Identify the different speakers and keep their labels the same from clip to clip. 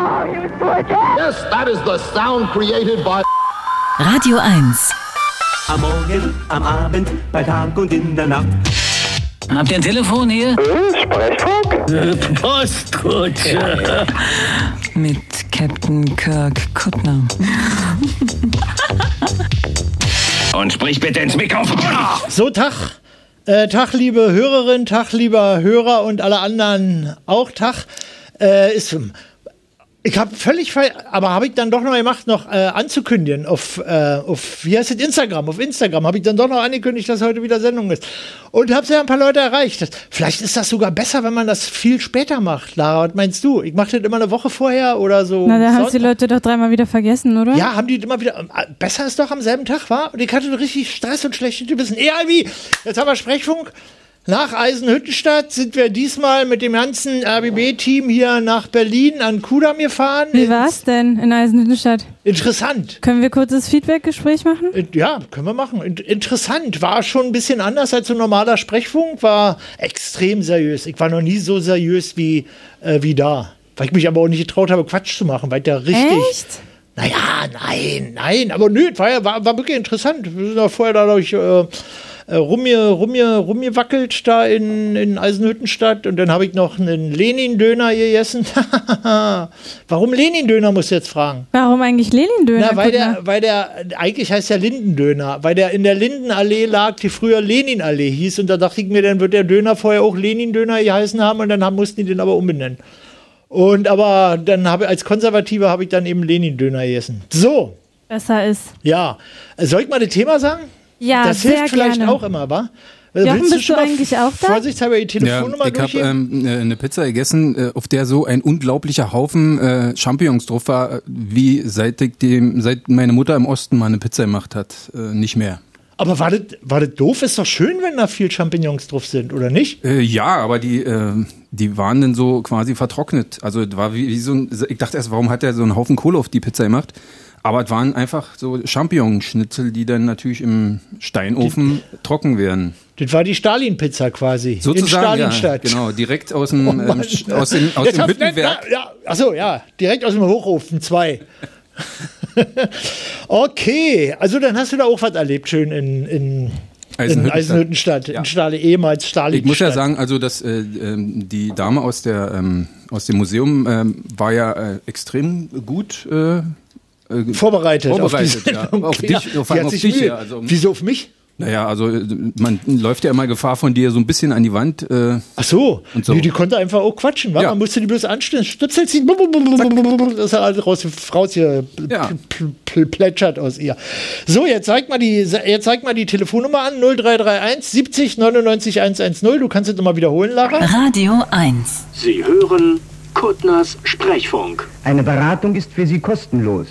Speaker 1: Yes, that is the sound created by.
Speaker 2: Radio 1.
Speaker 3: Am Morgen, am Abend, bei Tag und in der Nacht.
Speaker 4: Habt ihr ein Telefon hier? Äh,
Speaker 5: Postkutsche.
Speaker 2: Mit Captain Kirk Kuttner.
Speaker 4: Und sprich bitte ins Mikrofon.
Speaker 5: So, Tag. Äh, Tag, liebe Hörerin, Tag, lieber Hörer und alle anderen auch Tag. Äh, ist, ich habe völlig, ver- aber habe ich dann doch noch gemacht, noch äh, anzukündigen auf, äh, auf, wie heißt es, Instagram, auf Instagram habe ich dann doch noch angekündigt, dass heute wieder Sendung ist. Und habe ja ein paar Leute erreicht. Das, vielleicht ist das sogar besser, wenn man das viel später macht, Lara, was meinst du? Ich mache das immer eine Woche vorher oder so.
Speaker 6: Na, da haben die
Speaker 5: Sonntag.
Speaker 6: Leute doch dreimal wieder vergessen, oder?
Speaker 5: Ja, haben die immer wieder. äh, Besser ist doch am selben Tag, war? Und ich hatte richtig Stress und schlechte Gewissen. Egal wie. E Jetzt haben wir Sprechfunk. Nach Eisenhüttenstadt sind wir diesmal mit dem ganzen RBB-Team hier nach Berlin an Kudamm gefahren.
Speaker 6: Wie war's denn in Eisenhüttenstadt?
Speaker 5: Interessant.
Speaker 6: Können wir kurzes Feedback-Gespräch machen?
Speaker 5: In- Ja, können wir machen. In- Interessant. War schon ein bisschen anders als so ein normaler Sprechfunk. War extrem seriös. Ich war noch nie so seriös wie, äh, wie da. Weil ich mich aber auch nicht getraut habe, Quatsch zu machen, weil ich da richtig.
Speaker 6: Echt?
Speaker 5: Naja, nein, nein, aber nö, war, ja- war, war wirklich interessant. Wir sind ja vorher dadurch äh, äh, rumge, rumge, rumgewackelt da in, in Eisenhüttenstadt und dann habe ich noch einen Lenin-Döner gegessen. Warum Lenin-Döner, musst du jetzt fragen.
Speaker 6: Warum eigentlich Lenin-Döner?
Speaker 5: Na, weil
Speaker 6: Guck
Speaker 5: der,
Speaker 6: mal.
Speaker 5: weil der, eigentlich heißt der Lindendöner, weil der in der Lindenallee lag, die früher Leninallee hieß. Und da dachte ich mir, dann wird der Döner vorher auch Lenin-Döner geheißen haben und dann haben, mussten die den aber umbenennen. Und aber dann habe als Konservativer habe ich dann eben Lenin-Döner gegessen. So,
Speaker 6: Besser ist.
Speaker 5: ja. Soll ich mal das Thema sagen?
Speaker 6: Ja,
Speaker 5: das
Speaker 6: sehr
Speaker 5: hilft vielleicht
Speaker 6: gerne.
Speaker 5: auch immer, wa?
Speaker 6: Jochen,
Speaker 5: Willst
Speaker 6: bist
Speaker 5: schon
Speaker 6: du
Speaker 5: mal
Speaker 6: eigentlich auch da?
Speaker 5: Vorsichtshalber die
Speaker 7: Ja,
Speaker 5: Telefonnummer
Speaker 7: ich habe
Speaker 5: durchgeben?
Speaker 7: ähm, äh, eine Pizza gegessen, äh, auf der so ein unglaublicher Haufen äh, Champignons drauf war, äh, wie seit ich dem, seit meine Mutter im Osten mal eine Pizza gemacht hat, äh, nicht mehr.
Speaker 5: aber war das, war das doof? Ist doch schön, wenn da viel Champignons drauf sind, oder nicht?
Speaker 7: Äh, ja, aber die, äh, die waren dann so quasi vertrocknet. Also es war wie, wie so ein, ich dachte erst, warum hat er so einen Haufen Kohle auf die Pizza gemacht? Aber es waren einfach so Champignonschnitzel, die dann natürlich im Steinofen trocken werden.
Speaker 5: Das war die Stalin-Pizza quasi.
Speaker 7: Sozusagen,
Speaker 5: in
Speaker 7: ja,
Speaker 5: Stalinstadt. Oh
Speaker 7: genau, direkt aus dem, ähm,
Speaker 5: Mann.
Speaker 7: Sch- aus dem, aus
Speaker 5: Jetzt
Speaker 7: dem
Speaker 5: hab-
Speaker 7: Hüttenwerk.
Speaker 5: Na, ja, achso, ja, direkt aus dem Hochofen 2. okay, also dann hast du da auch was erlebt, schön in, in, in
Speaker 7: Eisenhüttenstadt.
Speaker 5: Eisenhüttenstadt, in
Speaker 7: Ja.
Speaker 5: Stali, ehemals Stalin.
Speaker 7: Ich muss ja sagen, also dass äh, ähm, die Dame aus der ähm, aus dem Museum ähm, war ja äh, extrem gut äh, äh,
Speaker 5: Vorbereitet, auf
Speaker 7: vorbereitet,
Speaker 5: die
Speaker 7: ja.
Speaker 5: Sendung.
Speaker 7: Auf dich, auf-
Speaker 5: die hat
Speaker 7: auf
Speaker 5: sich
Speaker 7: dich,
Speaker 5: Mühe.
Speaker 7: ja, also um-
Speaker 5: Wieso auf mich?
Speaker 7: naja, also äh, man läuft ja immer Gefahr von dir so ein bisschen an die Wand. Äh,
Speaker 5: Ach so,
Speaker 7: Und so.
Speaker 5: Nee, die konnte einfach auch quatschen, wa?
Speaker 7: Ja.
Speaker 5: man musste die bloß anstellen, Stöpsel ziehen, bum, bum, bum, bum, bum, bum, bum, das ist alles raus, raus hier, pl-
Speaker 7: Ja.
Speaker 5: pl- pl- plätschert aus ihr. So, jetzt zeig mal die, jetzt zeig mal die Telefonnummer an, 0331 70 99 110, du kannst es nochmal wiederholen, Lara.
Speaker 2: Radio 1.
Speaker 8: Sie hören Kuttners Sprechfunk
Speaker 3: Eine Beratung ist für Sie kostenlos.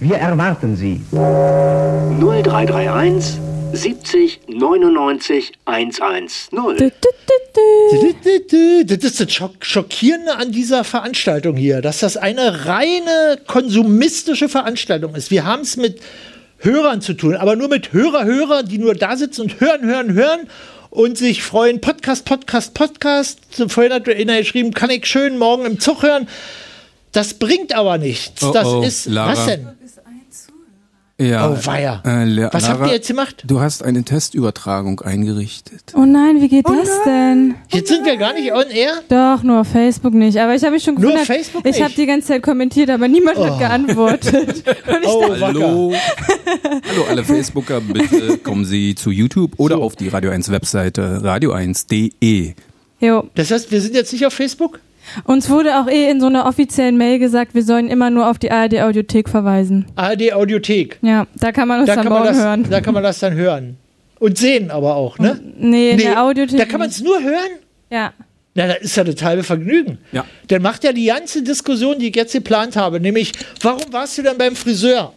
Speaker 3: Wir erwarten Sie.
Speaker 8: 0331 70 99 110.
Speaker 6: Du, du, du, du.
Speaker 5: Das ist das Schock Schockierende an dieser Veranstaltung hier, dass das eine reine konsumistische Veranstaltung ist. Wir haben es mit Hörern zu tun, aber nur mit Hörer, Hörer, die nur da sitzen und hören, hören, hören und sich freuen. Podcast, Podcast, Podcast. Vorhin hat einer geschrieben, kann ich schön morgen im Zug hören. Das bringt aber nichts.
Speaker 7: Oh,
Speaker 5: das
Speaker 7: oh,
Speaker 5: ist,
Speaker 7: Lara.
Speaker 5: was denn?
Speaker 7: ja,
Speaker 5: Oh, weia.
Speaker 7: Äh, Le-
Speaker 5: Was habt
Speaker 7: Lara,
Speaker 5: ihr jetzt gemacht?
Speaker 7: Du hast eine Testübertragung eingerichtet.
Speaker 6: Oh nein, wie geht das denn?
Speaker 5: Jetzt sind wir gar nicht on air.
Speaker 6: Doch, nur auf Facebook nicht. Aber ich habe mich schon
Speaker 5: Nur auf
Speaker 6: gewundert.
Speaker 5: Facebook
Speaker 6: ich habe
Speaker 5: nicht?
Speaker 6: die ganze Zeit kommentiert, aber niemand hat geantwortet. Und ich
Speaker 5: Oh,
Speaker 6: dachte,
Speaker 5: Wacker.
Speaker 7: Hallo. Hallo alle Facebooker, bitte kommen Sie zu YouTube oder auf die Radio 1 Webseite radio1.de.
Speaker 6: jo.
Speaker 5: Das heißt, wir sind jetzt nicht auf Facebook?
Speaker 6: Uns wurde auch eh in so einer offiziellen Mail gesagt, wir sollen immer nur auf die ARD Audiothek verweisen.
Speaker 5: ARD Audiothek.
Speaker 6: Ja, da kann man uns
Speaker 5: da
Speaker 6: dann
Speaker 5: kann man
Speaker 6: morgen
Speaker 5: das,
Speaker 6: hören.
Speaker 5: Da kann man das dann hören. Und sehen aber auch, ne?
Speaker 6: Nee, in der Audiothek.
Speaker 5: da kann man es nur hören?
Speaker 6: nicht. Ja.
Speaker 5: Na, da ist ja das halbe Vergnügen.
Speaker 7: Ja.
Speaker 5: Dann macht ja die ganze Diskussion, die ich jetzt geplant habe, nämlich, warum warst du denn beim Friseur?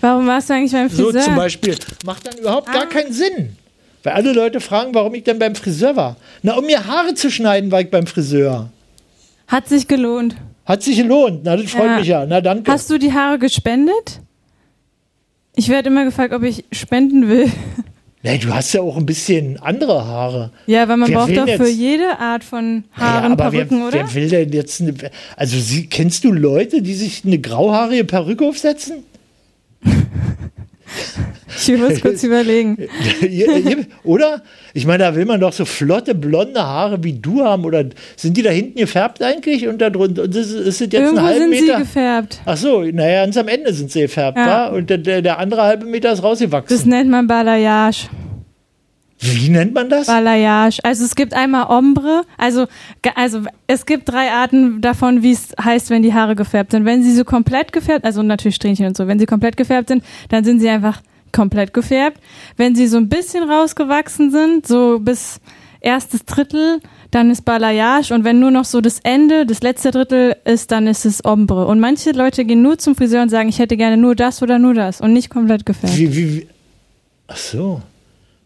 Speaker 6: Warum warst du eigentlich beim
Speaker 5: So
Speaker 6: Friseur? Ah.
Speaker 5: zum Beispiel. Macht dann überhaupt gar keinen Sinn. Weil alle Leute fragen, warum ich denn beim Friseur war. Na, um mir Haare zu schneiden, war ich beim Friseur.
Speaker 6: Hat sich gelohnt.
Speaker 5: Hat sich gelohnt. Na, das freut
Speaker 6: Ja.
Speaker 5: mich ja. Na, danke.
Speaker 6: Hast du die Haare gespendet? Ich werde immer gefragt, ob ich spenden will.
Speaker 5: Nee, du hast ja auch ein bisschen andere Haare.
Speaker 6: Ja, weil man
Speaker 5: Wer
Speaker 6: braucht
Speaker 5: will
Speaker 6: doch für
Speaker 5: jetzt-
Speaker 6: jede Art von
Speaker 5: Naja,
Speaker 6: Haaren
Speaker 5: aber
Speaker 6: Perücken,
Speaker 5: wer,
Speaker 6: oder?
Speaker 5: wer will denn jetzt eine, also sie, kennst du Leute, die sich eine grauhaarige Perücke aufsetzen?
Speaker 6: Ich muss kurz überlegen.
Speaker 5: oder? Ich meine, da will man doch so flotte blonde Haare wie du haben oder sind die da hinten gefärbt eigentlich und da drunter und das ist, ist das jetzt ein
Speaker 6: Irgendwo
Speaker 5: halben
Speaker 6: sind sie
Speaker 5: Meter?
Speaker 6: gefärbt.
Speaker 5: Ach so, naja, ganz am Ende sind sie gefärbt,
Speaker 6: Ja.
Speaker 5: wa? Und der, der, der andere halbe Meter ist
Speaker 6: Das
Speaker 5: rausgewachsen.
Speaker 6: nennt man Balayage.
Speaker 5: Wie nennt man das?
Speaker 6: Balayage. Also es gibt einmal Ombre, also, ge- also es gibt drei Arten davon, wie es heißt, wenn die Haare gefärbt sind. Wenn sie so komplett gefärbt, also natürlich Strähnchen und so, wenn sie komplett gefärbt sind, dann sind sie einfach komplett gefärbt. Wenn sie so ein bisschen rausgewachsen sind, so bis erstes Drittel, dann ist Balayage und wenn nur noch so das Ende, das letzte Drittel ist, dann ist es Ombre. Und manche Leute gehen nur zum Friseur und sagen, ich hätte gerne nur das oder nur das und nicht komplett gefärbt.
Speaker 5: Wie, wie, wie? Ach so.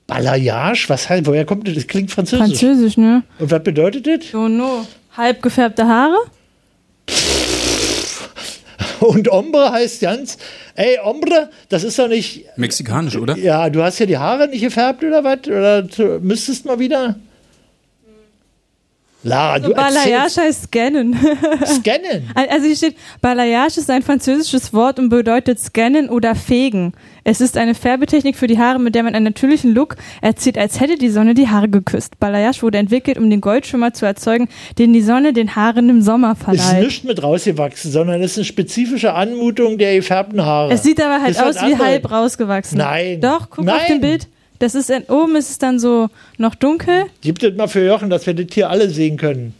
Speaker 5: Balayage, was heißt, woher kommt das? Das klingt französisch.
Speaker 6: Französisch, ne?
Speaker 5: Und was bedeutet das?
Speaker 6: So, no. Halb gefärbte Haare?
Speaker 5: Und Ombre heißt ganz, ey, Ombre, das ist doch nicht,
Speaker 7: Mexikanisch, oder?
Speaker 5: ja, du hast ja die Haare nicht gefärbt oder was? Oder t- müsstest mal wieder? Lara, du
Speaker 6: Äh, Balayage
Speaker 5: erzählst
Speaker 6: heißt scannen.
Speaker 5: scannen.
Speaker 6: Also hier steht, Balayage ist ein französisches Wort und bedeutet scannen oder fegen. Es ist eine Färbetechnik für die Haare, mit der man einen natürlichen Look erzielt, als hätte die Sonne die Haare geküsst. Balayage wurde entwickelt, um den Goldschimmer zu erzeugen, den die Sonne den Haaren im Sommer
Speaker 5: Ist
Speaker 6: verleiht.
Speaker 5: nicht mit rausgewachsen, sondern ist eine spezifische Anmutung der gefärbten Haare.
Speaker 6: Es sieht aber halt
Speaker 5: Ist was
Speaker 6: aus wie
Speaker 5: anderes.
Speaker 6: halb rausgewachsen.
Speaker 5: Nein.
Speaker 6: Doch, guck auf
Speaker 5: Nein.
Speaker 6: dem Bild. Das ist in, oben ist es dann so noch dunkel.
Speaker 5: Gibt es mal für Jochen, dass wir das hier alle sehen können.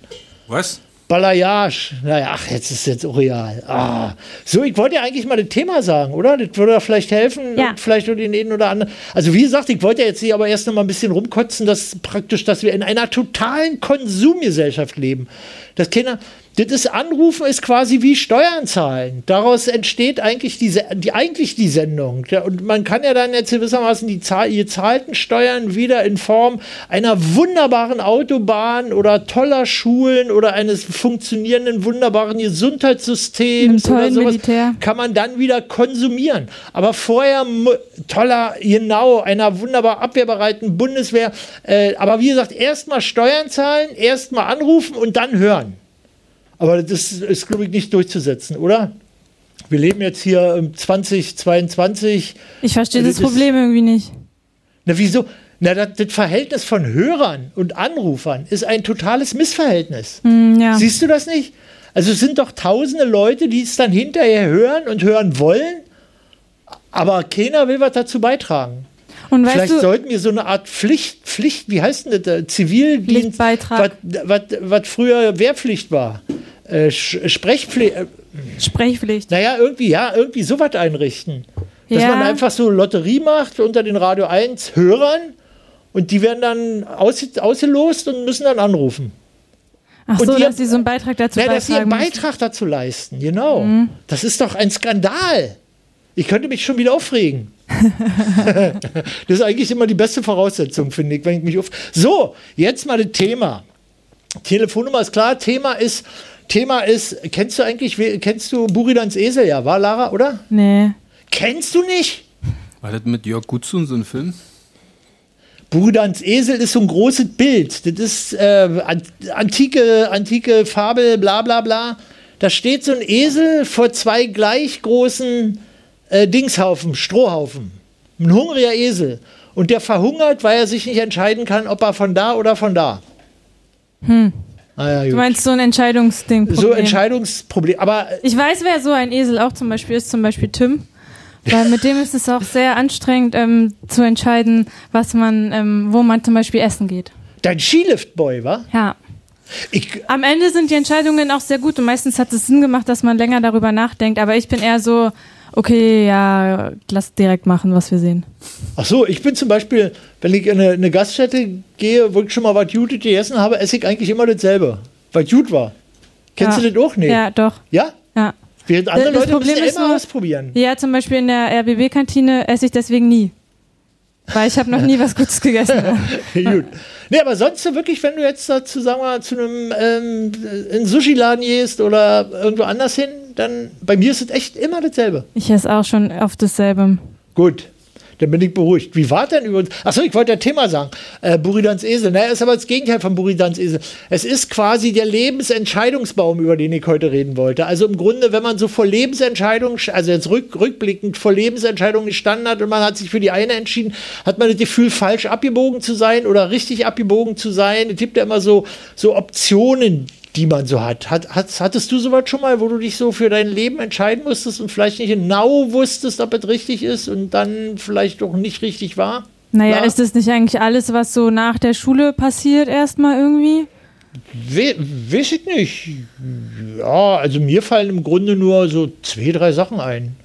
Speaker 7: Was?
Speaker 5: Balayage. Naja, ach, jetzt ist jetzt auch real. Ah. So, ich wollte ja eigentlich mal das Thema sagen, oder? Das würde ja vielleicht helfen.
Speaker 6: Ja.
Speaker 5: Und vielleicht nur den einen oder anderen. Also, wie gesagt, ich wollte ja jetzt hier aber erst noch mal ein bisschen rumkotzen, dass praktisch, dass wir in einer totalen Konsumgesellschaft leben. Das Kinder. Das ist Anrufen ist quasi wie Steuern zahlen. Daraus entsteht eigentlich die, Se- die, eigentlich die Sendung. Ja, Und man kann ja dann jetzt gewissermaßen die Zahl, gezahlten Steuern wieder in Form einer wunderbaren Autobahn oder toller Schulen oder eines funktionierenden, wunderbaren Gesundheitssystems
Speaker 6: Einem
Speaker 5: oder
Speaker 6: tollen
Speaker 5: sowas
Speaker 6: Militär.
Speaker 5: kann man dann wieder konsumieren. Aber vorher mu- toller, genau, einer wunderbar abwehrbereiten Bundeswehr. Äh, aber wie gesagt, erstmal Steuern zahlen, erstmal anrufen und dann hören. Aber das ist, ist glaube ich, nicht durchzusetzen, oder? Wir leben jetzt hier im 2022.
Speaker 6: Ich verstehe
Speaker 5: Also Das
Speaker 6: das Problem irgendwie nicht.
Speaker 5: Na, wieso? Na, das, das Verhältnis von Hörern und Anrufern ist ein totales Missverhältnis.
Speaker 6: Hm, Ja.
Speaker 5: Siehst du das nicht? Also es sind doch tausende Leute, die es dann hinterher hören und hören wollen, aber keiner will was dazu beitragen.
Speaker 6: Und weißt
Speaker 5: Vielleicht
Speaker 6: du,
Speaker 5: sollten wir so eine Art Pflicht, Pflicht, wie heißt denn das? äh, Zivildienst,
Speaker 6: Pflichtbeitrag.
Speaker 5: was- was- was früher Wehrpflicht war. Äh, Sch- Sprechpflicht, äh,
Speaker 6: Sprechpflicht.
Speaker 5: naja, irgendwie, ja, irgendwie sowas einrichten. Dass
Speaker 6: Ja.
Speaker 5: man einfach so Lotterie macht unter den Radio 1 Hörern und die werden dann aus, ausgelost und müssen dann anrufen.
Speaker 6: Ach
Speaker 5: Und
Speaker 6: so,
Speaker 5: ihr-
Speaker 6: dass sie so einen Beitrag dazu
Speaker 5: Na, dass sie
Speaker 6: beitragen
Speaker 5: einen
Speaker 6: müssen. Mhm.
Speaker 5: Beitrag dazu leisten, genau. Das ist doch ein Skandal. Ich könnte mich schon wieder aufregen. das ist eigentlich immer die beste Voraussetzung, finde ich, wenn ich mich auf. So, jetzt mal das Thema. Telefonnummer ist klar, Thema ist, Thema ist, kennst du eigentlich, we- kennst du Buridans Esel, ja, war Lara, oder?
Speaker 6: Nee.
Speaker 5: Kennst du nicht?
Speaker 7: War das mit Jörg Gutzun so ein Film?
Speaker 5: Brudans Esel ist so ein großes Bild. Das ist äh, an- antike, antike Fabel, bla bla bla. Da steht so ein Esel vor zwei gleich großen äh, Dingshaufen, Strohhaufen. Ein hungriger Esel. Und der verhungert, weil er sich nicht entscheiden kann, ob er von da oder von da. Hm. Ah, ja,
Speaker 6: Du
Speaker 5: gut.
Speaker 6: meinst so ein Entscheidungsding.
Speaker 5: So Entscheidungsproblem. Aber äh,
Speaker 6: ich weiß, wer so ein Esel auch zum Beispiel ist, zum Beispiel Tim. Weil mit dem ist es auch sehr anstrengend ähm, zu entscheiden, was man, ähm, wo man zum Beispiel essen geht.
Speaker 5: dein Skilift-Boy, wa?
Speaker 6: Ja.
Speaker 5: Ich,
Speaker 6: Am Ende sind die Entscheidungen auch sehr gut und meistens hat es Sinn gemacht, dass man länger darüber nachdenkt. Aber ich bin eher so, okay, ja, lass direkt machen, was wir sehen.
Speaker 5: Ach so, ich bin zum Beispiel, wenn ich in eine, eine Gaststätte gehe, wo ich schon mal was Gutes gegessen habe, esse ich eigentlich immer dasselbe, was gut war. Kennst
Speaker 6: ja.
Speaker 5: du das auch nicht?
Speaker 6: Ja, doch.
Speaker 5: ja?
Speaker 6: Ja.
Speaker 5: Wir andere
Speaker 6: Das
Speaker 5: Leute
Speaker 6: Problem
Speaker 5: müssen ja
Speaker 6: ist
Speaker 5: immer
Speaker 6: nur-
Speaker 5: ausprobieren.
Speaker 6: Ja, zum Beispiel in der RBB-Kantine esse ich deswegen nie. Weil ich habe noch nie was Gutes gegessen.
Speaker 5: Gut. Nee, aber sonst so wirklich, wenn du jetzt dazu, sagen wir, mal, zu einem ähm, in einen Sushi-Laden gehst oder irgendwo anders hin, dann bei mir ist es echt immer dasselbe.
Speaker 6: Ich esse auch schon oft dasselbe.
Speaker 5: Gut. dann bin ich beruhigt. Wie war denn übrigens? Achso, ich wollte ein Thema sagen. Äh, Buridans Esel. Naja, ist aber das Gegenteil von Buridans Esel. Es ist quasi der Lebensentscheidungsbaum, über den ich heute reden wollte. Also im Grunde, wenn man so vor Lebensentscheidungen, also jetzt rück, rückblickend vor Lebensentscheidungen gestanden hat und man hat sich für die eine entschieden, hat man das Gefühl, falsch abgebogen zu sein oder richtig abgebogen zu sein. Es gibt ja immer so, so Optionen, die man so hat. hat hat- hattest du sowas schon mal, wo du dich so für dein Leben entscheiden musstest und vielleicht nicht genau wusstest, ob es richtig ist und dann vielleicht auch nicht richtig war?
Speaker 6: Naja,
Speaker 5: Ja.
Speaker 6: ist das nicht eigentlich alles, was so nach der Schule passiert, erstmal irgendwie?
Speaker 5: We weiß ich nicht. Ja, also mir fallen im Grunde nur so zwei, drei Sachen ein.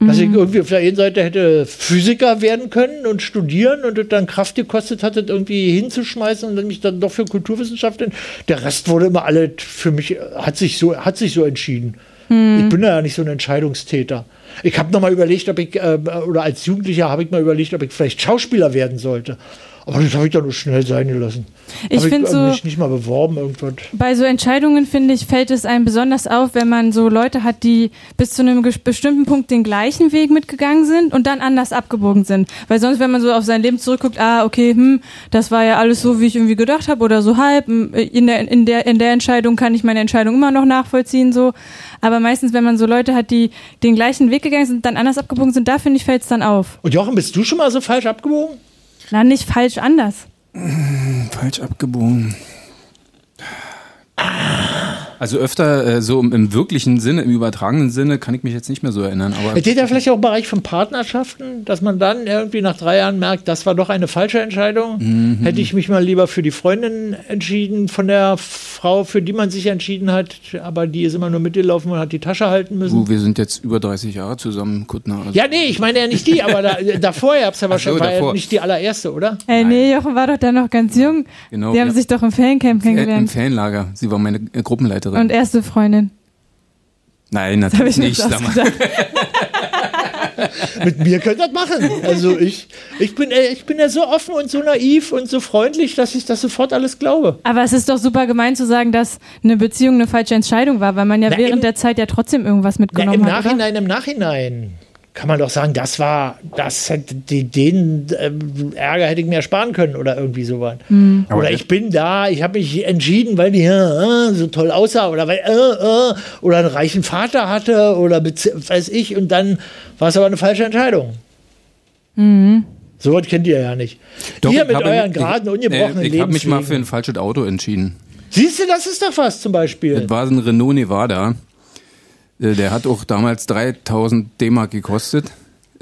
Speaker 5: Dass
Speaker 6: Mhm.
Speaker 5: ich irgendwie auf der einen Seite hätte Physiker werden können und studieren und das dann Kraft gekostet hat, das irgendwie hinzuschmeißen und dann mich dann doch für Kulturwissenschaften. Der Rest wurde immer alle für mich, hat sich so, hat sich so entschieden.
Speaker 6: Mhm.
Speaker 5: Ich bin da ja nicht so ein Entscheidungstäter. Ich habe mal überlegt, ob ich, äh, oder als Jugendlicher habe ich mal überlegt, ob ich vielleicht Schauspieler werden sollte. Aber das habe ich dann nur schnell sein gelassen.
Speaker 6: Ich
Speaker 5: Hab
Speaker 6: find
Speaker 5: äh,
Speaker 6: so-
Speaker 5: mich nicht mal beworben irgendwas.
Speaker 6: Bei so Entscheidungen, finde ich, fällt es einem besonders auf, wenn man so Leute hat, die bis zu einem ges- bestimmten Punkt den gleichen Weg mitgegangen sind und dann anders abgebogen sind. Weil sonst, wenn man so auf sein Leben zurückguckt, ah, okay, hm, das war ja alles so, wie ich irgendwie gedacht habe oder so halb, hm, in der, in, der, in der Entscheidung kann ich meine Entscheidung immer noch nachvollziehen, so. Aber meistens, wenn man so Leute hat, die den gleichen Weg gegangen sind, dann anders abgebogen sind, da finde ich, fällt es dann auf.
Speaker 5: Und Jochen, bist du schon mal so falsch abgebogen?
Speaker 6: Na, nicht falsch anders.
Speaker 7: Falsch abgebogen. Also öfter äh, so im, im wirklichen Sinne, im übertragenen Sinne, kann ich mich jetzt nicht mehr so erinnern. Aber
Speaker 5: Geht ja vielleicht auch im Bereich von Partnerschaften, dass man dann irgendwie nach drei Jahren merkt, das war doch eine falsche Entscheidung. Hätte ich mich mal lieber für die Freundin entschieden, von der Frau, für die man sich entschieden hat, aber die ist immer nur mitgelaufen und hat die Tasche halten müssen.
Speaker 7: du, wir sind jetzt über 30 Jahre zusammen, Kuttner. Also,
Speaker 5: Ja, nee, ich meine ja nicht die, aber da, davor gab es ja wahrscheinlich war ja
Speaker 7: davor.
Speaker 5: nicht die allererste, oder?
Speaker 6: Ey, Äh, nee, Jochen war doch dann noch ganz jung.
Speaker 7: Genau,
Speaker 6: Die haben
Speaker 7: ja.
Speaker 6: sich doch im Feriencamp
Speaker 7: äh, Im
Speaker 6: kennengelernt.
Speaker 7: Fanlager. Sie war meine äh, Gruppenleiterin.
Speaker 6: Und erste Freundin.
Speaker 7: Nein,
Speaker 6: Das habe
Speaker 7: natürlich
Speaker 6: ich nicht
Speaker 7: nicht. sag mal.
Speaker 6: ausgedacht.
Speaker 5: Mit mir könnt ihr das machen. Also ich, ich, bin, äh, ich bin ja so offen und so naiv und so freundlich, dass ich das sofort alles glaube.
Speaker 6: Aber es ist doch super gemein zu sagen, dass eine Beziehung eine falsche Entscheidung war, weil man ja
Speaker 5: Na, im-
Speaker 6: während der Zeit ja trotzdem irgendwas
Speaker 5: Ja,
Speaker 6: mitgenommen
Speaker 5: im
Speaker 6: hat. Oder?
Speaker 5: Nachhinein, im Nachhinein kann man doch sagen, das war, das hätte die, den ähm, Ärger hätte ich mir ersparen können oder irgendwie sowas.
Speaker 6: Hm.
Speaker 5: Oder ich bin da, ich habe mich entschieden, weil die äh, äh, so toll aussah oder weil äh, äh, oder einen reichen Vater hatte oder bez- weiß ich und dann war es aber eine falsche Entscheidung.
Speaker 6: Mhm.
Speaker 5: So was kennt ihr ja nicht.
Speaker 7: Doch,
Speaker 5: Ihr
Speaker 7: ich
Speaker 5: mit
Speaker 7: habe-
Speaker 5: euren
Speaker 7: ich-
Speaker 5: geraden, ungebrochenen
Speaker 7: äh, Ich habe mich mal für
Speaker 5: Lebenswegen.
Speaker 7: ein falsches Auto entschieden.
Speaker 5: Siehst du, das ist doch was zum Beispiel.
Speaker 7: Das war so ein Renault Nevada. Äh, Der hat auch damals 3000 D-Mark gekostet.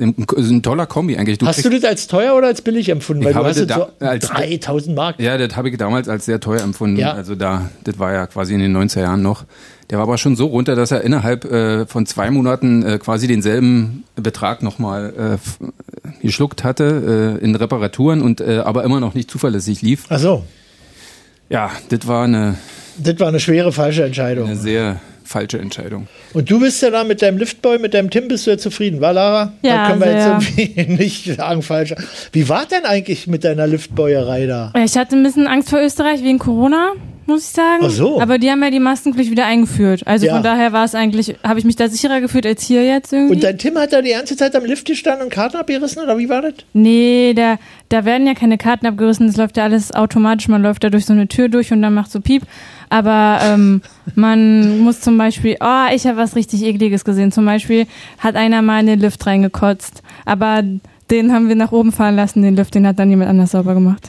Speaker 7: Ein, ein toller Kombi eigentlich.
Speaker 5: Hast du
Speaker 7: kriegst-
Speaker 5: das als teuer oder als billig empfunden?
Speaker 7: Ich
Speaker 5: Weil du
Speaker 7: habe
Speaker 5: hast
Speaker 7: das
Speaker 5: jetzt so
Speaker 7: da- als-
Speaker 5: 3000 Mark.
Speaker 7: ja, das habe ich damals als sehr teuer empfunden.
Speaker 5: Ja.
Speaker 7: Also da, das war ja quasi in den 90er Jahren noch. Der war aber schon so runter, dass er innerhalb äh, von zwei Monaten äh, quasi denselben Betrag nochmal äh, f- geschluckt hatte äh, in Reparaturen und äh, aber immer noch nicht zuverlässig lief.
Speaker 5: Ach so,
Speaker 7: Ja, das war eine,
Speaker 5: das war eine schwere falsche Entscheidung.
Speaker 7: eine sehr falsche Entscheidung.
Speaker 5: Und du bist ja da mit deinem Liftboy, mit deinem Tim bist du ja zufrieden, war Lara? da
Speaker 6: Ja,
Speaker 5: können wir jetzt
Speaker 6: sehr.
Speaker 5: irgendwie nicht sagen, falsch. Wie war denn eigentlich mit deiner Liftboyerei da?
Speaker 6: Ich hatte ein bisschen Angst vor Österreich wegen Corona, muss ich sagen.
Speaker 5: Ach so.
Speaker 6: Aber die haben ja die Maskenpflicht wieder eingeführt. Also
Speaker 5: Ja.
Speaker 6: von daher war es eigentlich, habe ich mich da sicherer gefühlt als hier jetzt irgendwie.
Speaker 5: Und dein Tim hat da die ganze Zeit am Lift gestanden und Karten abgerissen, oder wie war das?
Speaker 6: Nee, da, da werden ja keine Karten abgerissen, das läuft ja alles automatisch. Man läuft da durch so eine Tür durch und dann macht so Piep. Aber ähm, man muss zum Beispiel, oh, ich habe was richtig Ekliges gesehen. Zum Beispiel hat einer mal in den Lift reingekotzt. Aber den haben wir nach oben fahren lassen, den Lift, den hat dann jemand anders sauber gemacht.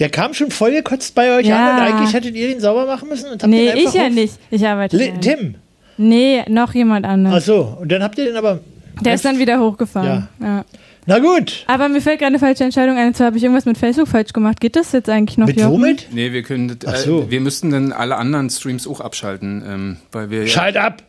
Speaker 5: Der kam schon vollgekotzt bei euch
Speaker 6: Ja.
Speaker 5: an und eigentlich hättet ihr den sauber machen müssen und habt
Speaker 6: nee,
Speaker 5: den einfach
Speaker 6: ich ja
Speaker 5: hoch-
Speaker 6: nicht. Ich arbeite. ja
Speaker 5: Li
Speaker 6: nicht.
Speaker 5: Tim, Also,
Speaker 6: Nee, noch jemand
Speaker 5: ach
Speaker 6: anders.
Speaker 5: so, und dann habt ihr den aber.
Speaker 6: Der ist dann wieder hochgefahren. Ja.
Speaker 5: Na gut,
Speaker 6: Aber mir fällt gerade eine falsche Entscheidung ein. Und zwar habe ich irgendwas mit Facebook falsch gemacht. Geht das jetzt eigentlich noch?
Speaker 5: mit
Speaker 6: Jochen?
Speaker 5: womit?
Speaker 7: Nee, wir können,
Speaker 5: Ach
Speaker 7: äh,
Speaker 5: so.
Speaker 7: wir müssten dann alle anderen Streams auch abschalten, ähm, weil wir, ja,
Speaker 5: Schalt ab!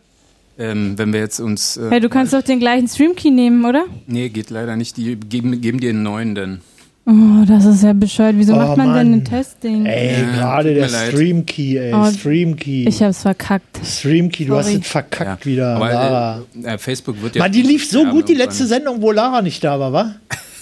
Speaker 7: ähm, wenn wir jetzt uns, äh,
Speaker 6: Hey, du kannst doch den gleichen Streamkey nehmen, oder?
Speaker 7: nee, geht leider nicht, die geben, geben dir einen neuen denn.
Speaker 6: Oh, das ist ja bescheuert. Wieso
Speaker 5: Oh,
Speaker 6: macht man denn
Speaker 5: Mann.
Speaker 6: ein Testing?
Speaker 5: Ey,
Speaker 7: Ja,
Speaker 5: gerade
Speaker 7: tut
Speaker 5: der
Speaker 7: mir leid.
Speaker 5: Streamkey, ey,
Speaker 6: Oh,
Speaker 5: Streamkey.
Speaker 6: Ich hab's verkackt.
Speaker 5: Streamkey, du hast
Speaker 6: Sorry.
Speaker 5: den verkackt
Speaker 7: Ja.
Speaker 5: wieder, Lara.
Speaker 7: Aber äh, äh, Facebook wird ja.
Speaker 5: Mann, die lief so
Speaker 7: Ja,
Speaker 5: gut, die
Speaker 7: irgendwann.
Speaker 5: letzte Sendung, wo Lara nicht da war, wa?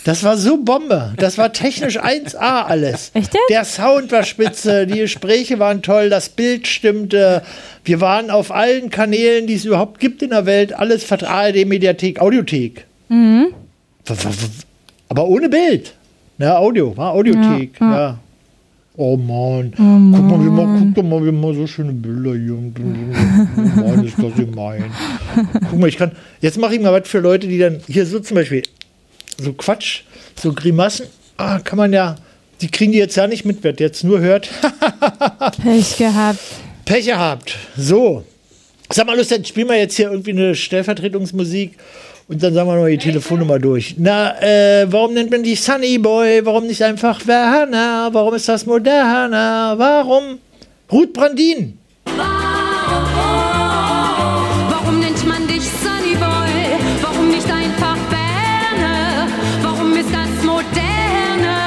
Speaker 5: Das war so Bombe. Das war technisch 1A alles.
Speaker 6: Echt jetzt?
Speaker 5: Der Sound war spitze, die Gespräche waren toll, das Bild stimmte. Wir waren auf allen Kanälen, die es überhaupt gibt in der Welt, alles vertrag ARD Mediathek, Audiothek. W- w- w- Aber ohne Bild. Ja, Audio, war Audiothek. Ja, Oh Mann. Guck, mal, wie man, guck doch mal, wie man so schöne Bilder hier. und- und- und- Oh Mann, ist das gemein. Guck mal, ich kann. Jetzt mache ich mal was für Leute, die dann hier so zum Beispiel so Quatsch, so Grimassen. Ah, kann man ja. Die kriegen die jetzt ja nicht mit, wer jetzt nur hört.
Speaker 6: Pech gehabt.
Speaker 5: Pech gehabt. So. Sag mal, Lust, dann spielen wir jetzt hier irgendwie eine Stellvertretungsmusik und dann sagen wir noch die Telefonnummer durch. Na, äh, warum nennt man dich Sunny Boy? Warum nicht einfach Werner? Warum ist das moderner? Warum? Ruth Brandin.
Speaker 9: Warum nennt man dich Sunny Boy? Warum nicht einfach Berne? Warum ist das Moderne?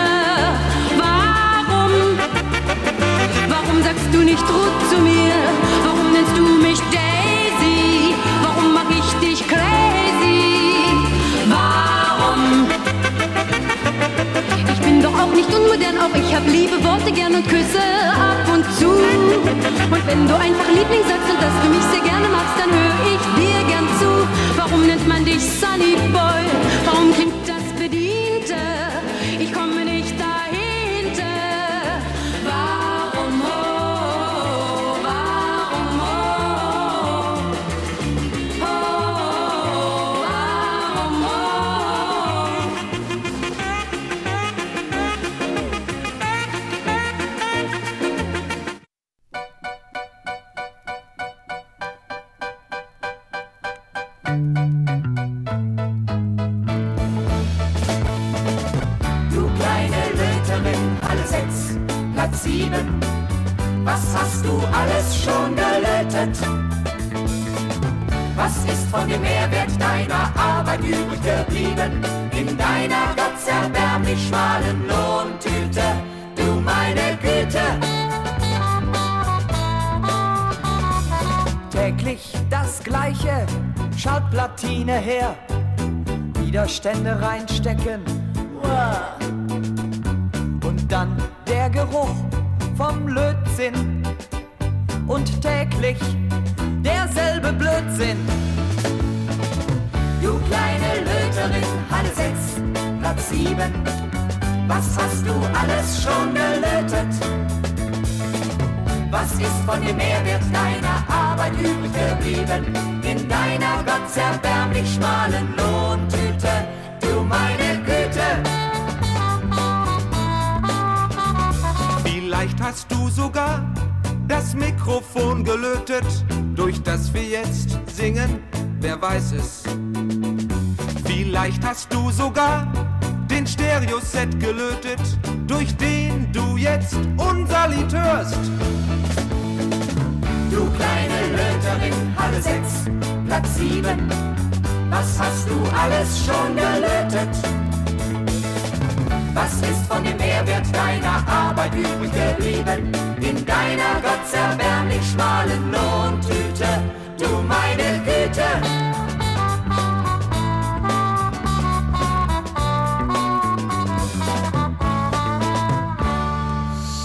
Speaker 9: Warum? Warum sagst du nicht Ruth zu mir? Warum nennst du mich Daisy? Warum mach ich dich crazy? Warum? Ich bin doch auch nicht unmodern, auch ich hab liebe Worte gern und Küsse ab und zu. Und wenn du einfach Liebling sagst und das für mich sehr gerne magst, dann höre ich dir gern zu. Warum nennt man dich Sunny Boy? Warum klingt das Bediente? Ich komme nicht dahinter. Warum, oh, warum, oh, oh, warum, oh.
Speaker 10: Du kleine Löterin, Halle 6, Platz 7. Was hast du alles schon gelötet? Was ist von dem Mehrwert deiner Arbeit übrig geblieben? In deiner gottserbärmlich schmalen Lohntüte, du meine Güte. Täglich das Gleiche, schaut Platine her. Widerstände reinstecken. Uah. Und dann der Geruch vom Lötzinn. Und täglich derselbe Blödsinn. Du kleine Löterin, Halle 6, Platz 7. Was hast du alles schon gelötet? Was ist von dem Mehrwert deiner Arbeit übrig geblieben? In deiner gottserbärmlich schmalen Lohntüte, du meine Güte!
Speaker 11: Vielleicht hast du sogar das Mikrofon gelötet, durch das wir jetzt singen, wer weiß es. Vielleicht hast du sogar den Stereoset gelötet, durch den du jetzt unser Lied hörst.
Speaker 10: Du kleine Löterin, Halle 6, Platz 7. Was hast du alles schon gelötet? Was ist von dem Mehrwert deiner Arbeit übrig geblieben? In deiner gottserbärmlich schmalen Lohntüte, du meine Güte!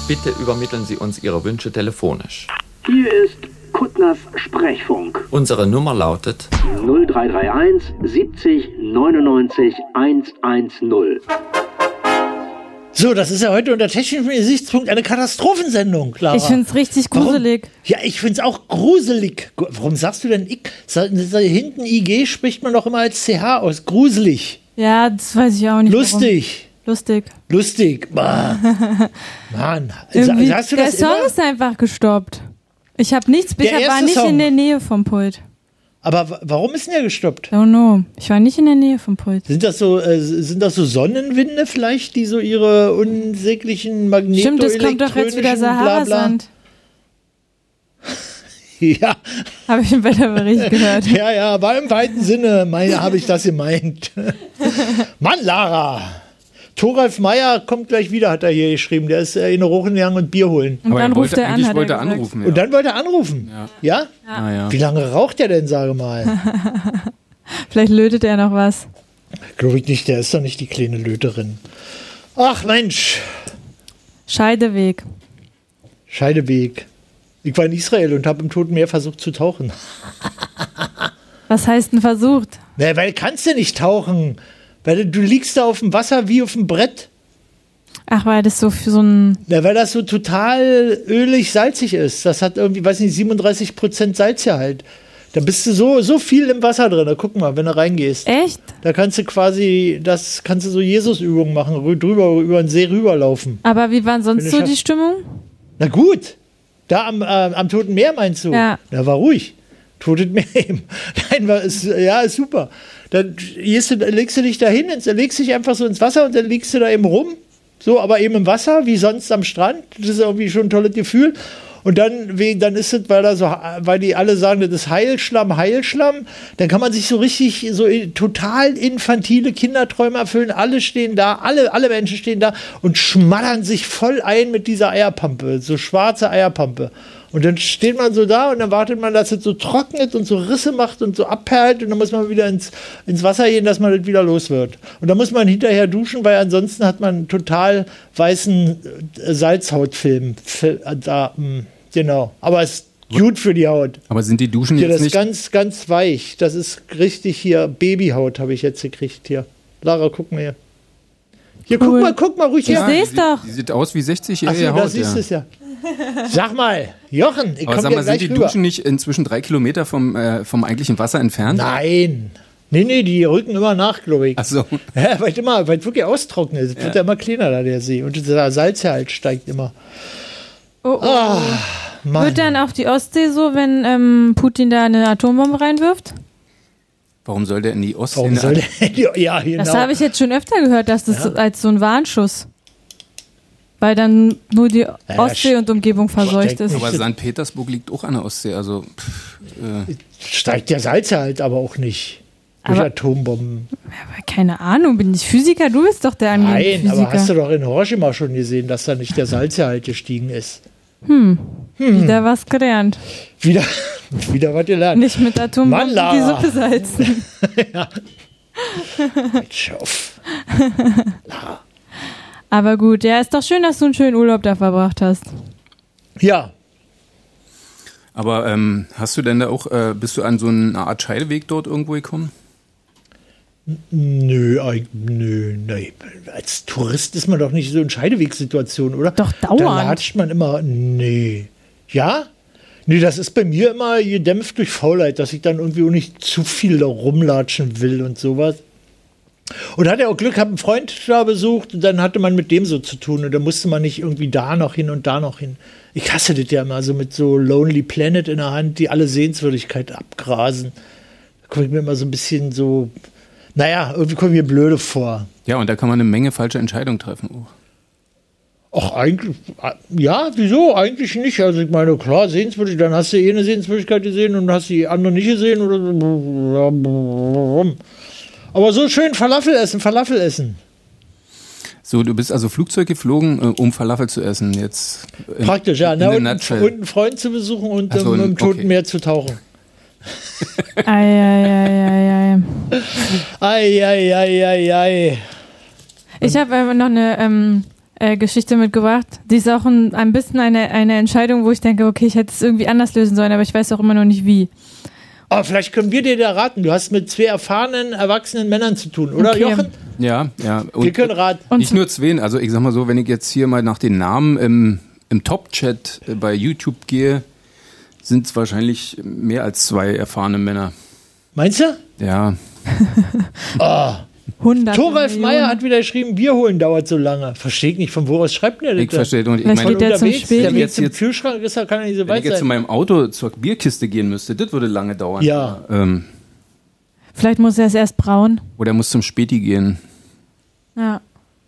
Speaker 12: Bitte übermitteln Sie uns Ihre Wünsche telefonisch.
Speaker 13: Hier ist Kuttners Sprechfunk.
Speaker 12: Unsere Nummer lautet
Speaker 13: 0331 70 99 110.
Speaker 5: So, das ist ja heute unter technischem Gesichtspunkt eine Katastrophensendung, Clara.
Speaker 6: Ich find's richtig gruselig.
Speaker 5: Warum? Ja, ich find's auch gruselig. Gu- Warum sagst du denn ich? Sa- sa- Hinten IG spricht man doch immer als CH aus. Gruselig.
Speaker 6: Ja, das weiß ich auch nicht.
Speaker 5: Lustig.
Speaker 6: Warum. Lustig.
Speaker 5: Lustig. Bah. Mann. Sa-
Speaker 6: Irgendwie-
Speaker 5: Sagst du
Speaker 6: der
Speaker 5: das
Speaker 6: Song
Speaker 5: immer?
Speaker 6: ist einfach gestoppt. Ich habe nichts,
Speaker 5: Der
Speaker 6: ich war
Speaker 5: erste
Speaker 6: nicht
Speaker 5: Song.
Speaker 6: in der Nähe vom Pult.
Speaker 5: Aber wa- warum ist denn der gestoppt?
Speaker 6: Don't know. Ich war nicht in der Nähe vom Pult.
Speaker 5: Sind das so, äh, sind das so Sonnenwinde vielleicht, die so ihre unsäglichen Magneten
Speaker 6: Stimmt, es kommt doch jetzt wieder Saharasand.
Speaker 5: Ja,
Speaker 6: Habe ich im Wetterbericht gehört.
Speaker 5: ja, ja, war im weiten Sinne, meine, habe ich das gemeint. Mann, Lara! Thoralf Meier kommt gleich wieder, hat er hier geschrieben. Der ist äh, in Rochen gegangen und Bier holen.
Speaker 6: Und dann
Speaker 7: er wollte,
Speaker 6: ruft er an,
Speaker 7: eigentlich
Speaker 6: hat
Speaker 7: wollte
Speaker 6: er
Speaker 7: er
Speaker 6: gesagt.
Speaker 7: anrufen.
Speaker 5: Und
Speaker 7: ja.
Speaker 5: dann wollte er anrufen. Ja?
Speaker 7: Naja.
Speaker 5: Wie lange raucht er denn, sage mal?
Speaker 6: Vielleicht lötet er noch was.
Speaker 5: Glaube ich nicht, der ist doch nicht die kleine Löterin. Ach Mensch,
Speaker 6: Scheideweg.
Speaker 5: Scheideweg. Ich war in Israel und habe im Toten Meer versucht zu tauchen.
Speaker 6: Was heißt denn versucht?
Speaker 5: Na, weil kannst du nicht tauchen. Weil du liegst da auf dem Wasser wie auf dem Brett.
Speaker 6: Ach, weil das so für so ein.
Speaker 5: Na, weil das so total ölig salzig ist. Das hat irgendwie, weiß nicht, 37% Salzgehalt. Da bist du so, so viel im Wasser drin. Da guck mal, wenn du reingehst.
Speaker 6: Echt?
Speaker 5: Da kannst du quasi, das kannst du so Jesus-Übungen machen, rü- drüber, über den See rüberlaufen.
Speaker 6: Aber wie war sonst
Speaker 5: Wenn du
Speaker 6: so die
Speaker 5: schaffst.
Speaker 6: Stimmung?
Speaker 5: Na gut, da am, äh, am Toten Meer meinst du?
Speaker 6: Ja.
Speaker 5: Da war ruhig. Totet Meer eben. Nein, war, ist, ja, ist super. Dann gehst du, legst du dich da hin, ins- legst dich einfach so ins Wasser und dann liegst du da eben rum. So, aber eben im Wasser, wie sonst am Strand. Das ist irgendwie schon ein tolles Gefühl. Und dann, we- dann ist es, weil da so, weil die alle sagen, das ist Heilschlamm, Heilschlamm, dann kann man sich so richtig, so in- total infantile Kinderträume erfüllen. Alle stehen da, alle, alle Menschen stehen da und schmattern sich voll ein mit dieser Eierpampe, so schwarze Eierpampe. Und dann steht man so da und dann wartet man, dass es so trocknet und so Risse macht und so abperlt und dann muss man wieder ins, ins Wasser gehen, dass man das wieder los wird. Und dann muss man hinterher duschen, weil ansonsten hat man einen total weißen äh, Salzhautfilm. Fil- äh, Da, mh, genau. Aber es ist gut für die Haut.
Speaker 7: Aber sind die Duschen
Speaker 5: Hier,
Speaker 7: jetzt
Speaker 5: das ist
Speaker 7: Hm, nicht?
Speaker 5: ganz, ganz weich. Das ist richtig hier Babyhaut habe ich jetzt gekriegt hier. Lara, guck mal hier. Hier, guck mal, guck mal ruhig her.
Speaker 7: die sieht- Die sieht aus wie 60
Speaker 5: Ach so,
Speaker 7: jährige
Speaker 5: da
Speaker 7: Haut.
Speaker 5: siehst du es ja. Sag mal, Jochen, ich
Speaker 7: Aber
Speaker 5: komme
Speaker 7: sag
Speaker 5: ja
Speaker 7: mal, sind
Speaker 5: gleich
Speaker 7: die
Speaker 5: rüber.
Speaker 7: Duschen nicht inzwischen drei Kilometer vom, äh, vom eigentlichen Wasser entfernt?
Speaker 5: Nein. Nee, nee, die rücken immer nach, glaube ich.
Speaker 7: Ach so.
Speaker 5: Ja, weil es immer, weil es wirklich austrocknet. Es wird ja immer kleiner da der See. Und der Salzgehalt steigt immer.
Speaker 6: Oh, oh.
Speaker 5: Ah, Mann.
Speaker 6: Wird dann auch die Ostsee so, wenn ähm, Putin da eine Atombombe reinwirft?
Speaker 7: Warum soll der in die Ostsee? Ne, also,
Speaker 5: Warum soll der, ja, genau.
Speaker 6: Das habe ich jetzt schon öfter gehört, dass das
Speaker 5: Ja.
Speaker 6: als so ein Warnschuss. Weil dann nur die Ostsee
Speaker 7: sch-
Speaker 6: und Umgebung verseucht ist.
Speaker 7: Aber St. Petersburg liegt auch an der Ostsee. Also, pff, äh,
Speaker 5: Steigt der Salzgehalt aber auch nicht. Durch
Speaker 6: Aber- Hm,
Speaker 5: Atombomben.
Speaker 6: Keine Ahnung, bin ich Physiker? Du bist doch der angehende
Speaker 5: Nein,
Speaker 6: Physiker.
Speaker 5: aber hast du doch in Hiroshima schon gesehen, dass da nicht der Salzgehalt gestiegen ist.
Speaker 6: hm. wieder was gelernt.
Speaker 5: Wieder, wieder was gelernt.
Speaker 6: Nicht mit
Speaker 5: Mann,
Speaker 6: Atombomben die
Speaker 5: Lara.
Speaker 6: Suppe salzen.
Speaker 5: Schauf.
Speaker 6: aber gut, ja, ist doch schön, dass du einen schönen Urlaub da verbracht hast.
Speaker 5: Ja.
Speaker 7: aber ähm, hast du denn da auch, äh, bist du an so eine Art Scheideweg dort irgendwo gekommen?
Speaker 5: Nö, eig- nö, nee. Als Tourist ist man doch nicht so in Scheidewegssituationen, oder? Doch, dauernd. Da latscht man immer, nee. Ja? Nee, das ist bei mir immer gedämpft durch Faulheit, dass ich dann irgendwie auch nicht zu viel da rumlatschen will und sowas. Und hatte auch Glück, habe einen Freund da besucht und dann hatte man mit dem so zu tun und dann musste man nicht irgendwie da noch hin und da noch hin. Ich hasse das ja immer so mit so Lonely Planet in der Hand, die alle Sehenswürdigkeit abgrasen. Da komme ich mir immer so ein bisschen so, naja, irgendwie kommen mir blöde vor.
Speaker 7: Ja, und da kann man eine Menge falsche Entscheidungen treffen. Oh.
Speaker 5: Ach, eigentlich, äh, ja, wieso? Eigentlich nicht. Also ich meine, klar, Sehenswürdigkeit, dann hast du eh eine Sehenswürdigkeit gesehen und hast die andere nicht gesehen oder so. Aber so schön Falafel essen, Falafel essen.
Speaker 7: So, du bist also Flugzeug geflogen, äh, um Falafel zu essen. Jetzt in,
Speaker 5: Praktisch, ja.
Speaker 7: In
Speaker 5: Ne?
Speaker 7: der
Speaker 5: Und, und
Speaker 7: Nutshell.
Speaker 5: einen Freund zu besuchen und
Speaker 7: Ach so,
Speaker 5: ähm,
Speaker 7: n-
Speaker 5: im Toten
Speaker 7: okay.
Speaker 5: Meer zu tauchen.
Speaker 6: Eieieiei.
Speaker 5: Eieieiei.
Speaker 6: Ich habe ähm, noch eine ähm, äh, Geschichte mitgebracht. Die ist auch ein, ein bisschen eine, eine Entscheidung, wo ich denke, okay, ich hätte es irgendwie anders lösen sollen, aber ich weiß auch immer noch nicht wie.
Speaker 5: Aber vielleicht können wir dir da raten. Du hast mit zwei erfahrenen, erwachsenen Männern zu tun, oder
Speaker 6: Okay.
Speaker 5: Jochen?
Speaker 7: Ja, ja. Und
Speaker 5: Wir können raten.
Speaker 7: Nicht nur Sven, also ich sag mal so, wenn ich jetzt hier mal nach den Namen im, im Top-Chat äh, bei YouTube gehe, sind es wahrscheinlich mehr als zwei erfahrene Männer.
Speaker 5: Meinst du?
Speaker 7: Ja.
Speaker 5: Ah.
Speaker 6: 100
Speaker 5: Thoralf Meyer hat wieder geschrieben, Bier holen dauert so lange. Verstehe ich nicht, von wo aus schreibt denn der
Speaker 7: Ich
Speaker 5: das?
Speaker 7: verstehe und ich
Speaker 5: Von
Speaker 7: meine- Steht der zum
Speaker 5: unterwegs,
Speaker 7: Spiel?
Speaker 5: Der Weg
Speaker 7: Jetzt-
Speaker 5: zum
Speaker 7: jetzt-
Speaker 5: Kühlschrank ist, da kann er nicht so
Speaker 7: Wenn ich
Speaker 5: weit
Speaker 7: jetzt zu
Speaker 5: sein.
Speaker 7: meinem Auto zur Bierkiste gehen müsste, das würde lange dauern.
Speaker 5: Ja.
Speaker 7: Ähm,
Speaker 6: Vielleicht muss er es erst brauen.
Speaker 7: oder muss zum Späti gehen.
Speaker 6: Ja.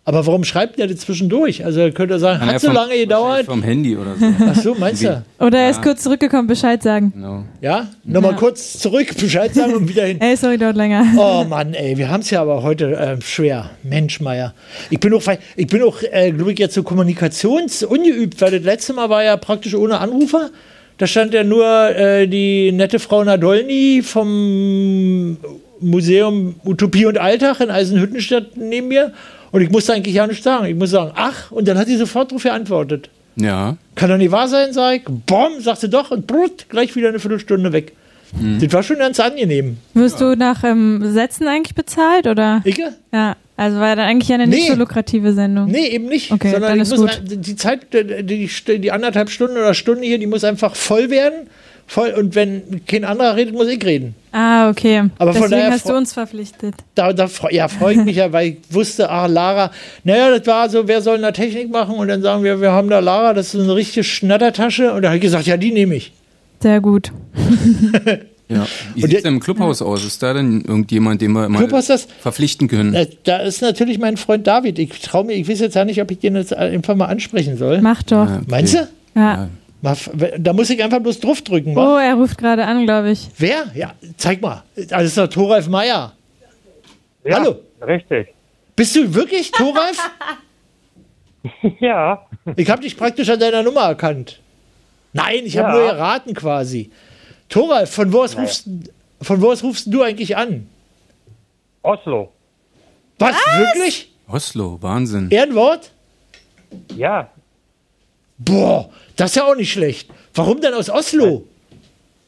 Speaker 5: Aber warum schreibt der das zwischendurch? Also könnte er sagen,
Speaker 7: Naja,
Speaker 5: hat so
Speaker 7: vom-
Speaker 5: lange gedauert.
Speaker 7: Vom Handy oder so.
Speaker 5: Ach so, meinst du?
Speaker 6: Oder er
Speaker 5: Ja.
Speaker 6: ist kurz zurückgekommen, Bescheid sagen.
Speaker 7: Genau.
Speaker 5: Ja? Nochmal kurz zurück, Bescheid sagen und wieder hin.
Speaker 6: Ey, sorry, dauert länger.
Speaker 5: Oh Mann, ey, wir haben es ja aber heute ähm, schwer. Mensch, Meier. Ich bin auch, fe- ich bin auch, äh, glaube ich, jetzt so kommunikationsungeübt, weil das letzte Mal war ja praktisch ohne Anrufer. Da stand ja nur äh, die nette Frau Nadolny vom Museum Utopie und Alltag in Eisenhüttenstadt neben mir. Und ich musste eigentlich ja nichts sagen. Ich muss sagen, ach, und dann hat sie sofort darauf geantwortet.
Speaker 7: Ja.
Speaker 5: Kann doch nicht wahr sein, sag ich. Bom, sagte doch und brut, gleich wieder eine Viertelstunde weg. Das war schon ganz angenehm.
Speaker 6: Wirst du nach ähm, Sätzen eigentlich bezahlt oder?
Speaker 5: Ich?
Speaker 6: Ja, also war dann eigentlich ja eine nicht
Speaker 5: Nee.
Speaker 6: so lukrative Sendung.
Speaker 5: Nee, eben nicht.
Speaker 6: Okay,
Speaker 5: sondern
Speaker 6: dann
Speaker 5: ich
Speaker 6: ist
Speaker 5: muss,
Speaker 6: gut.
Speaker 5: die Zeit, die, die, die anderthalb Stunden oder Stunde hier, die muss einfach voll werden. Voll, und wenn kein anderer redet, muss ich reden.
Speaker 6: Ah, okay.
Speaker 5: Aber von
Speaker 6: Deswegen
Speaker 5: daher
Speaker 6: hast du
Speaker 5: fro-
Speaker 6: uns verpflichtet.
Speaker 5: Da, da freu- ja, freue ich mich ja, weil ich wusste, ah, Lara, naja, das war so, wer soll denn da Technik machen? Und dann sagen wir, wir haben da Lara, das ist eine richtige Schnattertasche. Und da habe ich gesagt, ja, die nehme ich.
Speaker 6: Sehr gut.
Speaker 7: Ja. Wie sieht es denn im Clubhaus aus? Ist da denn irgendjemand, den wir mal
Speaker 5: Clubhaus, das-
Speaker 7: verpflichten können?
Speaker 5: Da, da ist natürlich mein Freund David. Ich traue mir, ich weiß jetzt ja nicht, ob ich den jetzt einfach mal ansprechen soll.
Speaker 6: Mach doch.
Speaker 7: Ja, okay.
Speaker 5: Meinst du?
Speaker 6: Ja.
Speaker 5: Mal f- Da muss ich einfach bloß drauf drücken. wa?
Speaker 6: Oh, er ruft gerade an, glaube ich.
Speaker 5: Wer? Ja, zeig mal. Das ist doch Thoralf Meier. Hallo.
Speaker 12: Richtig.
Speaker 5: Bist du wirklich Thoralf?
Speaker 12: ja.
Speaker 5: Ich habe dich praktisch an deiner Nummer erkannt. Nein, ich habe
Speaker 12: Ja.
Speaker 5: nur erraten quasi. Thoralf, von wo, aus rufst, von wo aus rufst du eigentlich an?
Speaker 12: Oslo.
Speaker 5: Was? Wirklich?
Speaker 7: Oslo, Wahnsinn.
Speaker 5: Ehrenwort?
Speaker 12: Ja.
Speaker 5: Boah, das ist ja auch nicht schlecht. Warum denn aus Oslo?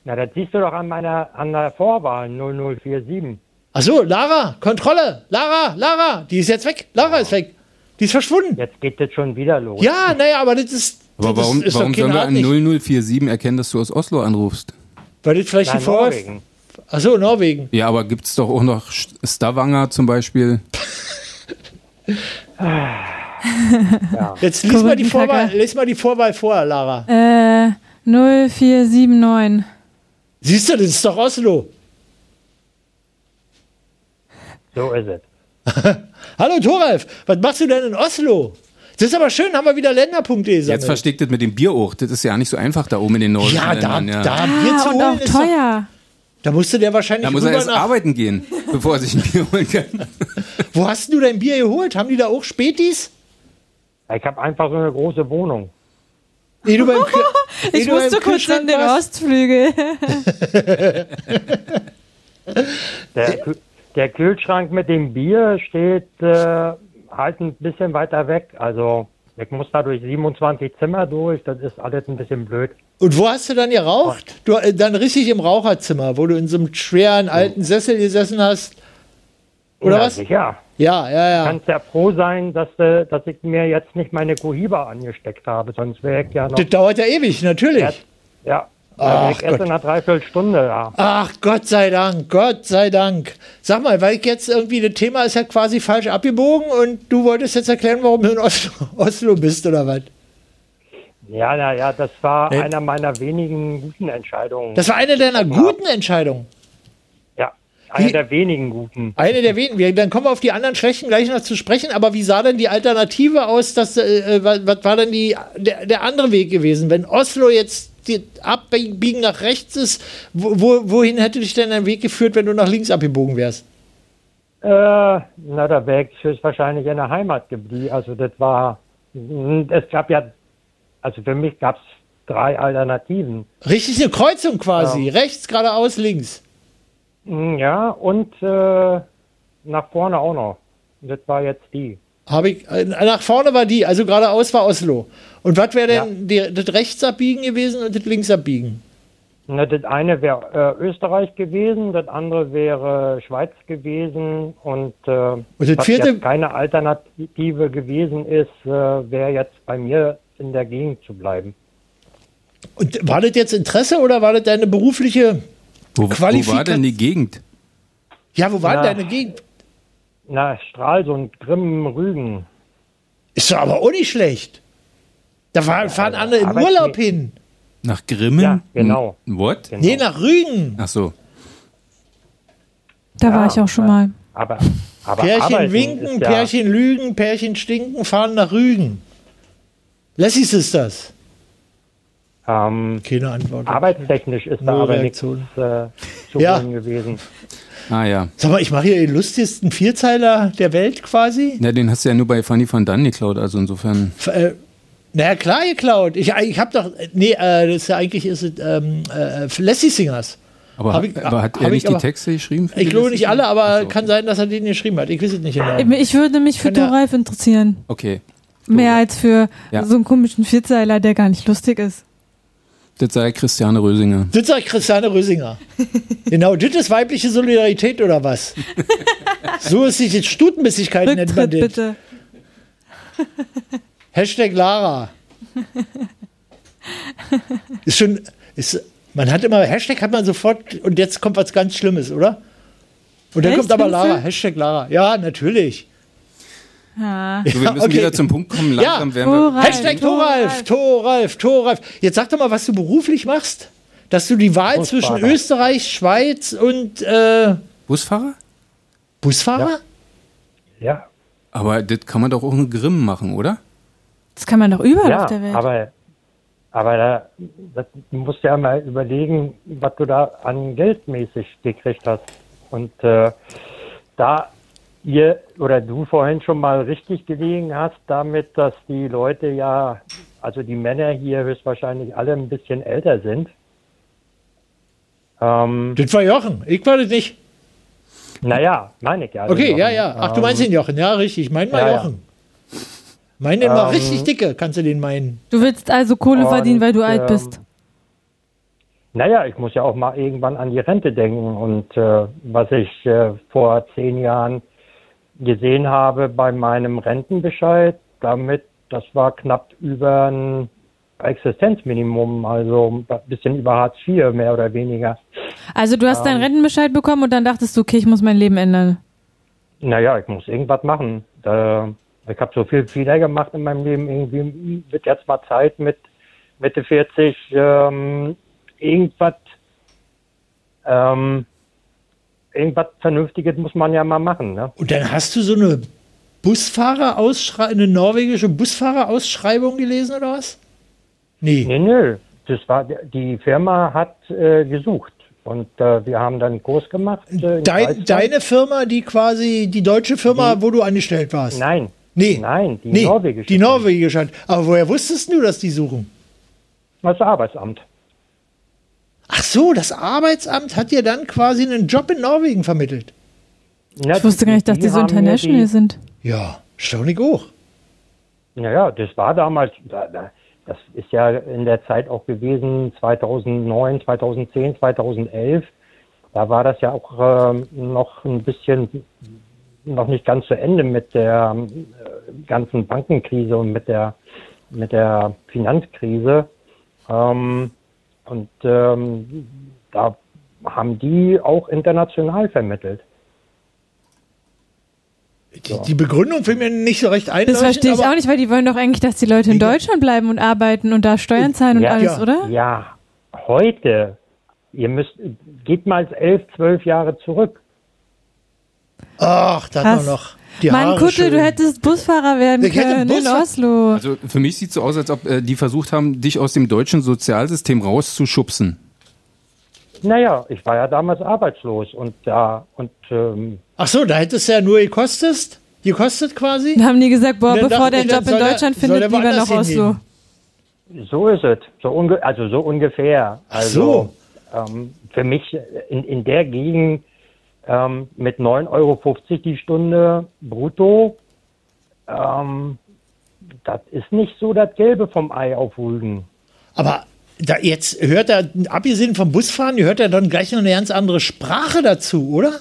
Speaker 12: Na, das siehst du doch an meiner an der Vorwahl 0047.
Speaker 5: Achso, Lara, Kontrolle. Lara, Lara, die ist jetzt weg. Lara ist weg. Die ist verschwunden.
Speaker 12: Jetzt geht das schon wieder los.
Speaker 5: Ja, naja, aber das ist.
Speaker 7: Aber
Speaker 5: das
Speaker 7: warum,
Speaker 5: ist doch
Speaker 7: warum
Speaker 5: keine
Speaker 7: sollen wir
Speaker 5: Art
Speaker 7: an
Speaker 5: nicht.
Speaker 7: 0047 erkennen, dass du aus Oslo anrufst?
Speaker 5: Weil das vielleicht
Speaker 12: Na,
Speaker 5: die Vorwahl.
Speaker 12: Norwegen.
Speaker 5: Achso, Norwegen.
Speaker 7: Ja, aber gibt es doch auch noch St- Stavanger zum Beispiel.
Speaker 5: Jetzt lies mal, die
Speaker 6: Korinthenkacker.
Speaker 5: Vorwahl, lies mal die Vorwahl vor, Lara.
Speaker 6: Äh, 0479.
Speaker 5: Siehst du, das ist doch Oslo.
Speaker 12: So ist es.
Speaker 5: Hallo Thoralf, was machst du denn in Oslo? Das ist aber schön, haben wir wieder Länder.de
Speaker 7: Jetzt
Speaker 5: gesammelt.
Speaker 7: versteckt das mit dem Bier auch. Das ist ja nicht so einfach da oben in den Norden.
Speaker 5: Ja, da, da
Speaker 6: Ah,
Speaker 5: Bier zu
Speaker 6: und
Speaker 5: holen
Speaker 6: auch
Speaker 5: ist doch,
Speaker 6: teuer.
Speaker 5: Da musste der wahrscheinlich
Speaker 7: Da muss er
Speaker 5: rüber
Speaker 7: erst
Speaker 5: nach,
Speaker 7: arbeiten gehen, bevor er sich ein Bier holen kann.
Speaker 5: Wo hast denn du dein Bier geholt? Haben die da auch Spätis?
Speaker 12: Ich habe einfach so eine große Wohnung.
Speaker 5: Eh, du beim Kü- eh,
Speaker 6: Ich
Speaker 5: du beim
Speaker 6: musste kurz
Speaker 5: Kühlschrank
Speaker 6: in den
Speaker 5: warst?
Speaker 6: Ostflügel.
Speaker 12: Der, Kü- der Kühlschrank mit dem Bier steht äh, halt ein bisschen weiter weg. Also ich muss da durch 27 Zimmer durch. Das ist alles ein bisschen blöd.
Speaker 5: Und wo hast du dann geraucht? Du, äh, dann richtig im Raucherzimmer, wo du in so einem schweren alten Sessel gesessen hast. Oder
Speaker 12: Na,
Speaker 5: was?
Speaker 12: Sicher.
Speaker 5: Ja, ja, ja.
Speaker 12: Kannst ja froh sein, dass, äh, dass ich mir jetzt nicht meine Cohiba angesteckt habe. Sonst wäre ich ja noch.
Speaker 5: Das dauert ja ewig, natürlich.
Speaker 12: Ja.
Speaker 5: Ach
Speaker 12: Also ich erst
Speaker 5: Gott. Ah.
Speaker 12: in einer Dreiviertelstunde da.
Speaker 5: Ach, Gott sei Dank, Gott sei Dank. Sag mal, weil ich jetzt irgendwie das Thema ist ja quasi falsch abgebogen und du wolltest jetzt erklären, warum du in Oslo, Oslo bist oder was?
Speaker 12: Ja, naja, das war
Speaker 5: Nee.
Speaker 12: einer meiner wenigen guten Entscheidungen.
Speaker 5: Äh. Das war eine deiner guten Entscheidungen.
Speaker 12: ja, eine
Speaker 5: Wie-
Speaker 12: der wenigen guten.
Speaker 5: Eine der wenigen. Wir- Dann kommen wir auf die anderen Schwächen gleich noch zu sprechen. Aber wie sah denn die Alternative aus? Dass, äh, äh, was, was war denn die, der, der andere Weg gewesen? Wenn Oslo jetzt die abbiegen nach rechts ist, wo, wo, wohin hätte dich denn dein Weg geführt, wenn du nach links abgebogen wärst?
Speaker 12: Äh, na, da wäre ich höchstwahrscheinlich in der Heimat geblieben. Also das war, es gab ja, also für mich gab es drei Alternativen.
Speaker 5: Richtig eine Kreuzung quasi. Rechts, geradeaus, links.
Speaker 12: Hm, Ja, und äh, nach vorne auch noch. Das war jetzt die.
Speaker 5: Habe ich, äh, nach vorne war die, also geradeaus war Oslo. Und was wäre denn die, das rechts abbiegen gewesen und das links abbiegen?
Speaker 12: Na, das eine wäre äh, Österreich gewesen, das andere wäre Schweiz gewesen und, äh,
Speaker 5: das
Speaker 12: was
Speaker 5: vierte-
Speaker 12: jetzt keine Alternative gewesen ist, äh, wäre jetzt bei mir in der Gegend zu bleiben.
Speaker 5: Und war das jetzt Interesse oder war das deine berufliche
Speaker 7: Wo, wo war
Speaker 5: Qualifikation?
Speaker 7: denn die Gegend?
Speaker 5: Ja, wo war
Speaker 12: Ja.
Speaker 5: denn deine Gegend?
Speaker 12: Na, Stralsund, Grimm, Rügen.
Speaker 5: Ist doch aber auch nicht schlecht. Da fahren, fahren andere im
Speaker 12: aber ich-
Speaker 5: Urlaub hin.
Speaker 7: Nach Grimmen?
Speaker 5: Mhm.
Speaker 12: Ja, genau.
Speaker 7: Hm, What?
Speaker 12: Genau.
Speaker 5: Nee, nach Rügen.
Speaker 7: Ach so.
Speaker 6: Da
Speaker 12: Ja,
Speaker 6: war ich auch schon mal.
Speaker 12: Aber, aber
Speaker 5: Pärchen
Speaker 12: arbeiten
Speaker 5: winken,
Speaker 12: ist ja,
Speaker 5: Pärchen lügen, Pärchen stinken, fahren nach Rügen. Lassis ist das.
Speaker 12: Ähm,
Speaker 5: Keine Antwort.
Speaker 12: arbeitstechnisch ist da
Speaker 5: Null
Speaker 12: aber nichts
Speaker 5: Reaktion.
Speaker 12: äh, zu
Speaker 5: Ja.
Speaker 12: holen gewesen.
Speaker 7: Ah ja.
Speaker 5: Sag mal, ich mache hier den lustigsten Vierzeiler der Welt quasi.
Speaker 7: Na, den hast du ja nur bei Fanny van Dann geklaut, also insofern.
Speaker 5: F- Äh, naja, klar geklaut. Ich, ich habe doch. Nee, äh, das ist ja eigentlich ist es, ähm, äh, Lassie Singers.
Speaker 7: Aber,
Speaker 5: Hab ich-
Speaker 7: aber hat
Speaker 5: hab
Speaker 7: er
Speaker 5: ich
Speaker 7: nicht die
Speaker 5: aber-
Speaker 7: Texte geschrieben? für
Speaker 5: Ich
Speaker 7: die
Speaker 5: glaube
Speaker 7: Liste?
Speaker 5: nicht alle, aber
Speaker 7: Ach so,
Speaker 5: kann
Speaker 7: okay.
Speaker 5: sein, dass er den geschrieben hat. Ich weiß es nicht genau.
Speaker 6: Ich würde mich für
Speaker 5: Kann ja-
Speaker 6: Thoralf interessieren.
Speaker 7: Okay.
Speaker 6: Mehr als für
Speaker 7: Ja.
Speaker 6: so einen komischen Vierzeiler, der gar nicht lustig ist.
Speaker 7: Das sei Christiane Rösinger.
Speaker 5: Das sagt Christiane Rösinger. genau, das ist weibliche Solidarität oder was? so ist sich jetzt Stutenbissigkeit nennt man das.
Speaker 6: bitte.
Speaker 5: Hashtag Lara. Ist schon, ist, man hat immer, Hashtag hat man sofort, und jetzt kommt was ganz Schlimmes, oder? Und dann
Speaker 6: Echt,
Speaker 5: kommt aber
Speaker 6: findest
Speaker 5: Lara,
Speaker 6: du?
Speaker 5: Hashtag Lara. Ja, natürlich.
Speaker 6: Ja.
Speaker 7: So, wir müssen wieder zum Punkt kommen. Langsam
Speaker 5: ja.
Speaker 7: werden wir.
Speaker 6: Thoralf,
Speaker 5: Hashtag Thoralf, Thoralf, Thoralf. Jetzt sag doch mal, was du beruflich machst. Dass du die Wahl zwischen Österreich, Schweiz und äh,
Speaker 7: Busfahrer?
Speaker 5: Busfahrer?
Speaker 12: Ja,
Speaker 7: Aber das kann man doch auch in Grimm machen, oder?
Speaker 6: Das kann man doch überall
Speaker 12: ja
Speaker 6: auf der Welt.
Speaker 12: aber, aber da, das, du musst ja mal überlegen, was du da an Geldmäßig gekriegt hast. Und äh, da ihr oder du vorhin schon mal richtig gelegen hast, damit, dass die Leute ja, also die Männer hier höchstwahrscheinlich alle ein bisschen älter sind. Ähm,
Speaker 5: Das war Jochen, ich war das nicht.
Speaker 12: naja, meine ich ja. also äh,
Speaker 5: okay,
Speaker 12: Jochen.
Speaker 5: ja, ja. Ach, du meinst den Jochen, ja, richtig. Ich meine mal
Speaker 12: ja, ja.
Speaker 5: Jochen. Mein den mal
Speaker 12: Ähm,
Speaker 5: richtig dicke, kannst du den meinen.
Speaker 6: Du willst also Kohle
Speaker 12: Und,
Speaker 6: verdienen, weil du alt
Speaker 12: ähm,
Speaker 6: bist.
Speaker 12: Naja, ich muss ja auch mal irgendwann an die Rente denken. Und äh, was ich äh, vor zehn Jahren gesehen habe bei meinem Rentenbescheid, damit, das war knapp über ein Existenzminimum, also ein bisschen über Hartz IV mehr oder weniger.
Speaker 6: Also
Speaker 12: ähm,
Speaker 6: du hast deinen Rentenbescheid bekommen und dann dachtest du, okay, ich muss mein Leben ändern.
Speaker 12: Naja, ich muss irgendwas machen. Äh, ich habe so viel Fehler gemacht in meinem Leben. Irgendwie wird jetzt mal Zeit mit Mitte 40 ähm, irgendwas ähm, irgendwas Vernünftiges muss man ja mal machen. Ne?
Speaker 5: Und dann hast du so eine Busfahrerausschreibung, eine norwegische Busfahrerausschreibung gelesen oder was? Nee.
Speaker 12: Nee, nö. Das war, die Firma hat äh, gesucht und äh, wir haben dann einen Kurs gemacht. Äh, in
Speaker 5: Dein,
Speaker 12: Greifswald.
Speaker 5: deine Firma, die quasi, die deutsche Firma, wo du angestellt warst?
Speaker 12: Nein.
Speaker 5: Nee.
Speaker 12: Nein, die
Speaker 5: nee,
Speaker 12: norwegische.
Speaker 5: Die norwegische. hat- Aber woher wusstest du, dass die suchen?
Speaker 12: das Arbeitsamt.
Speaker 5: Ach so, das Arbeitsamt hat dir dann quasi einen Job in Norwegen vermittelt.
Speaker 12: Na,
Speaker 6: Ich wusste gar nicht, dass die, so
Speaker 12: haben mir
Speaker 6: international
Speaker 12: die-
Speaker 6: sind.
Speaker 5: Ja, staunig auch.
Speaker 12: Naja, das war damals, da- da- das ist ja in der Zeit auch gewesen, 2009, 2010, 2011. Da war das ja auch ähm, noch ein bisschen, noch nicht ganz zu Ende mit der ähm, ganzen Bankenkrise und mit der, mit der Finanzkrise. Ähm, und ähm, da haben die auch international vermittelt.
Speaker 5: Die, die Begründung will mir nicht so recht ein.
Speaker 6: Das verstehe ich auch nicht, weil die wollen doch eigentlich, dass die Leute in
Speaker 5: Wie-
Speaker 6: Deutschland bleiben und arbeiten und da Steuern zahlen und
Speaker 12: Ja.
Speaker 6: alles,
Speaker 12: ja.
Speaker 6: oder?
Speaker 12: Ja, heute. Ihr müsst, geht mal elf, zwölf Jahre zurück.
Speaker 5: Ach, da hat man
Speaker 6: Krass.
Speaker 5: noch die
Speaker 6: Mann,
Speaker 5: Haare
Speaker 6: Kutte,
Speaker 5: schön.
Speaker 6: du hättest Busfahrer werden
Speaker 5: Ich hätte
Speaker 6: können in
Speaker 5: Busfahr-
Speaker 6: Oslo.
Speaker 7: Also für mich sieht es so aus, als ob äh, die versucht haben, dich aus dem deutschen Sozialsystem rauszuschubsen.
Speaker 12: Naja, ich war ja damals arbeitslos und da und ähm,
Speaker 5: Ach so, da hättest du ja nur gekostet, gekostet quasi.
Speaker 6: und haben die gesagt, boah,
Speaker 5: Ja,
Speaker 6: bevor
Speaker 5: dachte
Speaker 6: der
Speaker 5: ich, dann
Speaker 6: einen Job in
Speaker 5: Ne, soll der-
Speaker 6: Deutschland
Speaker 5: soll der
Speaker 6: findet, lieber
Speaker 5: woanders
Speaker 6: nach Oslo.
Speaker 5: hingehen.
Speaker 12: so ist es. So unge also so ungefähr. Also ähm, für mich in, in der Gegend ähm, mit 9,50 Euro die Stunde brutto, ähm, das ist nicht so das Gelbe vom Ei auf Rügen.
Speaker 5: Aber da jetzt hört er, abgesehen vom Busfahren, hört er dann gleich noch eine ganz andere Sprache dazu, oder?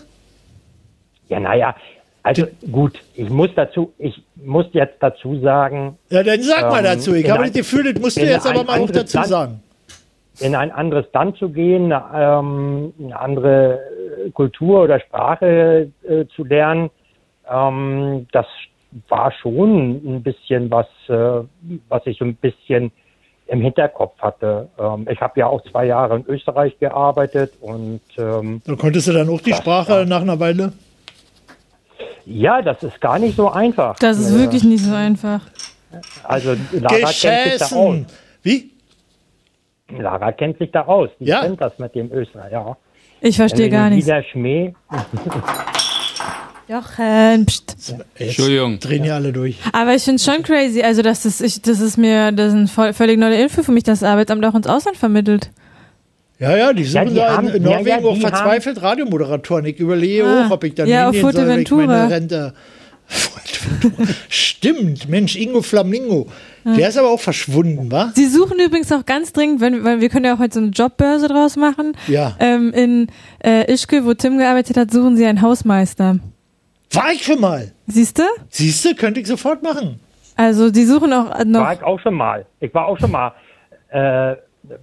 Speaker 12: Ja, naja, also gut, ich muss dazu, ich muss jetzt dazu sagen,
Speaker 5: Ja, dann sag mal
Speaker 12: Ähm,
Speaker 5: dazu. Ich
Speaker 12: in
Speaker 5: habe
Speaker 12: ein-
Speaker 5: das Gefühl, das musst du
Speaker 12: in
Speaker 5: jetzt
Speaker 12: ein
Speaker 5: aber mal auch
Speaker 12: anderes
Speaker 5: dazu
Speaker 12: Land.
Speaker 5: sagen.
Speaker 12: in ein anderes Land zu gehen, eine, ähm, eine andere äh, Kultur oder Sprache äh, zu lernen, ähm, das war schon ein bisschen was, äh, was ich so ein bisschen im Hinterkopf hatte. Ähm, ich habe ja auch zwei Jahre in Österreich gearbeitet und ähm,
Speaker 5: Da konntest du dann auch die Sprache nach einer Weile.
Speaker 12: ja, das ist gar nicht so einfach.
Speaker 6: Das ist
Speaker 12: Äh,
Speaker 6: wirklich nicht so einfach.
Speaker 12: also Lara kennt sich da aus.
Speaker 5: Geschässen! Wie?
Speaker 12: Lara kennt sich da aus. Die
Speaker 5: Ja.
Speaker 12: kennt das mit dem Österreich, ja.
Speaker 6: Ich verstehe gar nichts.
Speaker 12: Dieser Schmäh.
Speaker 6: Jochen, ähm, pst.
Speaker 7: Entschuldigung.
Speaker 5: Drehen hier alle durch.
Speaker 6: Aber ich finde es schon crazy. Also, das ist, ich, das ist mir, das ist eine voll, völlig neue Info für mich, dass das Arbeitsamt auch ins Ausland vermittelt.
Speaker 5: Ja, ja, die suchen
Speaker 12: die
Speaker 5: da in-
Speaker 12: haben-
Speaker 5: in
Speaker 12: ja, ja,
Speaker 5: Norwegen auch
Speaker 12: die haben-
Speaker 5: verzweifelt Radiomoderatoren. Ich überlege
Speaker 6: Ah,
Speaker 5: auch, ob ich dann
Speaker 6: ja, auf
Speaker 5: hingehen soll, wenn ich
Speaker 6: Fuerteventura.
Speaker 5: meine Rente... Fuerteventura. Stimmt, Mensch, Ingo Flamingo. Der ist aber auch verschwunden, wa?
Speaker 6: Sie suchen übrigens auch ganz dringend, wenn, weil wir können ja auch heute so eine Jobbörse draus machen.
Speaker 5: Ja.
Speaker 6: Ähm, in äh, Ischke, wo Tim gearbeitet hat, suchen sie einen Hausmeister.
Speaker 5: War ich schon mal.
Speaker 6: Siehst du?
Speaker 5: Siehst du, könnte ich sofort machen.
Speaker 6: Also die suchen auch noch.
Speaker 12: War ich auch schon mal. Ich war auch schon mal. Äh,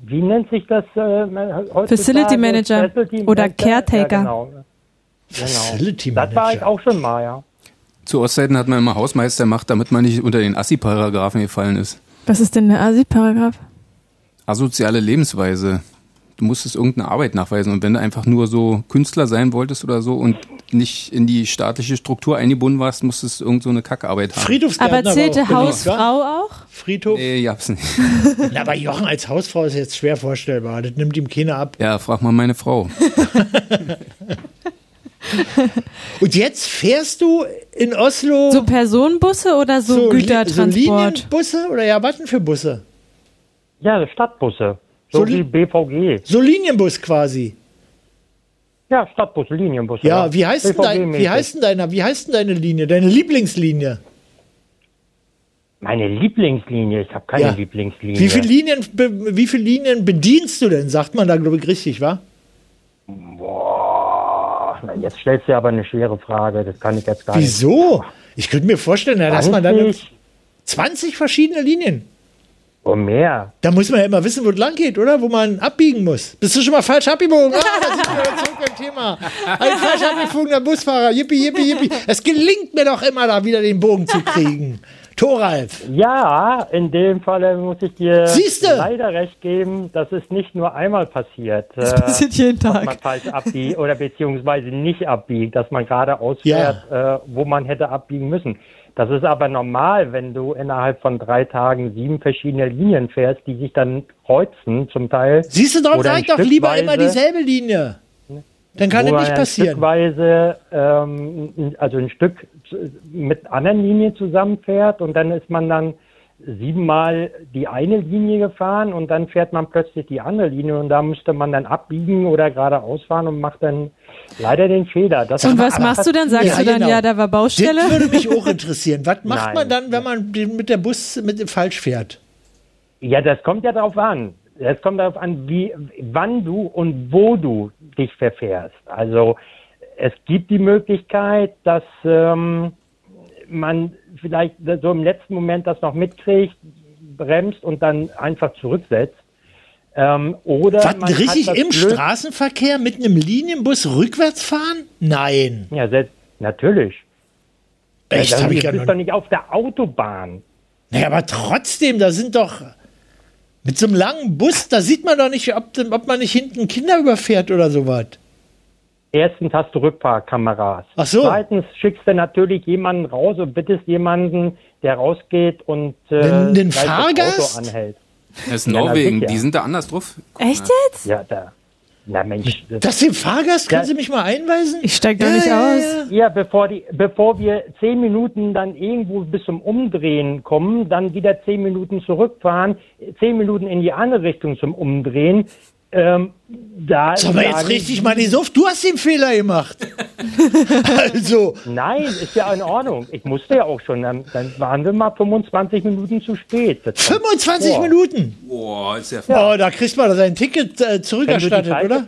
Speaker 12: wie nennt sich das äh, heutzutage?
Speaker 6: Facility Manager
Speaker 12: Specialty
Speaker 6: oder
Speaker 12: Manager?
Speaker 6: Caretaker.
Speaker 12: Ja, genau.
Speaker 5: Facility
Speaker 12: genau. Das war ich auch schon mal, ja.
Speaker 7: Zu Ostzeiten hat man immer Hausmeister gemacht, damit man nicht unter den Assi-Paragraphen gefallen ist.
Speaker 6: Was ist denn der ASI-Paragraph?
Speaker 7: Asoziale Lebensweise. Du musstest irgendeine Arbeit nachweisen. Und wenn du einfach nur so Künstler sein wolltest oder so und nicht in die staatliche Struktur eingebunden warst, musstest du irgend so eine Kackarbeit haben.
Speaker 6: Aber zählte Hausfrau auch?
Speaker 5: Friedhof?
Speaker 7: Nee, ich hab's nicht.
Speaker 5: Na, aber Jochen als Hausfrau ist jetzt schwer vorstellbar. Das nimmt ihm keiner ab.
Speaker 7: Ja, frag mal meine Frau.
Speaker 5: Und jetzt fährst du in Oslo. So
Speaker 6: Personenbusse oder Oh. so Gütertransport?
Speaker 5: So Linienbusse oder ja, was denn für Busse?
Speaker 12: Ja, Stadtbusse. So,
Speaker 5: So
Speaker 12: wie
Speaker 5: Li-
Speaker 12: BVG.
Speaker 5: So Linienbus quasi.
Speaker 12: Ja, Stadtbus, Linienbus.
Speaker 5: Ja, wie heißt, denn dein, wie,
Speaker 12: BVG-mäßig.
Speaker 5: heißt denn deiner, wie heißt denn deine Linie, deine Lieblingslinie?
Speaker 12: Meine Lieblingslinie. Ich habe keine
Speaker 5: Ja.
Speaker 12: Lieblingslinie.
Speaker 5: Wie viele, Linien, be- wie viele Linien bedienst du denn, sagt man da, glaube ich, richtig, wa?
Speaker 12: Boah, na, jetzt stellst du aber eine schwere Frage. Das kann ich jetzt gar nicht.
Speaker 5: Wieso? Ich könnte mir vorstellen, na, dass man dann
Speaker 12: 20?
Speaker 5: 20 verschiedene Linien.
Speaker 12: Und mehr.
Speaker 5: Da muss man ja immer wissen, wo es lang geht, oder? Wo man abbiegen muss. Bist du schon mal falsch abgebogen? Ah, da sind wir wieder zurück im Thema. Ein falsch abgeflogener Busfahrer. Yippie, yippie, yippie. Es gelingt mir doch immer, da wieder den Bogen zu kriegen. Thoralf.
Speaker 12: Ja, in dem Fall muss ich dir
Speaker 5: Siehste!
Speaker 12: leider recht geben, das ist nicht nur einmal passiert. Äh, Das
Speaker 6: passiert jeden
Speaker 12: Dass
Speaker 6: Tag.
Speaker 12: man falsch abbiegt oder beziehungsweise nicht abbiegt, dass man geradeaus
Speaker 5: Ja.
Speaker 12: fährt, äh, wo man hätte abbiegen müssen. Das ist aber normal, wenn du innerhalb von drei Tagen sieben verschiedene Linien fährst, die sich dann kreuzen zum Teil.
Speaker 5: Siehst du, darum
Speaker 12: Oder
Speaker 5: sag
Speaker 12: in
Speaker 5: ich doch lieber
Speaker 12: Stückweise-
Speaker 5: immer dieselbe Linie. Dann kann
Speaker 12: wo
Speaker 5: es
Speaker 12: man
Speaker 5: nicht
Speaker 12: ein
Speaker 5: passieren.
Speaker 12: Stückweise, ähm, also ein Stück zu- mit anderen Linien zusammenfährt und dann ist man dann siebenmal die eine Linie gefahren und dann fährt man plötzlich die andere Linie und da müsste man dann abbiegen oder geradeaus fahren und macht dann leider den Fehler. Das
Speaker 6: Und was machst du dann? Sagst du dann,
Speaker 5: genau.
Speaker 6: ja, da war Baustelle?
Speaker 5: Das würde mich auch interessieren. Was macht
Speaker 12: Nein.
Speaker 5: man dann, wenn man den- mit der Bus mit dem falsch fährt?
Speaker 12: Äh, Ja, das kommt ja darauf an. Das kommt darauf an, wie, wann du und wo du dich verfährst. Also es gibt die Möglichkeit, dass ähm, man vielleicht so im letzten Moment das noch mitkriegt, bremst und dann einfach zurücksetzt. Ähm, oder
Speaker 5: Was,
Speaker 12: man hat
Speaker 5: richtig
Speaker 12: das
Speaker 5: im
Speaker 12: Glück-
Speaker 5: Straßenverkehr mit einem Linienbus rückwärts fahren? Nein.
Speaker 12: Ja, selbst, natürlich.
Speaker 5: Echt,
Speaker 12: Also,
Speaker 5: habe
Speaker 12: du
Speaker 5: ich ja
Speaker 12: bist
Speaker 5: noch
Speaker 12: doch nicht auf der Autobahn.
Speaker 5: Naja, aber trotzdem, da sind doch mit so einem langen Bus, da sieht man doch nicht, ob, denn- ob man nicht hinten Kinder überfährt oder sowas.
Speaker 12: Erstens hast du Rückfahrkameras.
Speaker 5: Ach so.
Speaker 12: Zweitens schickst du natürlich jemanden raus und bittest jemanden, der rausgeht und äh,
Speaker 5: Den- den
Speaker 12: gleich das
Speaker 5: Fahrgast?
Speaker 12: Auto anhält.
Speaker 7: Das ist
Speaker 12: Ja, na,
Speaker 7: Norwegen,
Speaker 12: sicher.
Speaker 7: die sind da anders drauf.
Speaker 6: Echt jetzt?
Speaker 12: Ja, da. Na Mensch.
Speaker 5: Das dem Fahrgast, können Sie mich mal einweisen?
Speaker 6: Ich steig da nicht aus.
Speaker 12: ja, bevor, die, bevor wir zehn Minuten dann irgendwo bis zum Umdrehen kommen, dann wieder zehn Minuten zurückfahren, zehn Minuten in die andere Richtung zum Umdrehen. Ähm, da
Speaker 5: Sag mal jetzt
Speaker 12: sagen-
Speaker 5: richtig mal die Suft, du hast den Fehler gemacht. also,
Speaker 12: Nein, ist ja in Ordnung. Ich musste ja auch schon. Dann, dann waren wir mal 25 Minuten zu spät. Das kommt
Speaker 5: 25
Speaker 12: vor.
Speaker 5: Minuten.
Speaker 7: Boah, ist ja.
Speaker 5: Oh, da kriegt man sein Ticket äh, zurückerstattet,
Speaker 12: Wenn du die
Speaker 5: oder?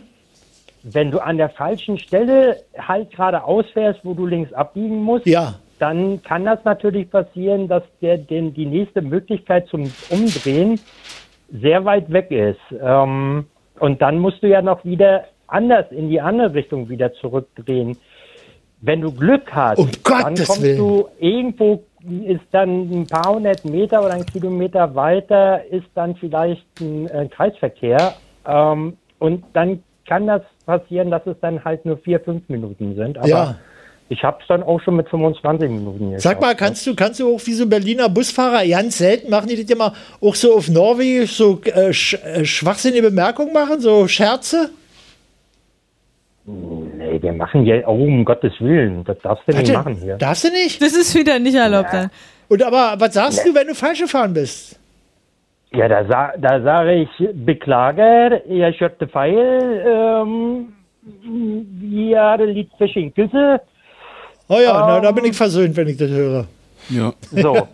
Speaker 12: Wenn du an der falschen Stelle halt geradeaus fährst, wo du links abbiegen musst,
Speaker 5: Ja.
Speaker 12: dann kann das natürlich passieren, dass der, den, die nächste Möglichkeit zum Umdrehen sehr weit weg ist. Ähm, und dann musst du ja noch wieder anders in die andere Richtung wieder zurückdrehen. Wenn du Glück hast,
Speaker 5: Um
Speaker 12: dann
Speaker 5: Gottes
Speaker 12: kommst
Speaker 5: Willen.
Speaker 12: du irgendwo, ist dann ein paar hundert Meter oder ein Kilometer weiter, ist dann vielleicht ein äh, Kreisverkehr. Ähm, und dann kann das passieren, dass es dann halt nur vier, fünf Minuten sind. Aber
Speaker 5: Ja.
Speaker 12: ich habe es dann auch schon mit 25 Minuten geschafft.
Speaker 5: Sag mal, kannst du, kannst du auch wie so Berliner Busfahrer, ganz selten machen die das ja mal auch so auf Norwegisch so äh, sch äh, schwachsinnige Bemerkungen machen, so Scherze?
Speaker 12: Nee, wir machen hier, oh, um Gottes Willen, das darfst du
Speaker 5: Was
Speaker 12: nicht
Speaker 5: denn?
Speaker 12: machen hier.
Speaker 5: Darfst du nicht?
Speaker 6: Das ist wieder nicht erlaubt. dann.
Speaker 5: Und aber was sagst du, wenn du falsch gefahren bist?
Speaker 12: Ja, da, sa da sage ich, Beklager, ihr schürte Pfeil, ähm, wir liegt Küsse.
Speaker 5: Oh ja, na, da
Speaker 12: Ähm.
Speaker 5: Oh bin ich versöhnt, wenn ich das höre.
Speaker 7: Ja.
Speaker 12: So.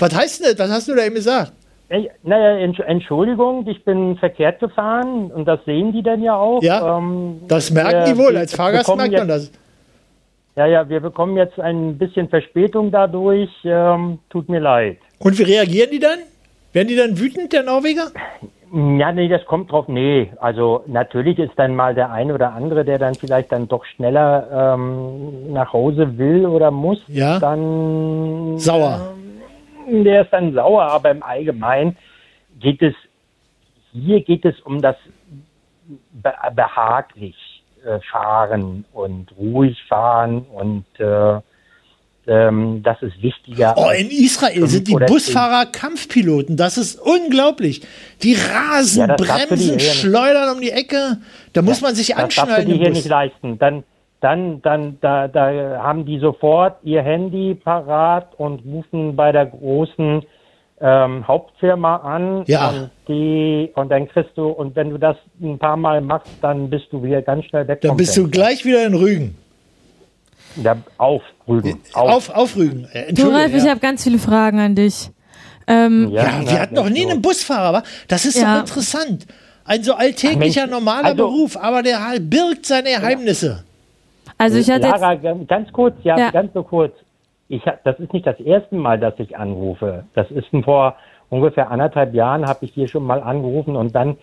Speaker 5: Was heißt denn das? Was hast du da eben gesagt?
Speaker 12: Ich, naja, Entsch- Entschuldigung, ich bin verkehrt gefahren und das sehen die dann ja auch.
Speaker 5: Ja,
Speaker 12: ähm,
Speaker 5: Das merken
Speaker 12: wir-
Speaker 5: die wohl.
Speaker 12: wir
Speaker 5: Als Fahrgast
Speaker 12: bekommen
Speaker 5: merkt man
Speaker 12: jetzt-
Speaker 5: das.
Speaker 12: Ja, ja, wir bekommen jetzt ein bisschen Verspätung dadurch. Ähm, tut mir leid.
Speaker 5: Und wie reagieren die dann? Werden die dann wütend, der Norweger?
Speaker 12: Ähm. Ja, nee, das kommt drauf. Nee, also natürlich ist dann mal der eine oder andere, der dann vielleicht dann doch schneller ähm, nach Hause will oder muss,
Speaker 5: Ja.
Speaker 12: dann
Speaker 5: Sauer.
Speaker 12: Ähm, der ist dann sauer, aber im Allgemeinen geht es hier geht es um das be behaglich äh, fahren und ruhig fahren und äh, ähm, das ist wichtiger.
Speaker 5: Oh,
Speaker 12: als
Speaker 5: in Israel
Speaker 12: fünf
Speaker 5: sind die
Speaker 12: oder zehn
Speaker 5: Busfahrer Kampfpiloten. Das ist unglaublich. Die rasen,
Speaker 12: Ja, das darfst du dir
Speaker 5: bremsen,
Speaker 12: hier nicht-
Speaker 5: schleudern um die Ecke. Da muss man sich
Speaker 12: das darfst du
Speaker 5: anschneiden.
Speaker 12: dir
Speaker 5: im
Speaker 12: hier
Speaker 5: Bus.
Speaker 12: nicht leisten. Dann, dann, dann, da, da haben die sofort ihr Handy parat und rufen bei der großen ähm, Hauptfirma an.
Speaker 5: Ja.
Speaker 12: Und, die, und dann kriegst du, und wenn du das ein paar Mal machst, dann bist du wieder ganz schnell weg.
Speaker 5: Dann
Speaker 12: vom
Speaker 5: bist du
Speaker 12: Fenster.
Speaker 5: gleich wieder in Rügen.
Speaker 12: Ja, auf, Rügen.
Speaker 5: Auf, auf Rügen. Äh,
Speaker 6: Du,
Speaker 5: Entschuldigung.
Speaker 6: Ralf, ich habe ganz viele Fragen an dich. Ähm,
Speaker 5: ja, wir hatten noch nie einen Busfahrer, wa? Das ist
Speaker 6: Ja.
Speaker 5: doch interessant. Ein so alltäglicher,
Speaker 12: Mensch,
Speaker 5: normaler
Speaker 12: also-
Speaker 5: Beruf, aber der halt birgt seine Geheimnisse.
Speaker 6: Also ich hatte jetzt,
Speaker 12: Lara, ganz- ganz kurz, ja,
Speaker 6: Ja.
Speaker 12: ganz so kurz. Ich hab, das ist nicht das erste Mal, dass ich anrufe. Das ist ein- vor ungefähr anderthalb Jahren habe ich hier schon mal angerufen und dann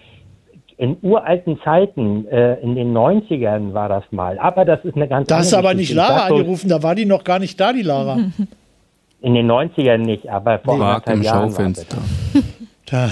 Speaker 12: in uralten Zeiten, äh, in den 90ern war das mal. Aber das ist Hm. eine ganz
Speaker 5: Da hast du
Speaker 12: andere
Speaker 5: aber nicht
Speaker 12: Geschichte. Ich
Speaker 5: Lara
Speaker 12: sag bloß,
Speaker 5: angerufen, da war die noch gar nicht da, die Lara.
Speaker 12: In den 90ern nicht, aber vor
Speaker 7: Wagt im
Speaker 12: anderthalb Jahren. War das.
Speaker 7: Schaufenster.
Speaker 5: Da.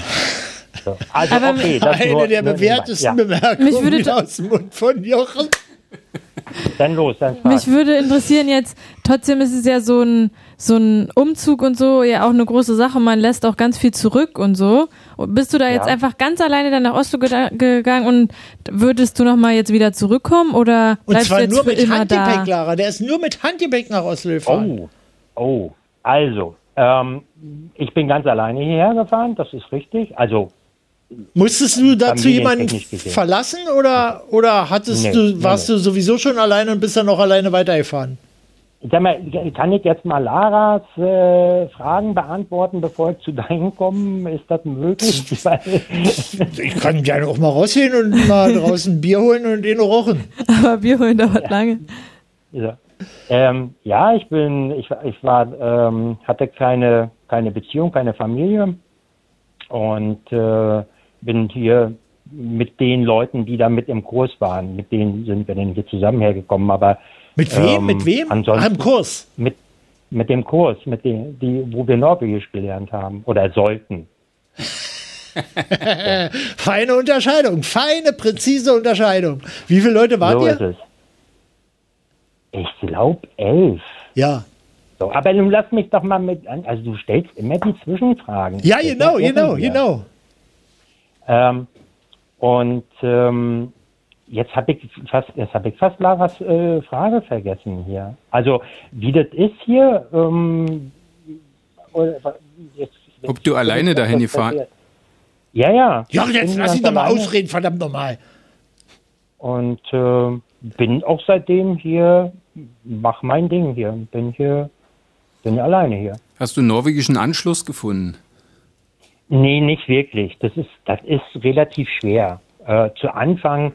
Speaker 12: so. Also
Speaker 6: Aber
Speaker 12: okay, das nur,
Speaker 5: Eine der
Speaker 12: nur
Speaker 5: bewährtesten
Speaker 12: nebenbei.
Speaker 6: Mich
Speaker 5: Bemerkungen
Speaker 6: würde
Speaker 5: die aus dem Mund von Jochen.
Speaker 12: Ja, dann los, dann frag.
Speaker 6: mich würde interessieren jetzt, trotzdem ist es ja so ein, so ein Umzug und so ja auch eine große Sache. Man lässt auch ganz viel zurück und so. Und Bist du da jetzt
Speaker 12: Ja.
Speaker 6: einfach ganz alleine dann nach Oslo geda- gegangen und würdest du nochmal jetzt wieder zurückkommen oder
Speaker 5: Und
Speaker 6: bleibst du
Speaker 5: zwar
Speaker 6: jetzt
Speaker 5: nur
Speaker 6: für
Speaker 5: mit
Speaker 6: immer
Speaker 5: Handgepäck,
Speaker 6: da?
Speaker 5: Lara. Der ist nur mit Handgepäck nach Oslo gefahren.
Speaker 12: Oh, oh. Also, ähm, ich bin ganz alleine hierher gefahren, das ist richtig. Also,
Speaker 5: Oh. Musstest du dazu jemanden
Speaker 12: Familientechnisch gesehen.
Speaker 5: verlassen oder, oder hattest
Speaker 12: Nee,
Speaker 5: du,
Speaker 12: nee,
Speaker 5: warst
Speaker 12: nee.
Speaker 5: du sowieso schon alleine und bist dann auch alleine weitergefahren?
Speaker 12: ich sag mal, kann ich jetzt mal Laras äh, Fragen beantworten, bevor ich zu deinen komme? Ist das möglich? Ich weiß-
Speaker 5: Ich kann gerne auch mal rausgehen und mal draußen ein Bier holen und eh noch rochen.
Speaker 6: Aber Bier holen dauert lange.
Speaker 12: ja. Ähm, ja, ich bin, ich, war- ich war, ähm, hatte keine, keine Beziehung, keine Familie und äh, bin hier mit den Leuten, die da mit im Kurs waren, mit denen sind wir denn hier zusammen hergekommen, aber
Speaker 5: Mit wem?
Speaker 12: Ähm,
Speaker 5: mit wem?
Speaker 12: ansonsten-
Speaker 5: Ah, im Kurs.
Speaker 12: mit, mit dem Kurs, mit dem, die, wo wir Norwegisch gelernt haben oder sollten.
Speaker 5: Feine Unterscheidung. Feine, präzise Unterscheidung. Wie viele Leute wart
Speaker 12: so ist
Speaker 5: ihr?
Speaker 12: es. Ich glaube elf.
Speaker 5: Ja.
Speaker 12: So, aber nun lass mich doch mal mit an. Also du stellst immer die Zwischenfragen.
Speaker 5: Ja,
Speaker 12: Das
Speaker 5: genau,
Speaker 12: wissen
Speaker 5: genau,
Speaker 12: wir.
Speaker 5: genau.
Speaker 12: Ähm, und ähm, jetzt habe ich fast, jetzt habe ich fast Laras äh, Frage vergessen hier. Also wie das ist hier. Ähm, oder, jetzt,
Speaker 7: Ob du alleine dahin gefahren-
Speaker 12: Ja, ja.
Speaker 5: Ja,
Speaker 12: Ich
Speaker 5: jetzt
Speaker 12: bin
Speaker 5: lass
Speaker 12: ganz
Speaker 5: ihn doch mal
Speaker 12: alleine.
Speaker 5: ausreden, verdammt nochmal.
Speaker 12: und äh, bin auch seitdem hier, mach mein Ding hier, bin hier, bin alleine hier.
Speaker 7: Hast du norwegischen Anschluss gefunden?
Speaker 12: Nee, nicht wirklich. Das ist, das ist relativ schwer. Äh, zu Anfang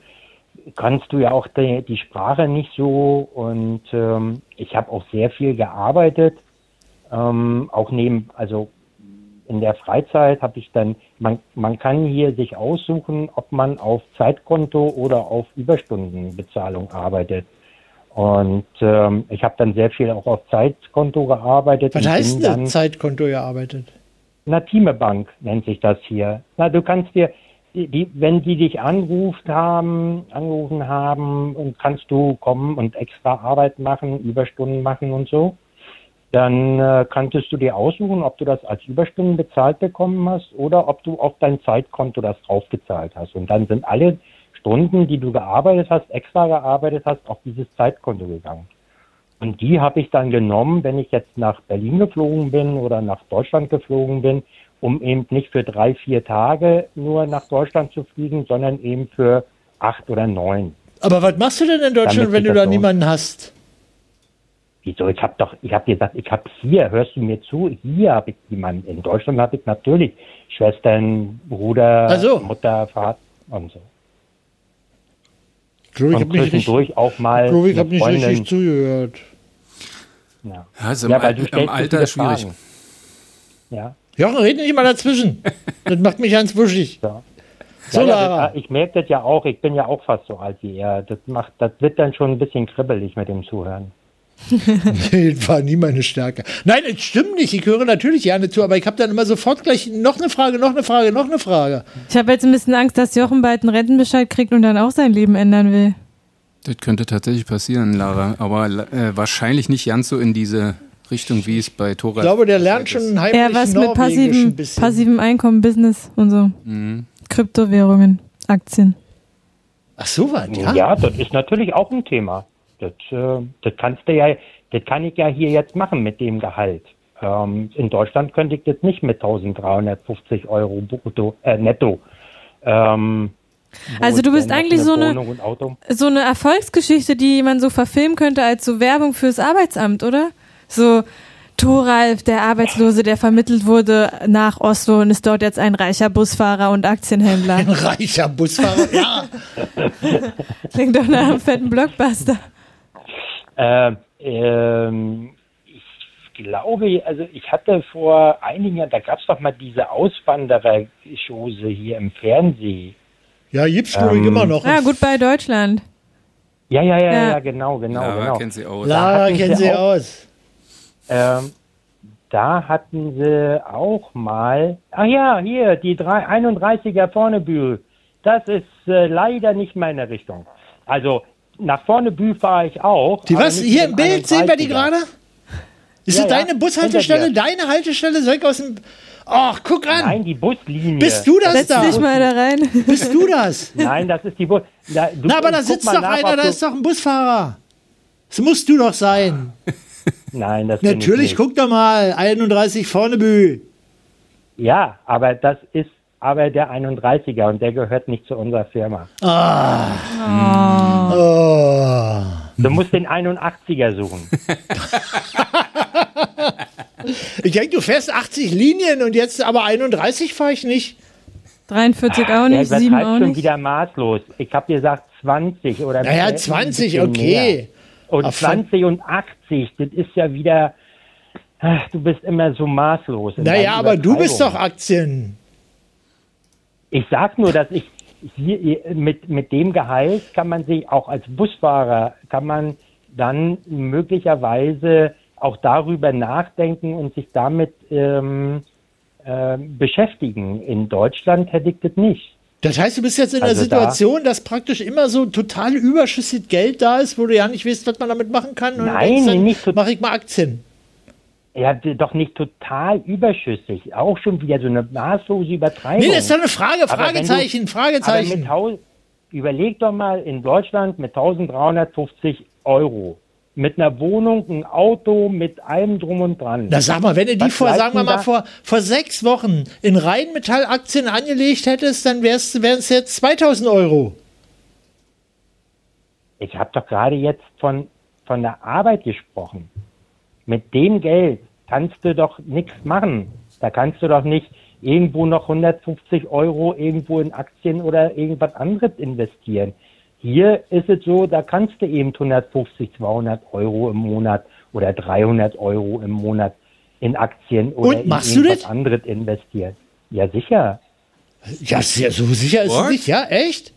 Speaker 12: kannst du ja auch die, die Sprache nicht so und ähm, ich habe auch sehr viel gearbeitet, ähm, auch neben, also in der Freizeit habe ich dann, man, man kann hier sich aussuchen, ob man auf Zeitkonto oder auf Überstundenbezahlung arbeitet. Und ähm, ich habe dann sehr viel auch auf Zeitkonto gearbeitet.
Speaker 5: Was
Speaker 12: und
Speaker 5: heißt
Speaker 12: bin
Speaker 5: denn
Speaker 12: dann-
Speaker 5: Zeitkonto gearbeitet?
Speaker 12: na, Teamebank nennt sich das hier. Na, du kannst dir, die, die- wenn die dich anruft haben, angerufen haben und kannst du kommen und extra Arbeit machen, Überstunden machen und so, dann äh, kannst du dir aussuchen, ob du das als Überstunden bezahlt bekommen hast oder ob du auf dein Zeitkonto das draufgezahlt hast. Und dann sind alle Stunden, die du gearbeitet hast, extra gearbeitet hast, auf dieses Zeitkonto gegangen. Und die habe ich dann genommen, wenn ich jetzt nach Berlin geflogen bin oder nach Deutschland geflogen bin, um eben nicht für drei, vier Tage nur nach Deutschland zu fliegen, sondern eben für acht oder neun.
Speaker 5: Aber was machst du denn in Deutschland,
Speaker 12: Damit
Speaker 5: wenn
Speaker 12: geht
Speaker 5: du
Speaker 12: das
Speaker 5: da
Speaker 12: so.
Speaker 5: niemanden hast?
Speaker 12: Wieso? Ich habe doch, ich habe gesagt, ich habe hier, hörst du mir zu? Hier habe ich jemanden. In Deutschland habe ich natürlich Schwestern, Bruder,
Speaker 5: Ach so.
Speaker 12: Mutter, Vater und so.
Speaker 5: Ich glaube, ich
Speaker 12: Und
Speaker 5: habe nicht, richtig-
Speaker 12: zwischendurch auch mal
Speaker 5: ich glaube, ich
Speaker 12: eine
Speaker 5: hab nicht
Speaker 12: Freundin.
Speaker 5: richtig zugehört.
Speaker 12: Ja,
Speaker 7: Ja, also im
Speaker 12: weil
Speaker 7: Al-
Speaker 12: du
Speaker 7: im
Speaker 12: stellst so
Speaker 7: Alter
Speaker 12: viele
Speaker 7: ist schwierig.
Speaker 12: Fragen. Ja.
Speaker 5: Jochen, red nicht mal dazwischen. Das macht mich ganz wuschig. So,
Speaker 12: ja, ja,
Speaker 5: Lara.
Speaker 12: das, ah, ich merke das ja auch, ich bin ja auch fast so alt wie er. Das macht, das wird dann schon ein bisschen kribbelig mit dem Zuhören.
Speaker 5: Nee, das war nie meine Stärke. Nein, es stimmt nicht. Ich höre natürlich gerne zu, aber ich habe dann immer sofort gleich noch eine Frage, noch eine Frage, noch eine Frage.
Speaker 6: Ich habe jetzt ein bisschen Angst, dass Jochen bald einen Rentenbescheid kriegt und dann auch sein Leben ändern will.
Speaker 7: Das könnte tatsächlich passieren, Lara, aber äh, wahrscheinlich nicht ganz so in diese Richtung, wie es bei
Speaker 5: Ich
Speaker 7: Tora.
Speaker 5: glaube, der lernt schon heimlich
Speaker 6: Eher was mit
Speaker 5: Norwegisch
Speaker 6: passivem,
Speaker 5: ein bisschen.
Speaker 6: passivem Einkommen, Business und so.
Speaker 7: Mhm.
Speaker 6: Kryptowährungen, Aktien.
Speaker 5: Ach so, was,
Speaker 12: ja? Ja, das ist natürlich auch ein Thema. Das, äh, das kannst du ja, das kann ich ja hier jetzt machen mit dem Gehalt. Ähm, in Deutschland könnte ich das nicht mit 1350 Euro brutto, äh, netto. Ähm, wo
Speaker 6: Also du
Speaker 12: ich
Speaker 6: bist
Speaker 12: dann noch
Speaker 6: eigentlich so eine-
Speaker 12: Wohnung und Auto.
Speaker 6: So eine Erfolgsgeschichte, die man so verfilmen könnte als so Werbung fürs Arbeitsamt, oder? So Thoralf, der Arbeitslose, der vermittelt wurde nach Oslo und ist dort jetzt ein reicher Busfahrer und Aktienhändler. Ein
Speaker 5: reicher Busfahrer, ja.
Speaker 6: Klingt doch nach einem fetten Blockbuster.
Speaker 12: Ähm, ähm, ich glaube, also ich hatte vor einigen Jahren, da gab es doch mal diese Auswanderer-Chose hier im Fernsehen.
Speaker 5: Ja, gibt's glaube ich
Speaker 12: Ähm,
Speaker 5: immer noch.
Speaker 6: Ja, gut bei Deutschland.
Speaker 12: Ja, ja, ja,
Speaker 6: Ja.
Speaker 12: ja, genau, genau.
Speaker 7: Lara
Speaker 12: genau.
Speaker 7: kennt sie aus.
Speaker 12: Da
Speaker 5: Lara
Speaker 12: hatten
Speaker 5: kennen sie
Speaker 12: auch-
Speaker 5: aus.
Speaker 12: Ähm, da hatten sie auch mal, ach ja, hier, die drei- 31er Vornebü. Das ist äh, leider nicht meine Richtung. Also, nach Vornebü fahre ich auch.
Speaker 5: Die
Speaker 12: aber
Speaker 5: was?
Speaker 12: nicht
Speaker 5: Hier
Speaker 12: mit
Speaker 5: im Bild sehen wir die
Speaker 12: 31er.
Speaker 5: gerade? Ist
Speaker 12: Ja,
Speaker 5: das
Speaker 12: ja,
Speaker 5: deine Bushaltestelle, deine Haltestelle? Soll ich aus dem. Ach, guck an.
Speaker 12: Nein, die Buslinie.
Speaker 5: Bist du das
Speaker 6: Setz
Speaker 5: da?
Speaker 6: dich mal da rein.
Speaker 5: Bist du das?
Speaker 12: Nein, das ist die Bus. Na, du-
Speaker 5: Na, aber da
Speaker 12: guck
Speaker 5: sitzt
Speaker 12: mal
Speaker 5: doch
Speaker 12: nach,
Speaker 5: einer,
Speaker 12: ob
Speaker 5: da
Speaker 12: du-
Speaker 5: ist doch ein Busfahrer. Das musst du doch sein.
Speaker 12: Nein, das bin ich
Speaker 5: Natürlich,
Speaker 12: nicht.
Speaker 5: guck doch mal. 31 vorne Bü.
Speaker 12: Ja, aber das ist aber der 31er und der gehört nicht zu unserer Firma.
Speaker 5: Ah. Oh.
Speaker 12: Du musst den 81er suchen.
Speaker 5: Ich denke, du fährst 80 Linien und jetzt aber 31 fahre ich nicht.
Speaker 6: 43 auch
Speaker 12: Der
Speaker 6: nicht, 7
Speaker 12: übertreibt
Speaker 6: auch
Speaker 12: schon
Speaker 6: nicht.
Speaker 12: wieder maßlos. Ich habe gesagt 20 oder
Speaker 5: Naja,
Speaker 12: ein
Speaker 5: 20,
Speaker 12: bisschen
Speaker 5: okay.
Speaker 12: mehr. Und
Speaker 5: Aber von-
Speaker 12: 20 und 80, das ist ja wieder. Ach, du bist immer so maßlos. in deinen
Speaker 5: Naja, aber du bist doch
Speaker 12: Übertreibungen.
Speaker 5: Aktien.
Speaker 12: Ich sag nur, dass ich hier, mit, mit dem Gehalt kann man sich auch als Busfahrer, kann man dann möglicherweise auch darüber nachdenken und sich damit ähm, ähm, beschäftigen. In Deutschland hätte ich das nicht.
Speaker 5: Das heißt, du bist jetzt in der
Speaker 12: Also da-
Speaker 5: Situation, dass praktisch immer so total überschüssig Geld da ist, wo du ja nicht weißt, was man damit machen kann. Und
Speaker 12: Nein,
Speaker 5: denkst dann,
Speaker 12: nicht tot-
Speaker 5: Mach ich mal Aktien.
Speaker 12: Ja, doch nicht total überschüssig. Auch schon wieder so eine maßlose Übertreibung.
Speaker 5: Nee, das ist doch eine Frage,
Speaker 12: Aber wenn
Speaker 5: Fragezeichen,
Speaker 12: du- Aber
Speaker 5: Fragezeichen.
Speaker 12: mit, hau- überleg doch mal in Deutschland mit 1350 Euro. Mit einer Wohnung, ein Auto, mit allem drum und dran.
Speaker 5: Na sag mal, wenn du die
Speaker 12: Was
Speaker 5: vor,
Speaker 12: bleibt
Speaker 5: sagen wir
Speaker 12: denn
Speaker 5: mal,
Speaker 12: da?
Speaker 5: vor, vor sechs Wochen in Rheinmetall-Aktien angelegt hättest, dann wären es jetzt 2000 Euro.
Speaker 12: Ich habe doch gerade jetzt von, von der Arbeit gesprochen. Mit dem Geld kannst du doch nichts machen. Da kannst du doch nicht irgendwo noch 150 Euro irgendwo in Aktien oder irgendwas anderes investieren. Hier ist es so, da kannst du eben 150, 200 Euro im Monat oder 300 Euro im Monat in Aktien oder
Speaker 5: Und
Speaker 12: in
Speaker 5: machst du
Speaker 12: irgendwas
Speaker 5: das?
Speaker 12: anderes investieren. Ja, sicher.
Speaker 5: Ja, sehr- so sicher ist es
Speaker 12: What?
Speaker 5: nicht, ja, echt?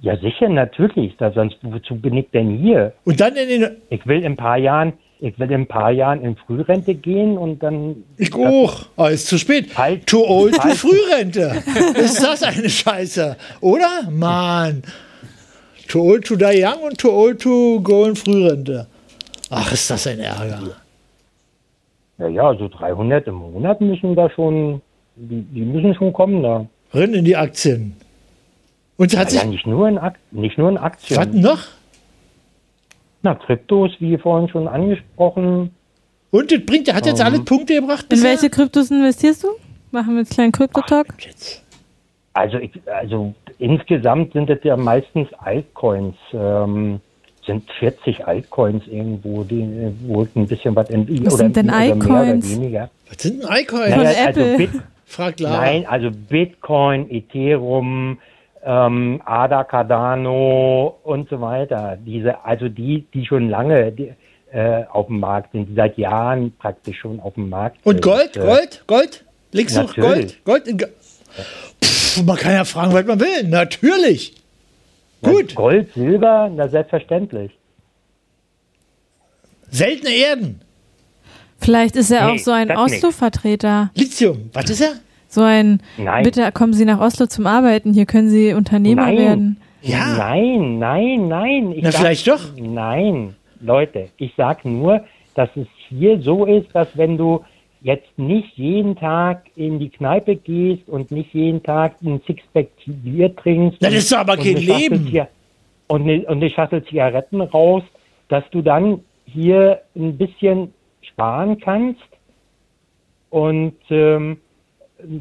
Speaker 12: Ja, sicher, natürlich. Da, sonst, wozu bin ich denn hier?
Speaker 5: Und dann in den.
Speaker 12: Ich will in ein paar Jahren, ich will in ein paar Jahren in Frührente gehen und dann
Speaker 5: Ich auch. Ah, ist zu spät.
Speaker 12: Falls-
Speaker 5: Too old, too
Speaker 12: falls-
Speaker 5: Frührente. ist das eine Scheiße, oder? Mann. Too old, too die young und too old, too go in Frührente. Ach, ist das ein Ärger.
Speaker 12: ja, ja, so 300 im Monat müssen da schon, die, die müssen schon kommen da.
Speaker 5: Renn in die Aktien. Und hat
Speaker 12: ja,
Speaker 5: sich.
Speaker 12: nicht nur in Aktien, nicht nur in Aktien.
Speaker 5: Was noch?
Speaker 12: Na, Kryptos, wie vorhin schon angesprochen.
Speaker 5: Und das bringt, der hat jetzt
Speaker 12: Ähm.
Speaker 5: alle Punkte gebracht.
Speaker 6: In
Speaker 5: bisher?
Speaker 6: welche Kryptos investierst du? Machen wir jetzt einen kleinen Kryptotalk.
Speaker 12: Oh,
Speaker 5: Jetzt.
Speaker 12: Also, ich, also insgesamt sind das ja meistens Altcoins. Ähm, sind 40 Altcoins irgendwo, die äh, wo ich ein bisschen was in
Speaker 5: Was sind denn
Speaker 12: oder mehr oder
Speaker 5: Altcoins?
Speaker 12: weniger.
Speaker 5: Was sind denn Icons?
Speaker 12: Naja, also Bit
Speaker 5: Fragt Lara.
Speaker 12: Nein, also Bitcoin, Ethereum, ähm, ADA, Cardano und so weiter. Diese, also die, die schon lange die, äh, auf dem Markt sind, die seit Jahren praktisch schon auf dem Markt
Speaker 5: Und
Speaker 12: sind.
Speaker 5: Gold,
Speaker 12: Äh,
Speaker 5: Gold, Gold. Links noch
Speaker 12: Natürlich.
Speaker 5: Gold, Gold. In Ge- Pff, man kann ja fragen, was man will. Natürlich. Gut.
Speaker 12: Gold, Silber, na selbstverständlich.
Speaker 5: Seltene Erden.
Speaker 6: Vielleicht ist er
Speaker 12: Nee,
Speaker 6: auch so ein
Speaker 12: das nicht.
Speaker 6: Oslo-Vertreter.
Speaker 5: Lithium, was ist er?
Speaker 6: So ein,
Speaker 12: Nein.
Speaker 6: bitte kommen Sie nach Oslo zum Arbeiten, hier können Sie Unternehmer
Speaker 12: nein.
Speaker 6: werden.
Speaker 5: Ja.
Speaker 12: Nein, nein, nein. Ich
Speaker 5: Na, vielleicht
Speaker 12: doch. Nein, Leute, ich sag nur, dass es hier so ist, dass wenn du jetzt nicht jeden Tag in die Kneipe gehst und nicht jeden Tag ein Sixpack Bier trinkst.
Speaker 5: Das ist doch aber
Speaker 12: und
Speaker 5: kein
Speaker 12: eine Schachtel
Speaker 5: Leben.
Speaker 12: Zia- Und eine, und eine Schachtel Zigaretten raus, dass du dann hier ein bisschen sparen kannst und ähm,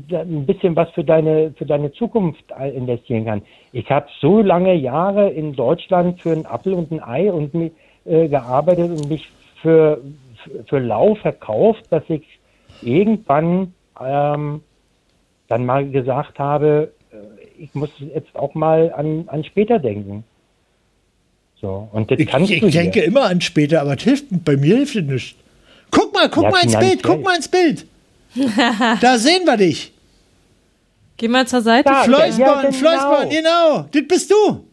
Speaker 12: da- ein bisschen was für deine für deine Zukunft investieren kann. Ich habe so lange Jahre in Deutschland für einen Apfel und ein Ei und mi- äh, gearbeitet und mich für für- für lau verkauft, dass ich irgendwann ähm, dann mal gesagt habe, äh, ich muss jetzt auch mal an an später denken. So und das
Speaker 5: Ich,
Speaker 12: kannst
Speaker 5: ich
Speaker 12: du hier.
Speaker 5: denke immer an später, aber das hilft, bei mir hilft es nicht. Guck mal, guck
Speaker 12: Ja,
Speaker 5: mal ins Bild,
Speaker 12: finanziell.
Speaker 5: guck mal ins Bild. da sehen wir dich.
Speaker 6: Geh mal zur Seite.
Speaker 5: Da, Floisborn,
Speaker 6: Ja,
Speaker 5: Floisborn, genau. Das bist du.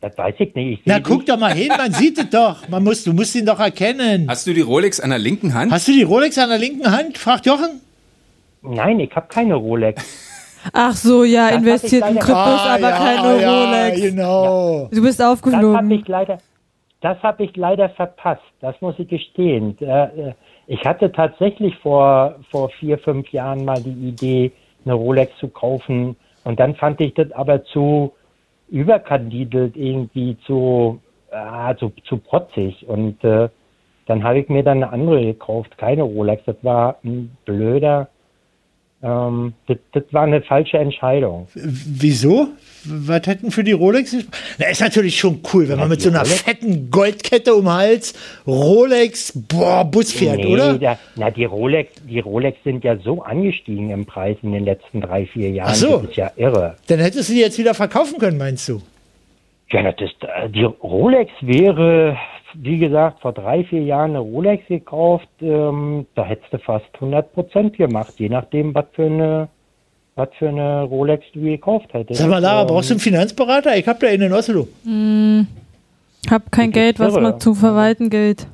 Speaker 12: Das weiß ich nicht.
Speaker 5: Na, guck doch mal hin, man sieht es doch. Man muss, du musst ihn doch erkennen.
Speaker 7: Hast du die Rolex an der linken Hand?
Speaker 5: Hast du die Rolex an der linken Hand? Fragt Jochen.
Speaker 12: Nein, ich habe keine Rolex.
Speaker 6: Ach so,
Speaker 12: Das
Speaker 6: ja,
Speaker 12: hab ich
Speaker 6: investiert in
Speaker 12: leider-
Speaker 6: Kryptos,
Speaker 12: Ah,
Speaker 6: aber
Speaker 12: ja,
Speaker 6: keine
Speaker 12: ja,
Speaker 6: Rolex.
Speaker 5: Genau.
Speaker 6: Du bist
Speaker 12: Das habe
Speaker 6: aufgeflogen.
Speaker 12: ich leider, das habe ich leider verpasst. Das muss ich gestehen. Äh, äh, Ich hatte tatsächlich vor vor vier fünf Jahren mal die Idee, eine Rolex zu kaufen, und dann fand ich das aber zu überkandidelt irgendwie zu ah, zu, zu protzig und äh, dann habe ich mir dann eine andere gekauft, keine Rolex. Das war ein blöder. Ähm, das, das war eine falsche Entscheidung.
Speaker 5: Wieso? Was hätten für die Rolex? gesp- Na, ist natürlich schon cool, wenn man mit so einer fetten Goldkette um den Hals Rolex, boah, Bus fährt,
Speaker 12: nee,
Speaker 5: oder?
Speaker 12: Da, na, die Rolex, die Rolex sind ja so angestiegen im Preis in den letzten drei, vier Jahren.
Speaker 5: Ach so.
Speaker 12: Das ist ja irre.
Speaker 5: Dann hättest du die jetzt wieder verkaufen können, meinst du?
Speaker 12: Ja, das ist, äh, die Rolex wäre, wie gesagt, vor drei, vier Jahren eine Rolex gekauft. Ähm, da hättest du fast 100 Prozent gemacht, je nachdem, was für eine, was für eine Rolex du gekauft hättest.
Speaker 5: Sag mal, Lara,
Speaker 12: Ähm,
Speaker 5: brauchst du einen Finanzberater? Ich hab da einen in Oslo.
Speaker 6: Hm, hab kein Geld, was
Speaker 5: irre.
Speaker 6: man zu verwalten gilt.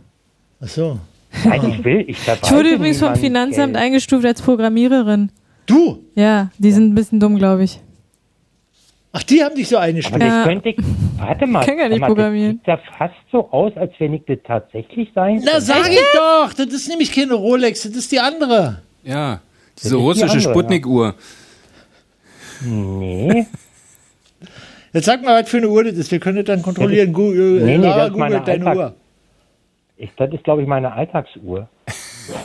Speaker 5: Ach so.
Speaker 12: Nein, ich will, ich
Speaker 6: Ich wurde übrigens vom Finanzamt eingestuft als Programmiererin.
Speaker 5: Du?
Speaker 6: Ja, die sind ein bisschen dumm, glaube ich.
Speaker 5: Ach, die haben dich so eine
Speaker 12: Aber das
Speaker 6: Ja.
Speaker 12: könnte Also ich, warte mal,
Speaker 6: Ich kann ja
Speaker 12: sag
Speaker 6: nicht
Speaker 12: mal,
Speaker 6: programmieren.
Speaker 12: Das sieht ja fast so aus, als wenn ich das tatsächlich sein
Speaker 5: Na,
Speaker 12: könnte.
Speaker 5: sag ich doch, das ist nämlich keine Rolex, das ist die andere.
Speaker 7: Ja,
Speaker 12: ist die
Speaker 7: diese russische
Speaker 12: andere, ja.
Speaker 7: Sputnik-Uhr.
Speaker 12: Nee.
Speaker 5: Jetzt sag mal, was für eine Uhr das ist. Wir können das dann kontrollieren. Google,
Speaker 12: Nee, nee, das
Speaker 5: Lara
Speaker 12: ist meine
Speaker 5: googelt deine
Speaker 12: Alltag-
Speaker 5: Uhr.
Speaker 12: Ich, das ist, glaube ich, meine Alltagsuhr.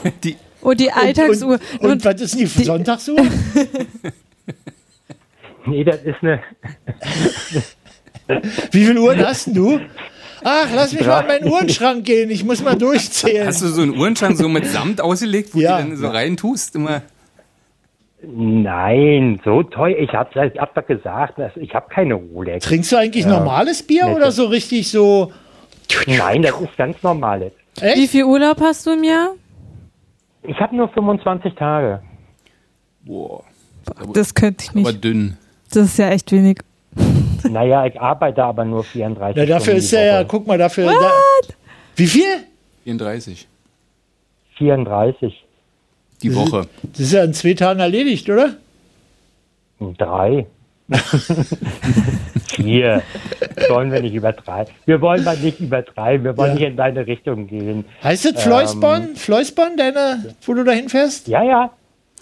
Speaker 6: Und Oh, die Alltagsuhr.
Speaker 5: Und, und, und was ist denn die Sonntagsuhr?
Speaker 12: Nee, das ist eine.
Speaker 5: Wie viele Uhren hast denn du? Ach, lass mich mal in meinen Uhrenschrank gehen. Ich muss mal durchzählen.
Speaker 7: Hast du so einen Uhrenschrank so mit Samt ausgelegt, wo
Speaker 5: Ja.
Speaker 7: du dann so rein tust? Immer.
Speaker 12: Nein, so teuer. Ich habe ich hab doch gesagt, dass- ich habe keine Rolex.
Speaker 5: Trinkst du eigentlich
Speaker 12: Ja.
Speaker 5: normales Bier
Speaker 12: Nette.
Speaker 5: oder so richtig so?
Speaker 12: Nein, das ist ganz normales.
Speaker 6: Wie viel Urlaub hast du im Jahr?
Speaker 12: Ich habe nur 25 Tage.
Speaker 7: Boah.
Speaker 6: Das könnte ich nicht.
Speaker 7: Aber dünn.
Speaker 6: Das ist ja echt wenig.
Speaker 12: Naja, ich arbeite aber nur 34
Speaker 5: Na, dafür
Speaker 12: Stunden
Speaker 5: ist
Speaker 12: die
Speaker 5: er
Speaker 12: Woche.
Speaker 5: ja, guck mal, dafür. Da, wie viel?
Speaker 7: 34.
Speaker 12: 34. Äh,
Speaker 7: Die Woche.
Speaker 5: Das ist ja in zwei Tagen erledigt, oder?
Speaker 12: hm, Drei. Vier. Wollen wir nicht übertreiben. Wir wollen mal nicht übertreiben. Wir wollen nicht in deine Richtung gehen.
Speaker 5: Heißt das
Speaker 12: Ähm,
Speaker 5: Floisborn? Floisborn, deine, wo du da hinfährst?
Speaker 12: Ja, ja.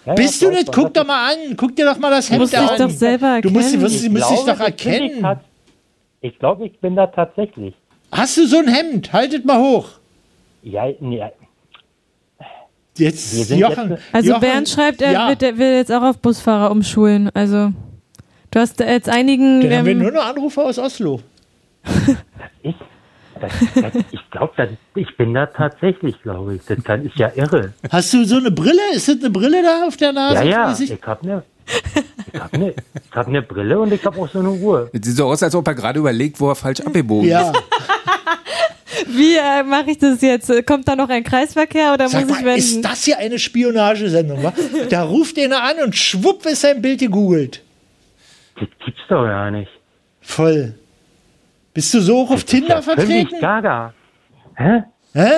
Speaker 12: ja,
Speaker 5: Bist du
Speaker 12: Floisborn,
Speaker 5: nicht? Guck
Speaker 12: das
Speaker 5: doch mal an. Guck dir doch mal das
Speaker 6: Du
Speaker 5: Hemd
Speaker 6: musst dich
Speaker 5: an.
Speaker 6: doch selber
Speaker 5: Du musst, du
Speaker 6: erkennen.
Speaker 5: musst, du musst dich
Speaker 12: glaube,
Speaker 5: doch
Speaker 12: das bin Ich,
Speaker 5: erkennen.
Speaker 12: tats- ich glaube, ich bin da tatsächlich.
Speaker 5: Hast du so ein Hemd? Haltet mal hoch.
Speaker 12: Ja, nee, Wir
Speaker 5: Jetzt,
Speaker 12: sind
Speaker 5: Jochen.
Speaker 12: jetzt-
Speaker 6: Also
Speaker 5: Jochen,
Speaker 6: Bernd schreibt, er
Speaker 5: ja.
Speaker 6: wird, er will jetzt auch auf Busfahrer umschulen. Also du hast da jetzt einigen.
Speaker 5: Dann haben wir
Speaker 6: ähm,
Speaker 5: nur noch Anrufer aus Oslo.
Speaker 12: ich, Das, das, ich glaube, ich bin da tatsächlich, glaube ich. Das kann, ist ja irre.
Speaker 5: Hast du so eine Brille? Ist das eine Brille da auf der Nase?
Speaker 12: Ja, ja,
Speaker 5: Weiß Also ich-
Speaker 12: ich habe eine hab ne, ich hab ne Brille und ich habe auch so eine Uhr.
Speaker 7: Es sieht so aus, als ob er gerade überlegt, wo er falsch abgebogen ist.
Speaker 6: Wie äh, mache ich das jetzt? Kommt da noch ein Kreisverkehr oder
Speaker 5: Sag
Speaker 6: muss
Speaker 5: mal,
Speaker 6: ich wenden?
Speaker 5: ist das hier eine Spionagesendung? Wa? Da ruft einer an und schwupp ist sein Bild gegoogelt.
Speaker 12: Das gibt's doch gar nicht.
Speaker 5: Voll. Bist du so auch auf Tinder
Speaker 12: Völlig
Speaker 5: vertreten?
Speaker 12: gaga. Hä?
Speaker 5: Hä?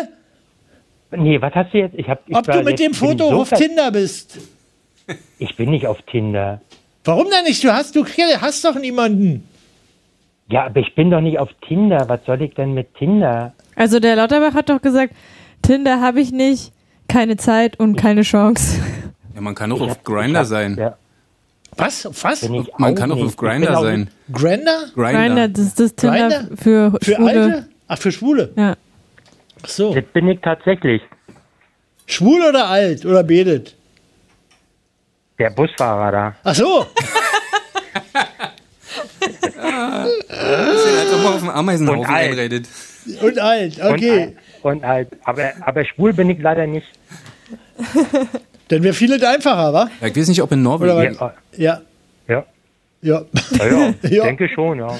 Speaker 12: Nee, was hast du jetzt? Ich hab, ich
Speaker 5: Ob
Speaker 12: war
Speaker 5: du mit
Speaker 12: jetzt-
Speaker 5: dem
Speaker 12: ich bin
Speaker 5: Foto
Speaker 12: so
Speaker 5: auf
Speaker 12: ver-
Speaker 5: Tinder bist?
Speaker 12: Ich bin nicht auf Tinder.
Speaker 5: Warum denn nicht? Du hast, du hast doch niemanden.
Speaker 12: Ja, aber ich bin doch nicht auf Tinder. Was soll ich denn mit Tinder?
Speaker 6: Also der Lauterbach hat doch gesagt, Tinder habe ich nicht, keine Zeit und keine Chance.
Speaker 7: Ja, man kann auch auf Grinder sein.
Speaker 5: Was? Was?
Speaker 7: Man kann auch auf
Speaker 12: Genau.
Speaker 7: Grinder sein.
Speaker 5: Grinder?
Speaker 6: Grindr, das ist das Tinder
Speaker 5: Grindr?
Speaker 6: für
Speaker 5: Für
Speaker 6: Schwule.
Speaker 5: Alte? Ach, für Schwule?
Speaker 6: Ja.
Speaker 5: Ach so.
Speaker 12: Das bin ich tatsächlich.
Speaker 5: Schwul oder alt oder betet?
Speaker 12: Der Busfahrer da.
Speaker 5: Ach so.
Speaker 7: Das ist, als ob er auf dem Ameisenhaufen
Speaker 12: Und alt.
Speaker 7: einredet.
Speaker 5: Und alt, okay.
Speaker 12: Und alt. Und alt. Aber, aber schwul bin ich leider nicht.
Speaker 5: Dann wäre vieles einfacher, wa?
Speaker 7: Ja, Ich weiß nicht, ob in
Speaker 5: Oder
Speaker 7: Norwegen.
Speaker 5: was? Ja.
Speaker 12: Ja.
Speaker 5: Ja.
Speaker 7: Ah
Speaker 12: Ja, ja,
Speaker 5: Ja.
Speaker 12: denke schon, ja.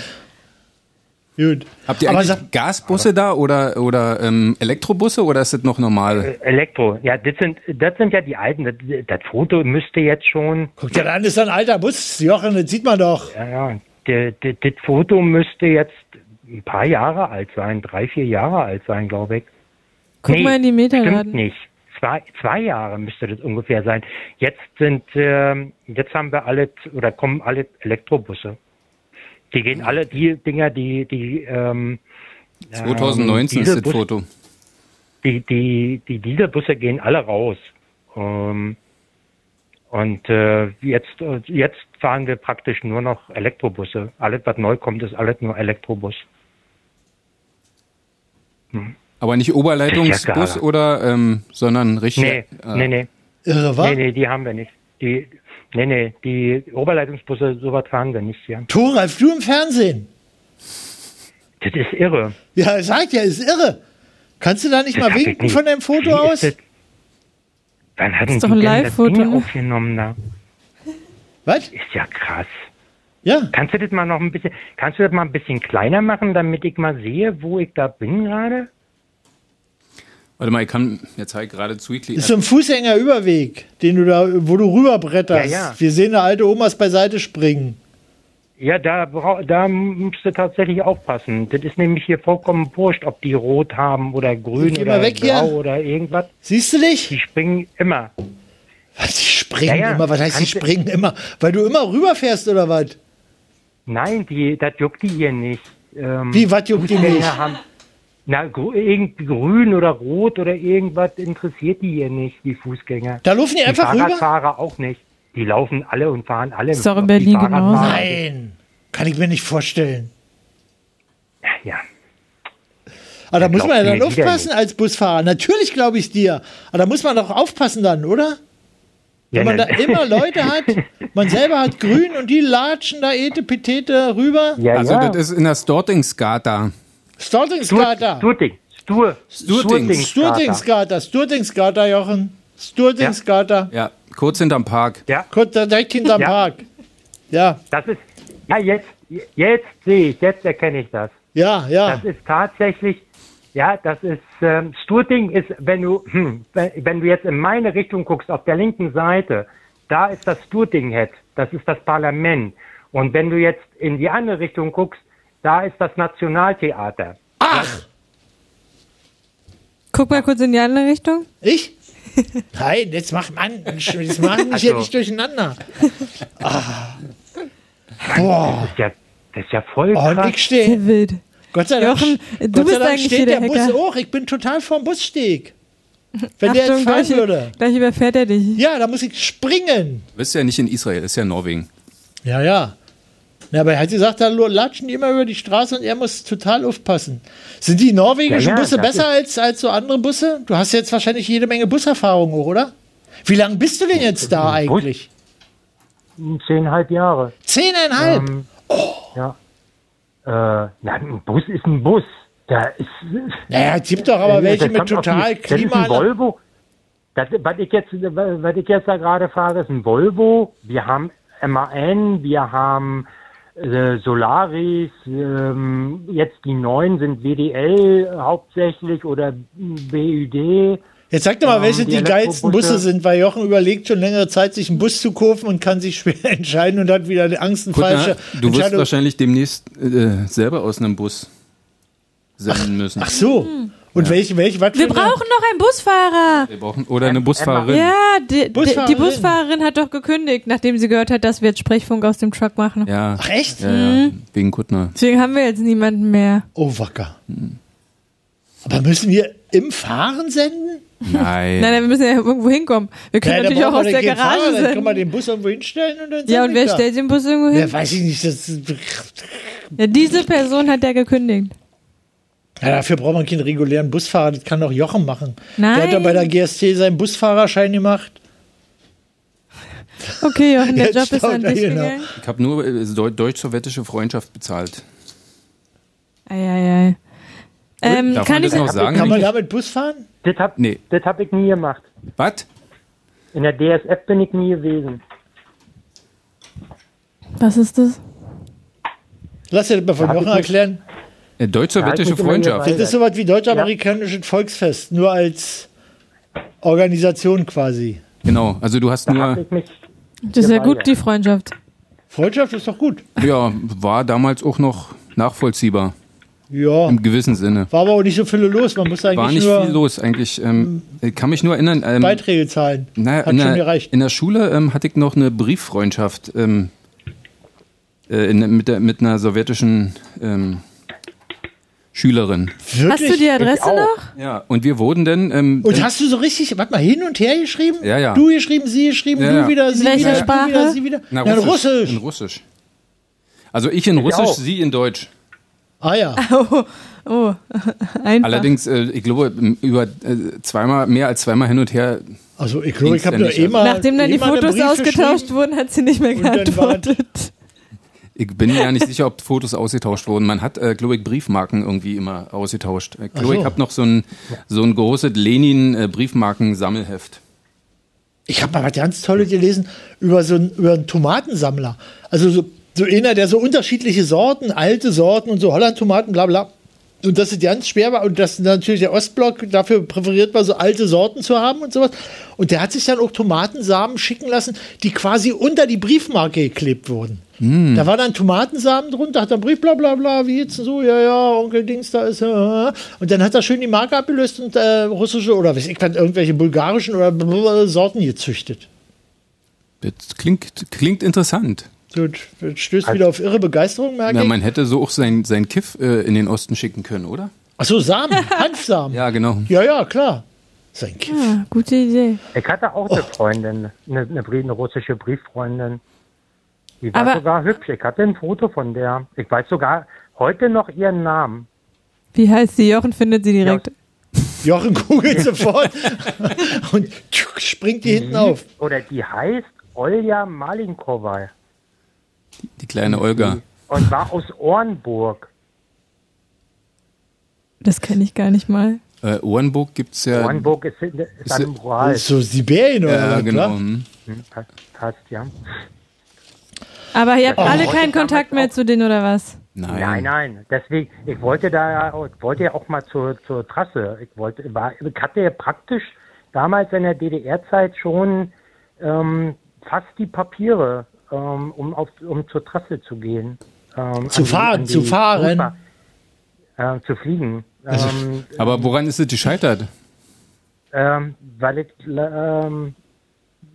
Speaker 5: Gut.
Speaker 7: Habt ihr
Speaker 5: Aber
Speaker 7: eigentlich
Speaker 5: sag-
Speaker 7: Gasbusse da oder, oder ähm, Elektrobusse oder ist das noch
Speaker 12: Äh,
Speaker 7: normal?
Speaker 12: Elektro, ja, das sind, das sind ja die alten. Das, das Foto müsste jetzt schon,
Speaker 5: Guck dir an, ist ein alter Bus, Jochen, das sieht man doch.
Speaker 12: ja, ja, das, das, das Foto müsste jetzt ein paar Jahre alt sein, drei, vier Jahre alt sein, glaube ich.
Speaker 6: Guck mal in die Meterdaten.
Speaker 12: Stimmt nicht. Zwei, zwei Jahre müsste das ungefähr sein. Jetzt sind, ähm, jetzt haben wir alle oder kommen alle Elektrobusse. Die gehen alle die Dinger, die die ähm, ähm,
Speaker 7: 2019 ist das
Speaker 12: Dieselbus-
Speaker 7: Foto.
Speaker 12: die, die, die Dieselbusse gehen alle raus. Ähm, und äh, jetzt, äh, jetzt fahren wir praktisch nur noch Elektrobusse. Alles, was neu kommt, ist alles nur Elektrobus.
Speaker 7: Aber nicht Oberleitungsbus
Speaker 12: Ja, klar.
Speaker 7: oder, ähm, sondern richtig. äh,
Speaker 12: Nee,
Speaker 5: äh.
Speaker 12: nee, nee.
Speaker 5: Irre, wa?
Speaker 12: Nee, nee, die haben wir nicht. Die, nee, nee, die Oberleitungsbusse, sowas fahren wir nicht. Ja.
Speaker 5: Thoralf, du im Fernsehen.
Speaker 12: Das ist irre.
Speaker 5: Ja, sagt ja, ist irre. Kannst du da nicht
Speaker 12: Das
Speaker 5: mal
Speaker 12: hab ich
Speaker 5: winken
Speaker 12: nicht.
Speaker 5: von deinem
Speaker 12: Wie
Speaker 5: Foto
Speaker 12: ist
Speaker 5: aus?
Speaker 12: das? Wann hatten
Speaker 6: ist
Speaker 12: die
Speaker 6: doch ein
Speaker 12: denn das
Speaker 6: Live-Foto,
Speaker 12: Ding
Speaker 6: ne?
Speaker 12: aufgenommen da?
Speaker 5: Was?
Speaker 12: Ist ja krass.
Speaker 5: Ja.
Speaker 12: Kannst du das mal noch ein bisschen, kannst du das mal ein bisschen kleiner machen, damit ich mal sehe, wo ich da bin gerade?
Speaker 7: Warte mal, ich kann jetzt halt gerade Zweekly.
Speaker 5: Ist so ein Fußgängerüberweg, den du da, wo du rüberbretterst.
Speaker 12: Ja, ja.
Speaker 5: Wir sehen da alte Omas beiseite springen.
Speaker 12: Ja, da, brau- da musst du tatsächlich aufpassen. Das ist nämlich hier vollkommen wurscht, ob die rot haben oder grün
Speaker 5: Geh
Speaker 12: oder
Speaker 5: mal weg hier.
Speaker 12: blau oder irgendwas.
Speaker 5: Siehst du dich?
Speaker 12: Die springen immer.
Speaker 5: Was, die springen
Speaker 12: Ja, ja.
Speaker 5: immer. Was heißt, die
Speaker 12: Kannst du-
Speaker 5: springen immer? Weil du immer rüberfährst oder was?
Speaker 12: Nein, die, das juckt die hier nicht. Ähm,
Speaker 5: Wie, was juckt die
Speaker 12: Fußgänger
Speaker 5: nicht?
Speaker 12: Haben, na, grü- irgendwie grün oder rot oder irgendwas interessiert die hier nicht, die Fußgänger.
Speaker 5: Da laufen die einfach rüber?
Speaker 12: Fahrradfahrer auch nicht. Die laufen alle und fahren alle.
Speaker 6: Ist doch in
Speaker 12: Die
Speaker 6: Berlin
Speaker 12: Fahrradfahrer-
Speaker 6: genauso.
Speaker 5: Nein. Kann ich mir nicht vorstellen.
Speaker 12: Ja,
Speaker 5: Aber Ah, da
Speaker 12: Ja,
Speaker 5: muss
Speaker 12: glaubst
Speaker 5: man ja
Speaker 12: du
Speaker 5: dann
Speaker 12: mir wieder
Speaker 5: aufpassen
Speaker 12: nicht.
Speaker 5: als Busfahrer. Natürlich glaube ich dir. Aber da muss man doch aufpassen dann, oder?
Speaker 12: Ja,
Speaker 5: Wenn man da
Speaker 12: ne-
Speaker 5: immer Leute hat, man selber hat grün und die latschen da ete petete rüber.
Speaker 12: ja,
Speaker 7: also,
Speaker 12: ja.
Speaker 7: das ist in der Stortingsgata.
Speaker 5: Stortingsgata.
Speaker 12: Sturting. Stur.
Speaker 7: Sturting.
Speaker 5: Sturtingsgata. Sturtingsgata, Jochen. Sturtingsgata.
Speaker 7: Ja, kurz hinterm Park.
Speaker 12: Ja,
Speaker 5: Kurz da direkt hinterm
Speaker 12: Ja.
Speaker 5: Park. Ja,
Speaker 12: das ist. Ja, jetzt, jetzt sehe ich, jetzt erkenne ich das.
Speaker 5: ja, ja.
Speaker 12: Das ist tatsächlich. Ja, das ist ähm, Sturting ist, wenn du hm, wenn wenn du jetzt in meine Richtung guckst, auf der linken Seite, da ist das Sturting-Head, das ist das Parlament. Und wenn du jetzt in die andere Richtung guckst, da ist das Nationaltheater.
Speaker 5: Ach,
Speaker 6: Guck mal kurz in die andere Richtung.
Speaker 5: ich? Nein, jetzt mach man, jetzt mach mich hier
Speaker 12: so.
Speaker 5: nicht durcheinander.
Speaker 12: Das ist ja, das ist ja voll krass.
Speaker 5: Und ich stehe.
Speaker 6: Sehr wild.
Speaker 5: Gott sei Dank,
Speaker 6: Jochen, du
Speaker 5: Gott sei
Speaker 6: bist
Speaker 5: Dank
Speaker 6: eigentlich
Speaker 5: steht
Speaker 6: hier
Speaker 5: der,
Speaker 6: der
Speaker 5: Bus
Speaker 6: Hacker.
Speaker 5: hoch. Ich bin total vorm Bussteg. Wenn der jetzt fahren
Speaker 6: gleich,
Speaker 5: würde.
Speaker 6: gleich überfährt er dich.
Speaker 5: Ja, da muss ich springen.
Speaker 7: Du bist ja nicht in Israel, ist ja Norwegen.
Speaker 5: Ja, ja. Na, aber er hat gesagt, da lo- latschen die immer über die Straße und er muss total aufpassen. Sind die norwegischen
Speaker 12: Ja, ja,
Speaker 5: Busse
Speaker 12: das
Speaker 5: besser als, als so andere Busse? Du hast jetzt wahrscheinlich jede Menge Buserfahrung auch, oder? Wie lange bist du denn jetzt da eigentlich?
Speaker 12: Zehnhalb Jahre. Ähm,
Speaker 5: Zehneinhalb.
Speaker 12: Ja. Äh, na, ein Bus ist ein Bus. Da ist,
Speaker 5: Naja, es gibt doch aber welche
Speaker 12: äh, das
Speaker 5: mit
Speaker 12: kommt auf
Speaker 5: total
Speaker 12: die, das ist
Speaker 5: Klima-
Speaker 12: ein Volvo. Das, was, ich jetzt, was ich jetzt da gerade fahre, ist ein Volvo. Wir haben MAN, wir haben äh, Solaris, ähm, jetzt die neuen sind WDL hauptsächlich oder BÜD.
Speaker 5: Jetzt sag doch mal,
Speaker 12: Ähm,
Speaker 5: welche die geilsten Busse
Speaker 12: Elektrobusse.
Speaker 5: sind, weil Jochen überlegt schon längere Zeit, sich einen Bus zu kaufen und kann sich schwer entscheiden und hat wieder die Angst, eine falsche
Speaker 7: Kuttner, ne? du wirst
Speaker 5: Entscheidung.
Speaker 7: wahrscheinlich demnächst äh, selber aus einem Bus senden müssen.
Speaker 5: Ach so. Und welche, welche, was
Speaker 6: Hm. Wir
Speaker 5: für eine-
Speaker 6: brauchen noch einen Busfahrer.
Speaker 7: Wir brauchen, oder eine Busfahrerin.
Speaker 6: Ja, die,
Speaker 5: Busfahrerin.
Speaker 6: Busfahrerin. die Busfahrerin hat doch gekündigt, nachdem sie gehört hat, dass wir jetzt Sprechfunk aus dem Truck machen.
Speaker 7: Ja.
Speaker 5: Ach echt?
Speaker 7: Ja, ja.
Speaker 6: Mhm.
Speaker 7: Wegen Kuttner.
Speaker 6: Deswegen haben wir jetzt niemanden mehr.
Speaker 5: Oh, wacker.
Speaker 7: Hm.
Speaker 5: Aber müssen wir im Fahren senden?
Speaker 7: Nein.
Speaker 6: Nein, wir müssen ja irgendwo hinkommen. Wir können
Speaker 5: Naja, dann
Speaker 6: natürlich auch
Speaker 5: brauchen
Speaker 6: aus
Speaker 5: wir
Speaker 6: der
Speaker 5: den Fahrer,
Speaker 6: Garage
Speaker 5: Dann können wir
Speaker 6: senden.
Speaker 5: den Bus irgendwo hinstellen und dann
Speaker 6: Ja,
Speaker 5: senden
Speaker 6: und wer
Speaker 5: wir.
Speaker 6: stellt den Bus irgendwo
Speaker 5: Ja,
Speaker 6: hin?
Speaker 5: weiß ich nicht. Das,
Speaker 6: Ja, diese Person hat ja gekündigt.
Speaker 5: ja, dafür braucht man keinen regulären Busfahrer. Das kann doch Jochen machen.
Speaker 6: Nein.
Speaker 5: Der hat ja bei der GST seinen Busfahrerschein gemacht.
Speaker 6: Okay, Jochen, der
Speaker 5: Jetzt
Speaker 6: Job ist
Speaker 5: schaut
Speaker 6: an
Speaker 5: er
Speaker 6: dich
Speaker 5: hier noch.
Speaker 6: gegangen.
Speaker 7: Ich habe nur äh, deu- deutsch-sowjetische Freundschaft bezahlt.
Speaker 6: Eieiei. Ähm,
Speaker 7: Darf
Speaker 6: kann
Speaker 7: man
Speaker 6: ich
Speaker 7: das noch sagen?
Speaker 5: Kann man damit Bus fahren?
Speaker 12: Das hab,
Speaker 7: Nee.
Speaker 12: das hab ich nie gemacht.
Speaker 7: Was?
Speaker 12: In der DSF bin ich nie gewesen.
Speaker 6: Was ist das?
Speaker 5: Lass dir das mal von
Speaker 12: Darf ich
Speaker 5: Jochen
Speaker 12: nicht?
Speaker 5: erklären.
Speaker 7: Äh,
Speaker 12: Ja,
Speaker 7: deutsch-sowjetische
Speaker 12: ich muss
Speaker 7: Freundschaft.
Speaker 12: immer
Speaker 5: Das ist sowas wie deutsch-amerikanisches Volksfest, nur als Organisation quasi.
Speaker 7: Genau. Also du hast
Speaker 12: Da hab
Speaker 7: nur,
Speaker 12: ich mich.
Speaker 6: Das ist ja
Speaker 12: Geweiht.
Speaker 6: gut, die Freundschaft.
Speaker 5: Freundschaft ist doch gut.
Speaker 7: ja, war damals auch noch nachvollziehbar.
Speaker 5: Ja,
Speaker 7: Im gewissen Sinne.
Speaker 5: war aber auch nicht so viel los. Man muss eigentlich
Speaker 7: War nicht
Speaker 5: nur
Speaker 7: viel los eigentlich. Ähm, ich kann mich nur erinnern. Ähm,
Speaker 5: Beiträge zahlen.
Speaker 7: naja,
Speaker 5: Hat
Speaker 7: in,
Speaker 5: schon
Speaker 7: der,
Speaker 5: gereicht.
Speaker 7: in der Schule ähm, hatte ich noch eine Brieffreundschaft ähm, äh, in, mit, der, mit einer sowjetischen ähm, Schülerin.
Speaker 6: Hast du die Adresse noch?
Speaker 7: Ja, und wir wurden dann. Ähm,
Speaker 5: Und
Speaker 7: dann-
Speaker 5: hast du so richtig, warte mal, hin und her geschrieben?
Speaker 7: Ja, ja.
Speaker 5: Du geschrieben, sie geschrieben,
Speaker 7: Ja,
Speaker 5: du
Speaker 7: ja.
Speaker 5: wieder, sie
Speaker 6: welcher
Speaker 5: wieder,
Speaker 6: Sprache?
Speaker 5: du wieder, sie wieder.
Speaker 7: Na,
Speaker 5: Na, in Russisch.
Speaker 7: In Russisch. Also ich in Russisch,
Speaker 12: auch.
Speaker 7: sie in Deutsch.
Speaker 5: Ah ja.
Speaker 6: Oh, oh. einfach.
Speaker 7: Allerdings, äh, ich glaube, m- über äh, zweimal, mehr als zweimal hin und her.
Speaker 5: Also ich glaube, ich
Speaker 7: Ging's
Speaker 5: habe
Speaker 7: denn
Speaker 5: nur
Speaker 7: nicht,
Speaker 5: eh
Speaker 7: also?
Speaker 5: mal.
Speaker 6: Nachdem dann
Speaker 5: eh
Speaker 6: die
Speaker 5: mal eine
Speaker 6: Fotos
Speaker 5: Brief
Speaker 6: ausgetauscht
Speaker 5: geschrieben.
Speaker 6: wurden, hat sie nicht mehr
Speaker 5: Und dann
Speaker 6: geantwortet.
Speaker 7: Ich bin mir ja nicht sicher, ob Fotos ausgetauscht wurden. Man hat, äh, glaube ich, Briefmarken irgendwie immer ausgetauscht. Ich
Speaker 5: Ach
Speaker 7: glaube,
Speaker 5: so.
Speaker 7: ich habe noch so ein, so ein großes äh, Lenin-Briefmarken-Sammelheft.
Speaker 5: Ich habe mal was ganz Tolles gelesen über so einen, über einen Tomatensammler. Also so, so einer, der so unterschiedliche Sorten, alte Sorten und so Holland-Tomaten, bla bla. Und dass es ganz schwer war und dass natürlich der Ostblock dafür präferiert war, so alte Sorten zu haben und sowas. Und der hat sich dann auch Tomatensamen schicken lassen, die quasi unter die Briefmarke geklebt wurden.
Speaker 7: Hm.
Speaker 5: Da war dann Tomatensamen drunter, hat dann Brief, bla bla bla, wie jetzt so, ja, ja, Onkel Dings, da ist, äh, und dann hat er schön die Marke abgelöst und äh, russische oder weiß ich was, irgendwelche bulgarischen oder blablabla Sorten gezüchtet.
Speaker 7: Das klingt, klingt interessant.
Speaker 5: So, das stößt wieder auf irre Begeisterung, merke
Speaker 7: Na,
Speaker 5: ich.
Speaker 7: man hätte so auch sein, sein Kiff äh, in den Osten schicken können, oder?
Speaker 5: Achso, Samen, Hanfsamen.
Speaker 7: Ja, genau.
Speaker 5: Ja, ja, klar. Sein Kiff.
Speaker 6: Ah, gute Idee.
Speaker 12: Ich hatte auch
Speaker 7: Oh.
Speaker 12: eine Freundin, eine, eine, Brie- eine russische Brieffreundin. Die war
Speaker 6: Aber-
Speaker 12: sogar hübsch. Ich hatte ein Foto von der. Ich weiß sogar heute noch ihren Namen.
Speaker 6: Wie heißt sie? Jochen findet sie direkt.
Speaker 5: Jochen googelt sofort und tschuck, springt die
Speaker 7: Mhm.
Speaker 5: hinten auf.
Speaker 12: Oder die heißt Olja Malinkova
Speaker 7: Die kleine Olga.
Speaker 12: und war aus Ornburg.
Speaker 6: Das kenne ich gar nicht mal.
Speaker 7: Äh, Ohrenburg gibt es ja.
Speaker 12: Ornburg ist, in- ist
Speaker 7: Ähm, Ist
Speaker 12: an
Speaker 7: sie-
Speaker 12: dem Ural.
Speaker 5: So Sibirien oder
Speaker 7: Ja,
Speaker 5: was,
Speaker 7: genau.
Speaker 5: wa?
Speaker 7: hm.
Speaker 12: Hm, Passt, passt, ja.
Speaker 6: Aber ihr habt alle
Speaker 12: heute damals
Speaker 6: keinen Kontakt mehr
Speaker 12: auch-
Speaker 6: zu denen oder was?
Speaker 7: Nein.
Speaker 12: Nein, nein. Deswegen, ich wollte da ja auch- ich wollte ja auch mal zur, zur Trasse. Ich wollte, war, ich hatte ja praktisch damals in der DDR-Zeit schon ähm, fast die Papiere, ähm, um auf, um zur Trasse zu gehen. Ähm,
Speaker 5: Zu fahren, zu fahren. Also
Speaker 12: Ufer, äh, zu fliegen. Ähm,
Speaker 7: Aber woran ist es gescheitert?
Speaker 12: ähm, weil ich, ähm,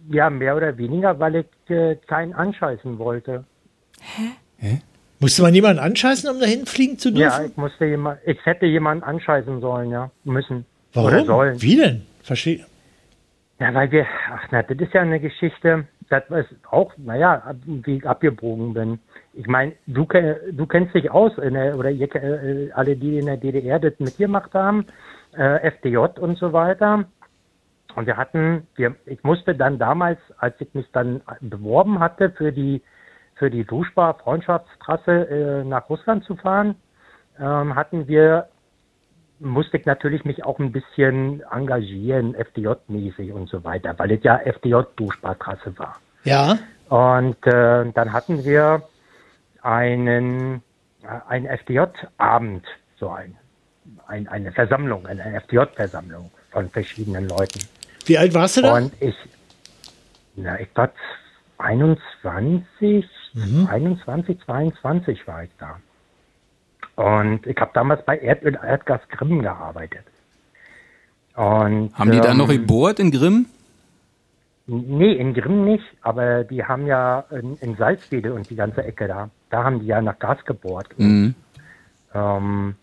Speaker 12: ja, mehr oder weniger, weil ich äh, keinen anscheißen wollte.
Speaker 5: Musste man jemanden anscheißen, um da hinfliegen zu
Speaker 12: Ja,
Speaker 5: dürfen?
Speaker 12: ich musste jemand, ich hätte jemanden anscheißen sollen, ja, müssen. Oder sollen.
Speaker 5: Warum? Wie denn? Verstehe.
Speaker 12: Ja, weil wir, ach na, das ist ja eine Geschichte, das ist auch, naja, ab- wie ich abgebogen bin. Ich meine, du, ke- du kennst dich aus, in der, oder ihr, ke- äh, alle, die in der DDR das mitgemacht haben, äh, FDJ und so weiter. Und wir hatten, wir, ich musste dann damals, als ich mich dann beworben hatte, für die, für die Duschbar Freundschaftstrasse äh, nach Russland zu fahren, ähm, hatten wir musste ich natürlich mich auch ein bisschen engagieren, FDJ-mäßig und so weiter, weil es ja FDJ-Duschsparkasse war.
Speaker 5: Ja.
Speaker 12: Und äh, dann hatten wir einen, äh, einen FDJ-Abend, so ein, ein, eine Versammlung, eine FDJ-Versammlung von verschiedenen Leuten.
Speaker 5: Wie alt warst du da?
Speaker 12: Und ich, na, ich war 21,
Speaker 7: Mhm.
Speaker 12: 21, 22 war ich da. Und ich habe damals bei Erdöl Erdgas Grimm gearbeitet. Und,
Speaker 7: Haben die da
Speaker 12: ähm,
Speaker 7: noch gebohrt in Grimm?
Speaker 12: Nee, in Grimm nicht, aber die haben ja in, in Salzwedel und die ganze Ecke da, da haben die ja nach Gas gebohrt.
Speaker 7: Mhm.
Speaker 12: Ähm,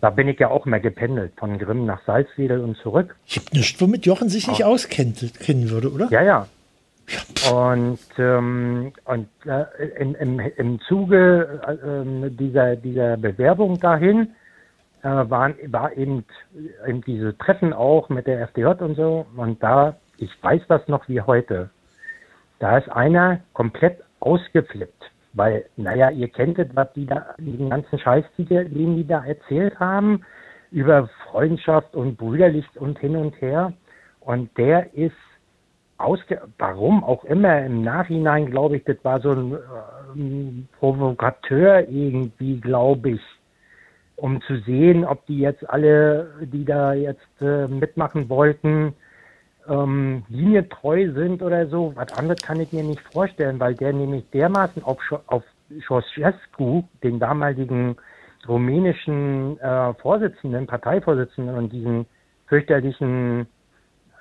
Speaker 12: da bin ich ja auch immer gependelt, von Grimm nach Salzwedel und zurück.
Speaker 5: Ich habe nichts, womit Jochen sich nicht auskennt, kennen würde, oder?
Speaker 12: Ja, ja. Und, ähm, und äh, in, im, im Zuge äh, ähm, dieser, dieser Bewerbung dahin äh, waren, war eben, eben diese Treffen auch mit der FDJ und so. Und da, ich weiß das noch wie heute, da ist einer komplett ausgeflippt. Weil, naja, ihr kennt es, was die da, diesen ganzen Scheiß, die, da- den die da erzählt haben, über Freundschaft und Brüderlicht und hin und her. Und der ist ausge warum auch immer im Nachhinein glaube ich, das war so ein, äh, ein Provokateur irgendwie, glaube ich, um zu sehen, ob die jetzt alle, die da jetzt äh, mitmachen wollten, ähm, linientreu sind oder so. Was anderes kann ich mir nicht vorstellen, weil der nämlich dermaßen auf, Scho- auf Ceausescu, den damaligen rumänischen äh, Vorsitzenden, Parteivorsitzenden und diesen fürchterlichen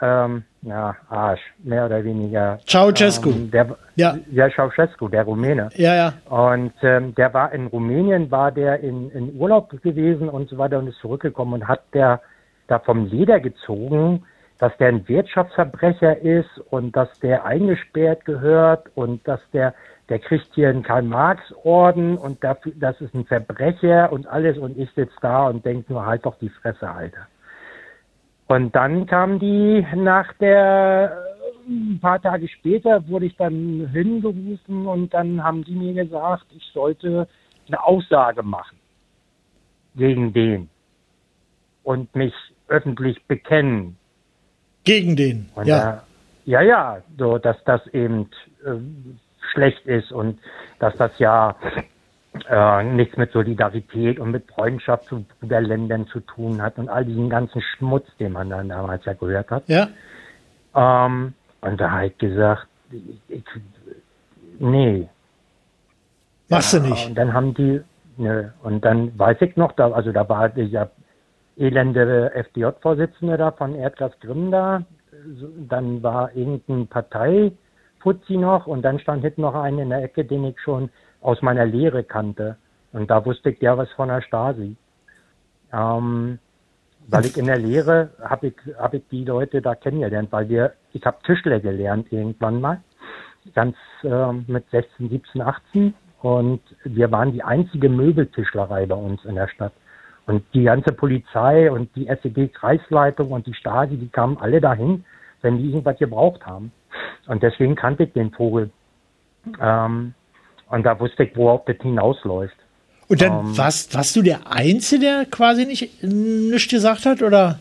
Speaker 12: ähm, ja, Arsch, mehr oder weniger.
Speaker 5: Ceausescu.
Speaker 12: Ähm, der,
Speaker 5: ja.
Speaker 12: ja, Ceausescu, der Rumäne.
Speaker 5: Ja, ja.
Speaker 12: Und ähm, der war in Rumänien, war der in, in Urlaub gewesen und so weiter und ist zurückgekommen und hat der da vom Leder gezogen, dass der ein Wirtschaftsverbrecher ist und dass der eingesperrt gehört und dass der, der kriegt hier einen Karl-Marx-Orden und dafür, das ist ein Verbrecher und alles und ich sitze da und denke nur halt doch die Fresse, Alter. Und dann kam die nach der, ein paar Tage später wurde ich dann hingerufen und dann haben die mir gesagt, ich sollte eine Aussage machen gegen den und mich öffentlich bekennen.
Speaker 5: Gegen den,
Speaker 12: Und
Speaker 5: ja.
Speaker 12: Da, ja, ja, so, dass das eben ähm, schlecht ist und dass das ja äh, nichts mit Solidarität und mit Freundschaft zu Brüderländern zu tun hat und all diesen ganzen Schmutz, den man dann damals ja gehört hat.
Speaker 5: Ja.
Speaker 12: Ähm, und da halt gesagt, ich, ich, nee.
Speaker 5: Machst du nicht.
Speaker 12: Und dann haben die, nö, und dann weiß ich noch, da, also da war dieser elende FDJ-Vorsitzende da von Erdgas Grimm da, so, dann war irgendein Parteifuzzi noch und dann stand hinten noch einen in der Ecke, den ich schon aus meiner Lehre kannte. Und da wusste ich ja was von der Stasi. Ähm, weil ich in der Lehre habe ich, hab ich die Leute da kennengelernt, weil wir, ich habe Tischler gelernt irgendwann mal, ganz ähm, mit 16, 17, 18 und wir waren die einzige Möbeltischlerei bei uns in der Stadt. Und die ganze Polizei und die SED-Kreisleitung und die Stasi, die kamen alle dahin, wenn die irgendwas gebraucht haben. Und deswegen kannte ich den Vogel. Ähm, und da wusste ich, worauf das hinausläuft.
Speaker 5: Und dann
Speaker 12: Ähm,
Speaker 5: warst, warst du der Einzige, der quasi nicht äh, nichts gesagt hat? Oder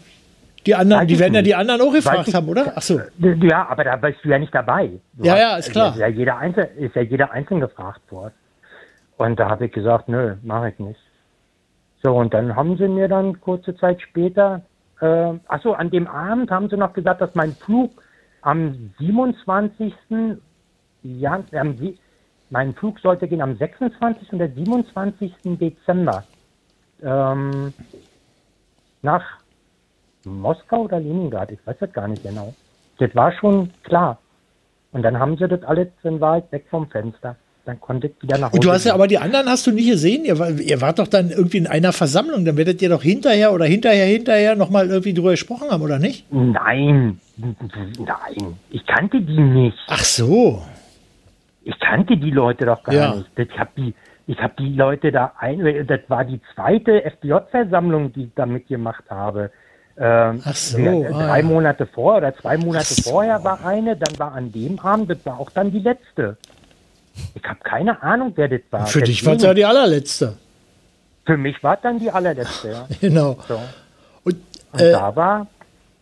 Speaker 5: die anderen,
Speaker 12: Weiß
Speaker 5: die
Speaker 12: ich
Speaker 5: werden ja
Speaker 12: nicht.
Speaker 5: die anderen auch
Speaker 12: Weiß
Speaker 5: gefragt
Speaker 12: ich-
Speaker 5: haben, oder? Achso.
Speaker 12: Äh, Ja, aber da warst du ja nicht dabei. Du
Speaker 5: Ja,
Speaker 12: hast-
Speaker 5: ja, ist klar.
Speaker 12: Ist ja jeder einzeln, ist ja jeder einzeln gefragt worden. Und da habe ich gesagt, nö, mache ich nicht. So, und dann haben sie mir dann kurze Zeit später, äh, ach so, an dem Abend haben sie noch gesagt, dass mein Flug am 27. Ja, am, sie- mein Flug sollte gehen am 26. oder 27. Dezember ähm, nach Moskau oder Leningrad, ich weiß das gar nicht genau. Das war schon klar. Und dann haben sie das alles, dann war ich weg vom Fenster. Dann konnte ich wieder nach Hause.
Speaker 5: Und du hast ja,
Speaker 12: gehen.
Speaker 5: aber die anderen hast du nie gesehen. Ihr, war- ihr wart doch dann irgendwie in einer Versammlung. Dann werdet ihr doch hinterher oder hinterher, hinterher nochmal irgendwie drüber gesprochen haben, oder nicht?
Speaker 12: Nein, nein, ich kannte die nicht.
Speaker 5: Ach so.
Speaker 12: Ich kannte die Leute doch gar
Speaker 5: Ja.
Speaker 12: nicht. Das, ich habe die, ich hab die Leute da ein, das war die zweite FDJ-Versammlung, die ich da mitgemacht habe. Ähm,
Speaker 5: Ach so,
Speaker 12: ja,
Speaker 5: ah,
Speaker 12: drei
Speaker 5: ja.
Speaker 12: Monate vor oder zwei Monate
Speaker 5: Ach so.
Speaker 12: vorher war eine, dann war an dem Abend, das war auch dann die letzte. Ich habe keine Ahnung, wer das war.
Speaker 5: Für dich war
Speaker 12: Deswegen-
Speaker 5: es ja die allerletzte.
Speaker 12: Für mich war dann die allerletzte, ja.
Speaker 5: Genau. äh,
Speaker 12: So. Und da war,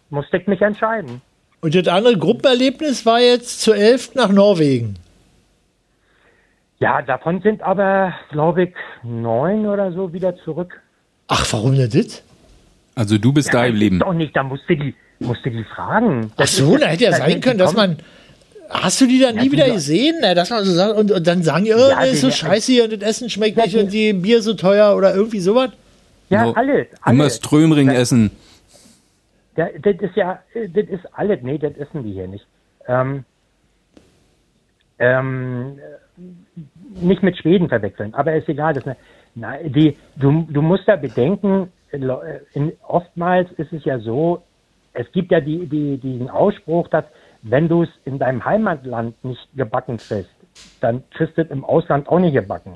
Speaker 12: musste ich mich entscheiden.
Speaker 5: Und das andere Gruppenerlebnis war jetzt zu elf nach Norwegen.
Speaker 12: Ja, davon sind aber, glaube ich, neun oder so wieder zurück.
Speaker 5: Ach, warum denn das?
Speaker 7: Also du bist da geblieben.
Speaker 12: Doch nicht, da musste die, musste die fragen.
Speaker 5: Ach so, da hätte ja
Speaker 12: das
Speaker 5: sein
Speaker 12: ist-
Speaker 5: können, dass man. Hast du die dann nie wieder gesehen? Na, Dass man so sagt, und, und dann sagen, die, oh,
Speaker 12: Ja,
Speaker 5: das ist so
Speaker 12: die-
Speaker 5: scheiße hier und das Essen schmeckt nicht und die Bier so teuer oder irgendwie sowas?
Speaker 12: Ja, alles,
Speaker 7: Immer
Speaker 12: alles.
Speaker 7: Strömring essen.
Speaker 12: Ja, das ist ja, äh, das ist alles. Nee, das essen die hier nicht. Ähm, ähm, äh, nicht mit Schweden verwechseln, aber ist egal. Das ist eine, na, die, du, du musst da bedenken, in, Lo- äh, in, oftmals ist es ja so, es gibt ja die, die, diesen Ausspruch, dass wenn du es in deinem Heimatland nicht gebacken kriegst, dann kriegst du es im Ausland auch nicht gebacken.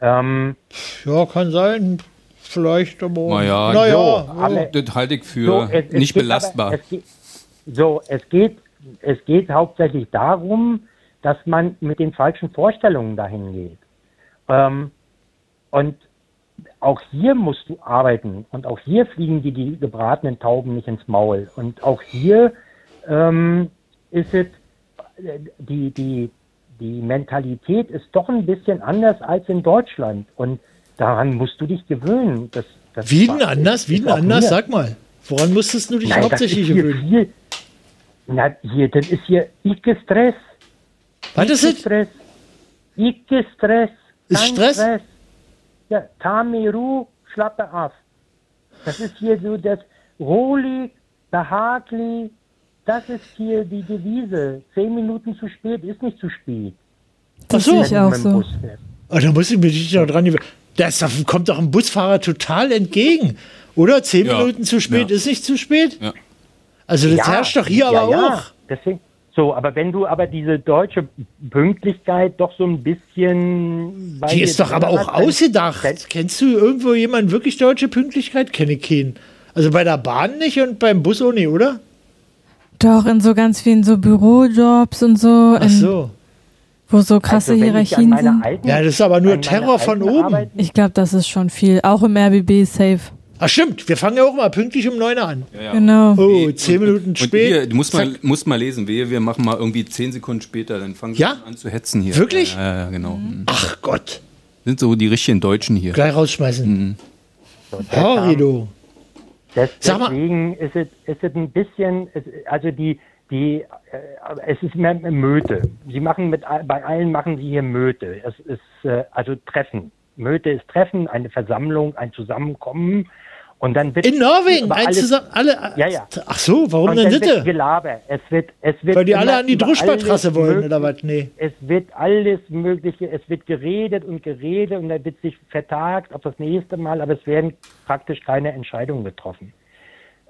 Speaker 12: Ähm,
Speaker 5: ja, kann sein. Vielleicht, aber.
Speaker 7: Naja,
Speaker 5: naja
Speaker 12: so,
Speaker 5: ja.
Speaker 12: alle-
Speaker 7: das halte ich für
Speaker 12: So, es- es
Speaker 7: nicht
Speaker 12: geht
Speaker 7: belastbar.
Speaker 12: aber- es geht, so, es geht, es geht hauptsächlich darum, dass man mit den falschen Vorstellungen dahin geht. Ähm, und auch hier musst du arbeiten und auch hier fliegen die, die gebratenen Tauben nicht ins Maul. Und auch hier ähm, ist es, äh, die, die, die Mentalität ist doch ein bisschen anders als in Deutschland. Und daran musst du dich gewöhnen. Das, das
Speaker 5: Wie denn
Speaker 12: war-
Speaker 5: anders? Wie
Speaker 12: ist
Speaker 5: denn
Speaker 12: auch
Speaker 5: anders?
Speaker 12: mir-
Speaker 5: Sag mal. Woran musstest du dich
Speaker 12: Nein, das
Speaker 5: hauptsächlich
Speaker 12: ist hier
Speaker 5: gewöhnen?
Speaker 12: Viel, na, hier, das ist hier Ike-Stress.
Speaker 5: Was ist das?
Speaker 12: Ike-Stress. Ike-Stress.
Speaker 5: Ist
Speaker 12: Kein
Speaker 5: Stress?
Speaker 12: Ja, Tamiru, Schlappe auf. Das ist hier so das Roli, behagli. Das ist hier die Devise. Zehn Minuten zu spät ist nicht zu spät.
Speaker 5: Ach so.
Speaker 12: Wenn du mit dem Bus fährst.
Speaker 5: Ah, da muss ich mir nicht noch dran gewöhnen. Das kommt doch einem Busfahrer total entgegen. Oder? Zehn
Speaker 12: Ja,
Speaker 5: Minuten zu spät
Speaker 12: ja.
Speaker 5: ist nicht zu spät? Also das herrscht doch hier
Speaker 12: ja,
Speaker 5: aber
Speaker 12: ja.
Speaker 5: auch.
Speaker 12: Deswegen, so, aber wenn du aber diese deutsche Pünktlichkeit doch so ein bisschen. bei
Speaker 5: Die
Speaker 12: dir
Speaker 5: ist doch
Speaker 12: drin
Speaker 5: aber auch
Speaker 12: hast, dann-
Speaker 5: ausgedacht. Kennst du irgendwo jemanden wirklich deutsche Pünktlichkeit? Kenne keinen. Also bei der Bahn nicht und beim Bus auch nicht, oder?
Speaker 6: Doch, in so ganz vielen so Bürojobs und so.
Speaker 5: Ach
Speaker 12: Mhm.
Speaker 5: so.
Speaker 6: Wo so krasse
Speaker 5: Also, wenn ich an
Speaker 6: Hierarchien
Speaker 5: meine
Speaker 6: sind.
Speaker 5: alten- Ja, das ist aber nur an meine Terror von alten oben. Arbeiten-
Speaker 6: Ich glaube, das ist schon viel. Auch im RBB safe.
Speaker 5: Ach stimmt, wir fangen ja auch mal pünktlich um 9 Uhr an.
Speaker 7: Ja, ja.
Speaker 6: Genau.
Speaker 5: Oh, zehn Minuten
Speaker 7: Und
Speaker 5: spät.
Speaker 7: ihr, du musst mal, musst mal lesen, wehe, wir machen mal irgendwie zehn Sekunden später, dann fangen sie
Speaker 5: Ja?
Speaker 7: an zu hetzen hier.
Speaker 5: Wirklich?
Speaker 7: Ja, ja, genau. Mhm.
Speaker 5: Ach Gott.
Speaker 7: Sind so die richtigen Deutschen hier.
Speaker 5: Gleich rausschmeißen.
Speaker 7: Mhm.
Speaker 5: Horrido.
Speaker 12: Des,
Speaker 5: Sag mal-
Speaker 12: deswegen ist es, ist es ein bisschen, es, also die, die, äh, es ist mehr eine Möte. Sie machen mit, all- bei allen machen sie hier Möte. Es ist äh, also Treffen. Möte ist Treffen, eine Versammlung, ein Zusammenkommen. Und dann wird
Speaker 5: In Norwegen,
Speaker 12: über
Speaker 5: ein
Speaker 12: alles-
Speaker 5: zusammen, alle.
Speaker 12: Ja, ja.
Speaker 5: Ach so, warum
Speaker 12: Und
Speaker 5: denn
Speaker 12: dann
Speaker 5: bitte?
Speaker 12: wird Gelaber. Es wird, es wird
Speaker 5: Weil die alle
Speaker 12: immer
Speaker 5: an die
Speaker 12: über
Speaker 5: Druschbar-Trasse
Speaker 12: alles
Speaker 5: wollen,
Speaker 12: möglich-
Speaker 5: oder was? Nee.
Speaker 12: Es wird alles Mögliche, es wird geredet und geredet und dann wird sich vertagt auf das nächste Mal, aber es werden praktisch keine Entscheidungen getroffen.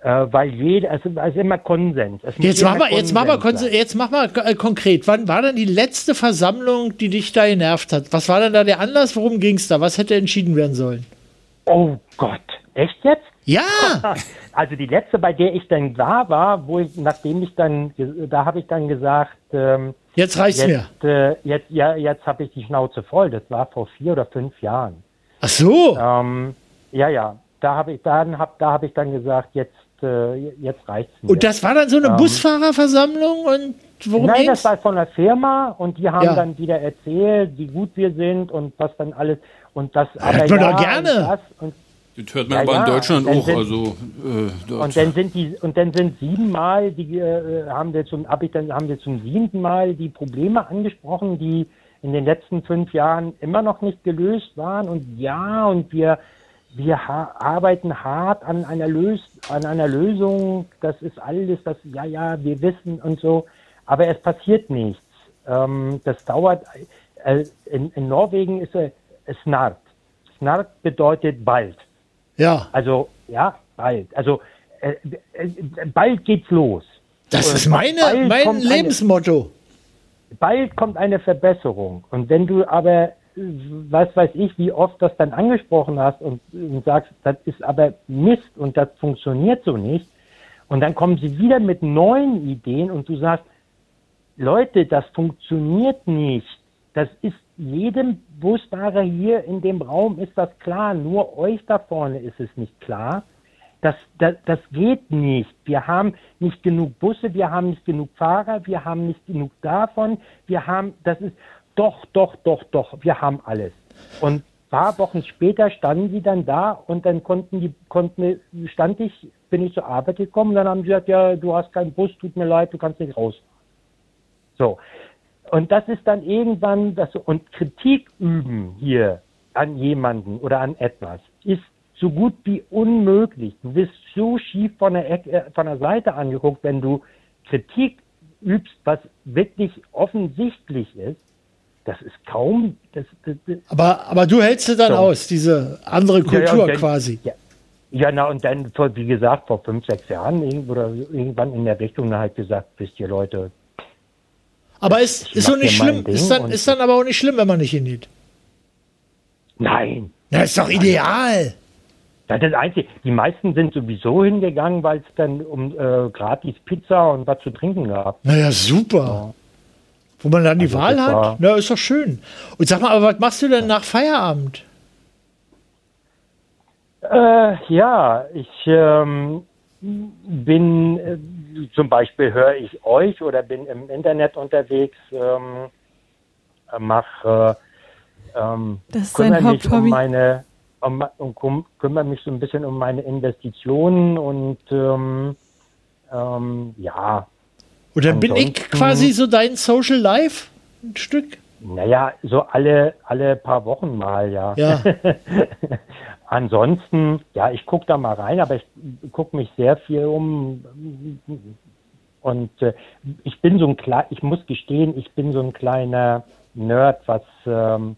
Speaker 12: Äh, weil jeder, es ist, es ist immer Konsens. Es muss
Speaker 5: Jetzt
Speaker 12: immer
Speaker 5: mach, mal, jetzt, mach mal,
Speaker 12: Konsens
Speaker 5: konse- jetzt mach mal äh, konkret. Wann war denn die letzte Versammlung, die dich da genervt hat? Was war denn da der Anlass? Worum ging es da? Was hätte entschieden werden sollen?
Speaker 12: Oh Gott, echt jetzt?
Speaker 5: Ja!
Speaker 12: Also die letzte, bei der ich dann da war, wo ich, nachdem ich dann, ge- da habe ich dann gesagt, ähm,
Speaker 5: Jetzt reicht's
Speaker 12: jetzt, mir. Äh, jetzt, ja, jetzt habe ich die Schnauze voll. Das war vor vier oder fünf Jahren.
Speaker 5: Ach so.
Speaker 12: Ähm, ja, ja. Da habe ich dann, hab, da habe ich dann gesagt, jetzt, äh, jetzt reicht's mir.
Speaker 5: Und das war dann so eine
Speaker 12: Ähm,
Speaker 5: Busfahrerversammlung und worum
Speaker 12: Nein,
Speaker 5: ging's?
Speaker 12: das war von der Firma und die haben
Speaker 5: Ja.
Speaker 12: dann wieder erzählt, wie gut wir sind und was dann alles und das.
Speaker 5: hört man doch gerne.
Speaker 12: Und das und
Speaker 7: Das hört man
Speaker 12: Ja,
Speaker 7: aber
Speaker 12: ja,
Speaker 7: in
Speaker 12: und
Speaker 7: Deutschland
Speaker 12: dann
Speaker 7: auch.
Speaker 12: sind-
Speaker 7: Also, äh, dort.
Speaker 12: Und dann sind die und dann sind siebenmal die äh, haben wir zum hab ich dann haben wir zum siebten Mal die Probleme angesprochen, die in den letzten fünf Jahren immer noch nicht gelöst waren und ja und wir wir ha arbeiten hart an einer Lös an einer Lösung. Das ist alles, das ja ja wir wissen und so, aber es passiert nichts. Ähm, das dauert. Äh, in, in Norwegen ist es äh, snart. Snart bedeutet bald.
Speaker 5: ja.
Speaker 12: Also, ja, bald. Also, äh, äh, bald geht's los.
Speaker 5: Das
Speaker 12: Und
Speaker 5: ist meine,
Speaker 12: bald
Speaker 5: mein
Speaker 12: kommt
Speaker 5: Lebensmotto.
Speaker 12: Eine, bald kommt eine Verbesserung. Und wenn du aber, äh, was weiß ich, wie oft das dann angesprochen hast und, und sagst, das ist aber Mist und das funktioniert so nicht, und dann kommen sie wieder mit neuen Ideen und du sagst, Leute, das funktioniert nicht. Das ist jedem Busfahrer hier in dem Raum ist das klar. Nur euch da vorne ist es nicht klar. Das, das, das geht nicht. Wir haben nicht genug Busse, wir haben nicht genug Fahrer, wir haben nicht genug davon. Wir haben, das ist doch, doch, doch, doch, wir haben alles. Und ein paar Wochen später standen die dann da und dann konnten die, konnten, stand ich, bin ich zur Arbeit gekommen, dann haben sie gesagt, ja, du hast keinen Bus, tut mir leid, du kannst nicht raus. So. Und das ist dann irgendwann das, und Kritik üben hier an jemanden oder an etwas ist so gut wie unmöglich. Du wirst so schief von der, Ecke, äh, von der Seite angeguckt, wenn du Kritik übst, was wirklich offensichtlich ist. Das ist kaum, das, das, das
Speaker 5: Aber, aber du hältst es dann
Speaker 12: So.
Speaker 5: aus, diese andere
Speaker 12: Ja, ja,
Speaker 5: Kultur
Speaker 12: und dann-
Speaker 5: quasi.
Speaker 12: Ja. ja, na und dann, vor, wie gesagt, vor fünf, sechs Jahren irgend- oder irgendwann in der Richtung dann halt gesagt, wisst ihr Leute,
Speaker 5: Aber ist,
Speaker 12: Ich
Speaker 5: ist so
Speaker 12: mach
Speaker 5: nicht
Speaker 12: hier mein
Speaker 5: schlimm.
Speaker 12: Ding
Speaker 5: Ist dann,
Speaker 12: und-
Speaker 5: ist dann aber auch nicht schlimm, wenn man nicht hingeht.
Speaker 12: nein.
Speaker 5: Na, ist doch ideal.
Speaker 12: Das ist das Einzige. Die meisten sind sowieso hingegangen, weil es dann um äh, gratis Pizza und was zu trinken gab.
Speaker 5: Naja, super. Wo man dann die Wahl
Speaker 12: Also das war-
Speaker 5: hat. Na, ist doch schön. Und sag mal, aber was machst du denn nach Feierabend?
Speaker 12: Äh, ja, ich ähm, bin äh, zum Beispiel höre ich euch oder bin im Internet unterwegs, ähm, mache äh, ähm,
Speaker 6: Das ist
Speaker 12: kümmere
Speaker 6: sein
Speaker 12: mich um
Speaker 6: Haupthobby.
Speaker 12: meine um, um, kum- kümmere mich so ein bisschen um meine Investitionen und ähm, ähm, ja,
Speaker 5: Und dann bin ich
Speaker 12: Ansonsten-
Speaker 5: quasi so dein Social Life ein Stück.
Speaker 12: naja, so alle alle paar Wochen mal, ja.
Speaker 5: Ja.
Speaker 12: Ansonsten, ja, ich gucke da mal rein, aber ich gucke mich sehr viel um. Und äh, ich bin so ein kleiner, ich muss gestehen, ich bin so ein kleiner Nerd, was ähm,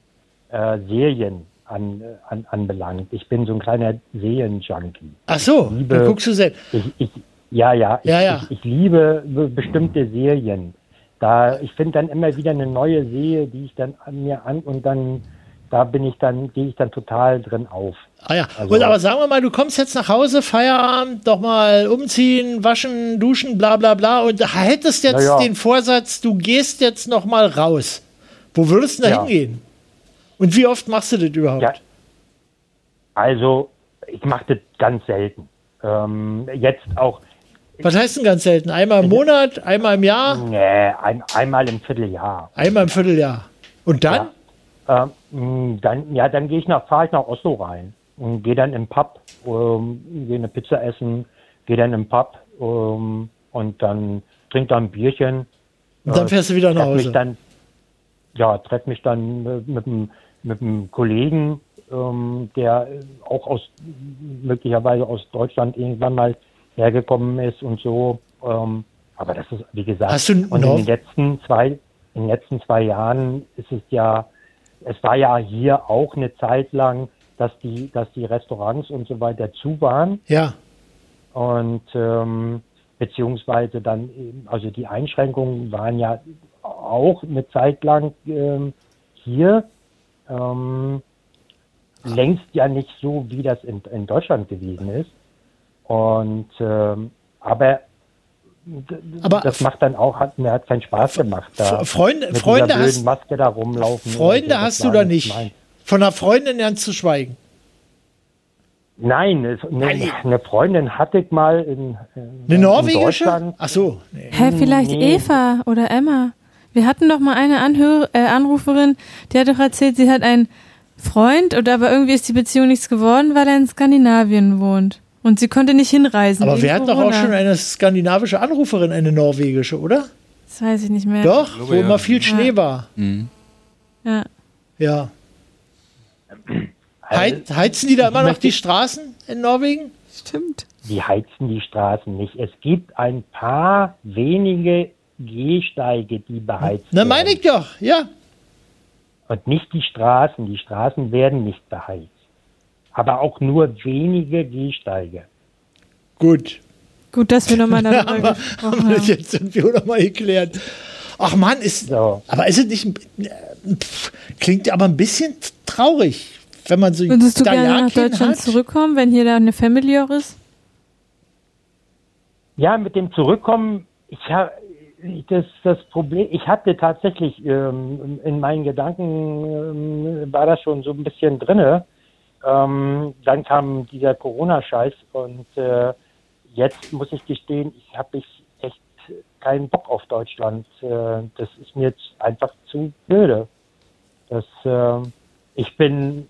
Speaker 12: äh, Serien an, äh, an, anbelangt. Ich bin so ein kleiner Serienjunkie.
Speaker 5: Ach so,
Speaker 12: Liebe-
Speaker 5: dann guckst du selbst.
Speaker 12: Ich, ich, ja, ja, ich,
Speaker 5: Ja, ja.
Speaker 12: Ich, ich liebe be- bestimmte Serien. Da, ich finde dann immer wieder eine neue Serie, die ich dann an mir an und dann, da bin ich dann, gehe ich dann total drin auf.
Speaker 5: Ah ja.
Speaker 12: Also-
Speaker 5: und, aber sagen wir mal, du kommst jetzt nach Hause, Feierabend, doch mal umziehen, waschen, duschen, bla bla bla und hättest jetzt
Speaker 12: Na ja.
Speaker 5: den Vorsatz, du gehst jetzt noch mal raus. Wo würdest du da
Speaker 12: Ja.
Speaker 5: hingehen? Und wie oft machst du das überhaupt?
Speaker 12: Ja. Also, ich mache das ganz selten. Ähm, jetzt auch,
Speaker 5: Was heißt denn ganz selten? Einmal
Speaker 12: Also-
Speaker 5: im Monat, einmal im Jahr,
Speaker 12: nee, ein, einmal im Vierteljahr.
Speaker 5: einmal im Vierteljahr. Und dann?
Speaker 12: Ähm, mh, dann, ja, dann gehe ich nach, fahre ich nach Oslo rein und gehe dann im Pub, ähm, gehe eine Pizza essen, gehe dann im Pub ähm, und dann trinke dann ein Bierchen.
Speaker 5: Und dann fährst du wieder nach
Speaker 12: treff
Speaker 5: Hause.
Speaker 12: Äh, Mich dann, ja, treffe mich dann äh, mit einem mit einem Kollegen, ähm, der äh, auch aus möglicherweise aus Deutschland irgendwann mal hergekommen ist und so. Ähm, aber das ist, wie gesagt,
Speaker 5: Hast du
Speaker 12: und in
Speaker 5: noch-
Speaker 12: den letzten zwei, in den letzten zwei Jahren ist es ja, es war ja hier auch eine Zeit lang, dass die, dass die Restaurants und so weiter zu waren
Speaker 5: Ja.
Speaker 12: und ähm, beziehungsweise dann, eben- also die Einschränkungen waren ja auch eine Zeit lang ähm, hier. Ähm, längst ja nicht so, wie das in, in Deutschland gewesen ist. Und ähm, aber, d-
Speaker 5: Aber-
Speaker 12: das macht dann auch, hat mir hat keinen Spaß gemacht. Da
Speaker 5: F- Freunde-
Speaker 12: mit dieser
Speaker 5: Freunde
Speaker 12: blöden
Speaker 5: hast-
Speaker 12: Maske da rumlaufen.
Speaker 5: Freunde
Speaker 12: Das
Speaker 5: hast
Speaker 12: war
Speaker 5: du da nicht.
Speaker 12: meins.
Speaker 5: Von einer Freundin ganz zu schweigen.
Speaker 12: Nein, es- ne, eine Freundin hatte ich mal in, in,
Speaker 5: Eine
Speaker 12: in
Speaker 5: norwegische?
Speaker 12: Deutschland.
Speaker 5: Ach so. Nee.
Speaker 6: Hä, vielleicht
Speaker 12: Nee.
Speaker 6: Eva oder Emma. Wir hatten doch mal eine Anhör äh, Anruferin, die hat doch erzählt, sie hat einen Freund und aber irgendwie ist die Beziehung nichts geworden, weil er in Skandinavien wohnt. Und sie konnte nicht hinreisen.
Speaker 5: Aber
Speaker 6: wegen
Speaker 5: wir hatten doch auch
Speaker 6: Corona.
Speaker 5: schon eine skandinavische Anruferin, eine norwegische, oder?
Speaker 6: Das weiß ich nicht mehr.
Speaker 5: Doch,
Speaker 7: glaube,
Speaker 5: wo
Speaker 7: ja.
Speaker 5: immer viel Schnee war.
Speaker 6: Ja.
Speaker 5: Ja. Hei- Heizen die da immer noch die Straßen in Norwegen?
Speaker 2: Stimmt.
Speaker 12: die heizen die Straßen nicht. Es gibt ein paar wenige Gehsteige, die beheizt
Speaker 5: Na,
Speaker 12: werden.
Speaker 5: meine ich doch, ja.
Speaker 12: Und nicht die Straßen. Die Straßen werden nicht beheizt. Aber auch nur wenige Gehsteige.
Speaker 5: Gut.
Speaker 6: Gut, dass wir nochmal darüber gesprochen
Speaker 5: Haben wir das
Speaker 6: haben.
Speaker 5: jetzt sind wir noch mal geklärt. Ach Mann, ist,
Speaker 12: So.
Speaker 5: aber ist es nicht, ein- äh, pff, klingt aber ein bisschen traurig, wenn man so
Speaker 6: Würdest du
Speaker 5: da ja
Speaker 6: gerne nach
Speaker 5: keinen
Speaker 6: Deutschland
Speaker 5: hat.
Speaker 6: zurückkommen, wenn hier da eine Family auch ist?
Speaker 12: Ja, mit dem Zurückkommen, ich habe das, das Problem, ich hatte tatsächlich ähm, in meinen Gedanken ähm, war das schon so ein bisschen drinne, Ähm, dann kam dieser Corona-Scheiß und äh, jetzt muss ich gestehen, ich habe ich echt keinen Bock auf Deutschland. Äh, das ist mir jetzt einfach zu blöde. Das, äh, ich bin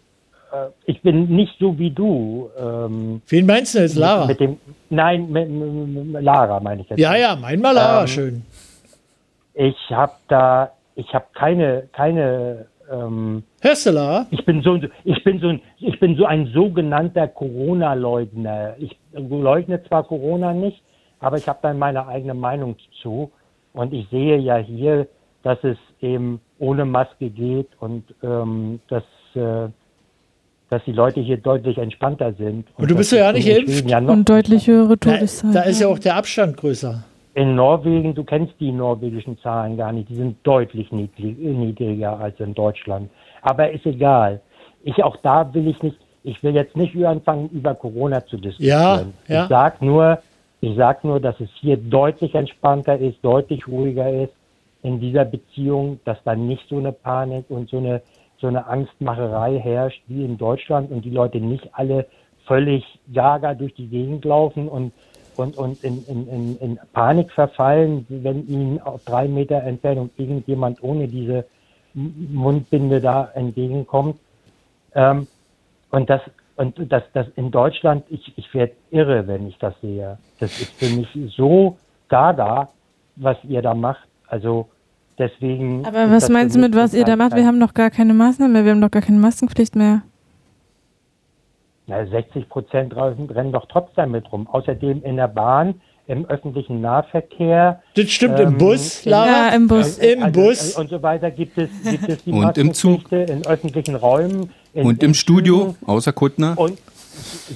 Speaker 12: äh, ich bin nicht so wie du. Ähm,
Speaker 5: Wen meinst du jetzt, Lara?
Speaker 12: Mit, mit dem, nein, mit, mit, mit Lara meine ich jetzt.
Speaker 5: Ja, ja, mein mal Lara,
Speaker 12: Ähm.
Speaker 5: schön.
Speaker 12: Ich habe da, ich habe keine, keine. Ähm,
Speaker 5: Hörst du, Lara?
Speaker 12: Ich bin so, ich bin so, ein- ich bin so ein sogenannter Corona-Leugner. Ich leugne zwar Corona nicht, aber ich habe da meine eigene Meinung zu. Und ich sehe ja hier, dass es eben ohne Maske geht und ähm, dass äh, dass die Leute hier deutlich entspannter sind.
Speaker 5: Und du bist ja
Speaker 12: dass
Speaker 5: ja
Speaker 12: es
Speaker 5: nicht
Speaker 12: in Schweden
Speaker 5: geimpft.
Speaker 12: Ja noch
Speaker 6: deutlich höhere
Speaker 5: Todeszahl. Da, da ist ja auch der Abstand größer.
Speaker 12: in Norwegen, du kennst die norwegischen Zahlen gar nicht, die sind deutlich niedrig, niedriger als in Deutschland. Aber ist egal. Ich auch da will ich nicht, ich will jetzt nicht anfangen, über Corona zu diskutieren.
Speaker 5: Ja, ja.
Speaker 12: Ich sag nur, ich sag nur, dass es hier deutlich entspannter ist, deutlich ruhiger ist in dieser Beziehung, dass da nicht so eine Panik und so eine so eine Angstmacherei herrscht wie in Deutschland und die Leute nicht alle völlig gaga durch die Gegend laufen und und, und in, in, in, in Panik verfallen, wenn ihnen auf drei Meter Entfernung irgendjemand ohne diese M- Mundbinde da entgegenkommt. Ähm, und das und das, das in Deutschland, ich, ich werde irre, wenn ich das sehe. Das ist für mich so gaga, was ihr da macht. Also deswegen.
Speaker 6: Aber
Speaker 12: ist das
Speaker 6: was
Speaker 12: für
Speaker 6: meinst du
Speaker 12: mich
Speaker 6: mit was ihr da
Speaker 12: kein-
Speaker 6: macht?
Speaker 12: kein-
Speaker 6: Wir haben noch gar keine Maßnahmen mehr, wir haben noch gar keine Maskenpflicht mehr.
Speaker 12: Na, 60 Prozent rennen doch trotzdem mit rum. Außerdem in der Bahn, im öffentlichen Nahverkehr. äh,
Speaker 5: Das stimmt, im Bus, Lara? Ja, im Bus. Im Bus.
Speaker 12: Ähm, Also, Und so weiter gibt es, gibt es die
Speaker 7: Und im
Speaker 12: Maskenpflichte in öffentlichen Räumen. In,
Speaker 7: Und im Studio, außer Kuttner.
Speaker 12: und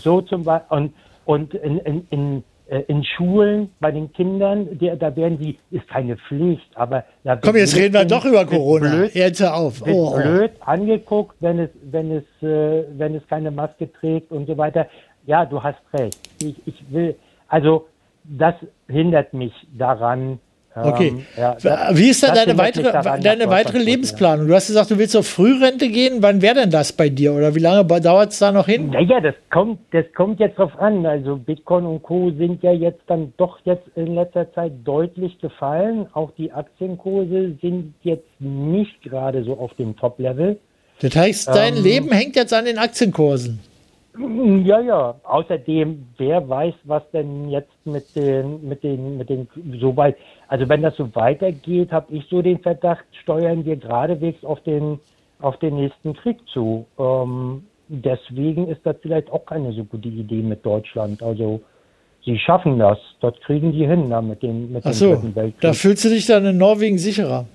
Speaker 12: so zum Beispiel und, und in, in, in, äh, in Schulen bei den Kindern, der, da werden die, ist keine Pflicht, aber da
Speaker 5: Komm, jetzt reden wir doch über Corona.
Speaker 12: Blöd,
Speaker 5: jetzt hör auf.
Speaker 12: Wird
Speaker 5: Oh, oh.
Speaker 12: blöd angeguckt, wenn es, wenn es, äh, wenn es keine Maske trägt und so weiter. Ja, du hast recht. Ich, ich will, also das hindert mich daran. ähm,
Speaker 5: Okay.
Speaker 12: ja, das-
Speaker 5: Wie ist da
Speaker 12: das
Speaker 5: deine
Speaker 12: hindert mich
Speaker 5: weitere,
Speaker 12: daran,
Speaker 5: deine
Speaker 12: nach
Speaker 5: weitere
Speaker 12: Deutschland zu gehen.
Speaker 5: Lebensplanung? Du hast gesagt, du willst auf Frührente gehen. Wann wäre denn das bei dir? Oder wie lange dauert es da noch hin?
Speaker 12: Naja, das kommt, das kommt jetzt drauf an. Also Bitcoin und Co. sind ja jetzt dann doch jetzt in letzter Zeit deutlich gefallen. Auch die Aktienkurse sind jetzt nicht gerade so auf dem Top-Level.
Speaker 5: Das heißt, dein
Speaker 12: Ähm,
Speaker 5: Leben hängt jetzt an den Aktienkursen.
Speaker 12: Mm, Ja, ja. Außerdem, wer weiß, was denn jetzt mit den, mit den, mit den, so weit, also wenn das so weitergeht, habe ich so den Verdacht, steuern wir geradewegs auf den, auf den nächsten Krieg zu. Ähm, deswegen ist das vielleicht auch keine so gute Idee mit Deutschland. Also, sie schaffen das. Das kriegen die hin, da mit dem, mit
Speaker 5: Ach
Speaker 12: dem
Speaker 5: so,
Speaker 12: Dritten
Speaker 5: da
Speaker 12: Weltkrieg.
Speaker 5: fühlst du dich dann in Norwegen sicherer.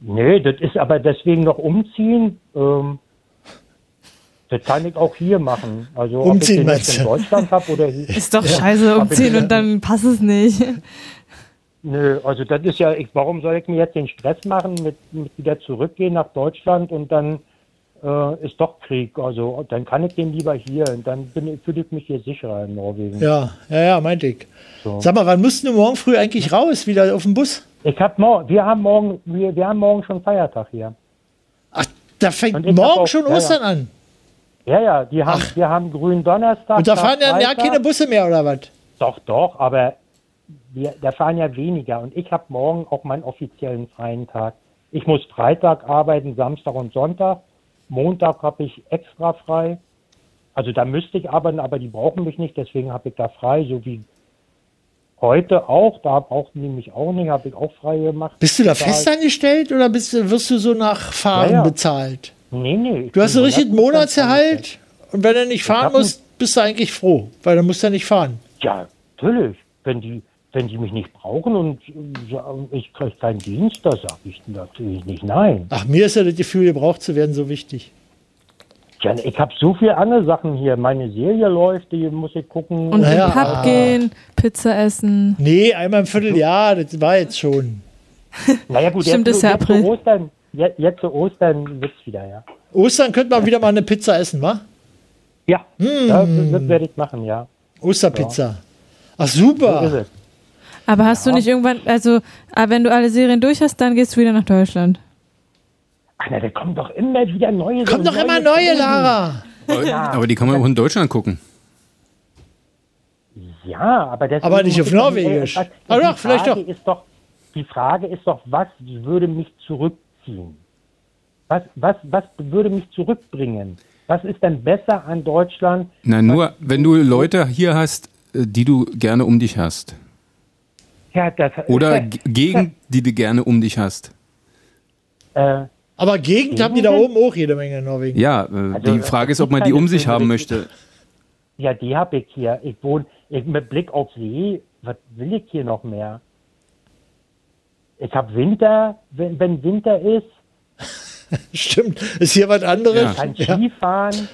Speaker 12: Nee, das ist aber deswegen noch umziehen. Ähm, das kann ich auch hier machen. Also
Speaker 5: Umziehen,
Speaker 12: ob ich den jetzt
Speaker 5: meinst
Speaker 12: in
Speaker 5: du?
Speaker 12: Deutschland habe oder
Speaker 6: Ist doch scheiße umziehen und dann passt es nicht.
Speaker 12: Nö, also das ist ja, ich, warum soll ich mir jetzt den Stress machen, mit, mit wieder zurückgehen nach Deutschland und dann äh, ist doch Krieg. Also dann kann ich den lieber hier und dann bin, ich- fühle ich mich hier sicherer in Norwegen.
Speaker 5: Ja, ja, ja, meinte ich.
Speaker 12: So.
Speaker 5: Sag mal, wann musst du morgen früh eigentlich raus? Wieder auf den Bus?
Speaker 12: Ich hab mor wir haben morgen, wir, wir haben morgen schon Feiertag hier.
Speaker 5: Da fängt
Speaker 12: Und ich hab
Speaker 5: morgen
Speaker 12: auch-
Speaker 5: schon
Speaker 12: ja, ja.
Speaker 5: Ostern an.
Speaker 12: Ja, ja, die haben, wir haben grünen Donnerstag.
Speaker 5: Und da fahren ja, ja
Speaker 12: Karfreitag.
Speaker 5: keine Busse mehr, oder was?
Speaker 12: Doch, doch, aber wir, da fahren ja weniger. Und ich habe morgen auch meinen offiziellen freien Tag. Ich muss Freitag arbeiten, Samstag und Sonntag. Montag habe ich extra frei. Also da müsste ich arbeiten, aber die brauchen mich nicht, deswegen habe ich da frei, so wie heute auch. Da brauchten die mich auch nicht, habe ich auch frei gemacht.
Speaker 5: Bist du da
Speaker 12: Total.
Speaker 5: festangestellt oder bist, du- wirst du so nach Fahren
Speaker 12: Ja, ja.
Speaker 5: bezahlt?
Speaker 12: Nee, nee. ich
Speaker 5: Du hast
Speaker 12: bin
Speaker 5: einen richtigen Monatsgehalt und wenn du nicht fahren
Speaker 12: hab einen-
Speaker 5: musst, bist du eigentlich froh, weil dann musst du ja nicht fahren.
Speaker 12: Ja, natürlich. Wenn die, wenn die mich nicht brauchen und äh, sagen, ich kriege keinen Dienst, da sage ich natürlich nicht nein.
Speaker 5: Ach, mir ist ja das Gefühl, gebraucht zu werden, so wichtig.
Speaker 12: Ja, ich habe so viele andere Sachen hier. Meine Serie läuft, die muss ich gucken.
Speaker 6: Und
Speaker 5: Naja, ah.
Speaker 6: in den Pub
Speaker 5: aber-
Speaker 6: gehen, Pizza essen.
Speaker 5: Nee, einmal im Vierteljahr, das war jetzt schon.
Speaker 12: naja, gut,
Speaker 6: Stimmt,
Speaker 12: jetzt,
Speaker 6: ist ja
Speaker 12: jetzt
Speaker 6: April.
Speaker 12: Zu Ostern, jetzt, jetzt zu Ostern wird's wieder, ja.
Speaker 5: Ostern könnte man wieder mal eine Pizza essen, wa?
Speaker 12: Ja, das,
Speaker 5: Hm.
Speaker 12: das werde ich machen, ja.
Speaker 5: Osterpizza. Ach,
Speaker 12: So ist
Speaker 5: super.
Speaker 12: es.
Speaker 6: Aber hast du nicht irgendwann, also ah, wenn du alle Serien durch hast, dann gehst du wieder nach Deutschland.
Speaker 12: Ach, na, da kommen doch immer wieder neue.
Speaker 5: Kommen doch immer neue, Lara.
Speaker 12: Ja.
Speaker 7: Aber die kann man auch in Deutschland gucken.
Speaker 12: Ja, aber deswegen
Speaker 5: Aber nicht
Speaker 12: muss
Speaker 5: auf
Speaker 12: ich doch-
Speaker 5: Norwegisch.
Speaker 12: Äh, was-
Speaker 5: Ah,
Speaker 12: die
Speaker 5: doch, vielleicht
Speaker 12: Frage
Speaker 5: doch.
Speaker 12: Ist doch. Die Frage ist doch, was würde mich zurückziehen? Was, was, was würde mich zurückbringen? Was ist denn besser an Deutschland?
Speaker 7: Na, nur, wenn du Leute hier hast, äh, die du gerne um dich hast.
Speaker 12: Ja, das, äh,
Speaker 7: Oder g- gegen, die du gerne um dich hast.
Speaker 12: äh,
Speaker 5: Aber
Speaker 12: Mhm.
Speaker 5: Gegend haben die da oben auch jede Menge in Norwegen.
Speaker 7: Ja,
Speaker 12: Also,
Speaker 7: äh, die Frage ist, ob man die um sich haben möchte.
Speaker 12: Ja, die habe ich hier. Ich wohne ich, mit Blick auf See. Was will ich hier noch mehr? Ich habe Winter, wenn, wenn Winter ist.
Speaker 5: Stimmt. Ist hier was anderes?
Speaker 12: Ich kann
Speaker 5: Ja.
Speaker 12: Skifahren.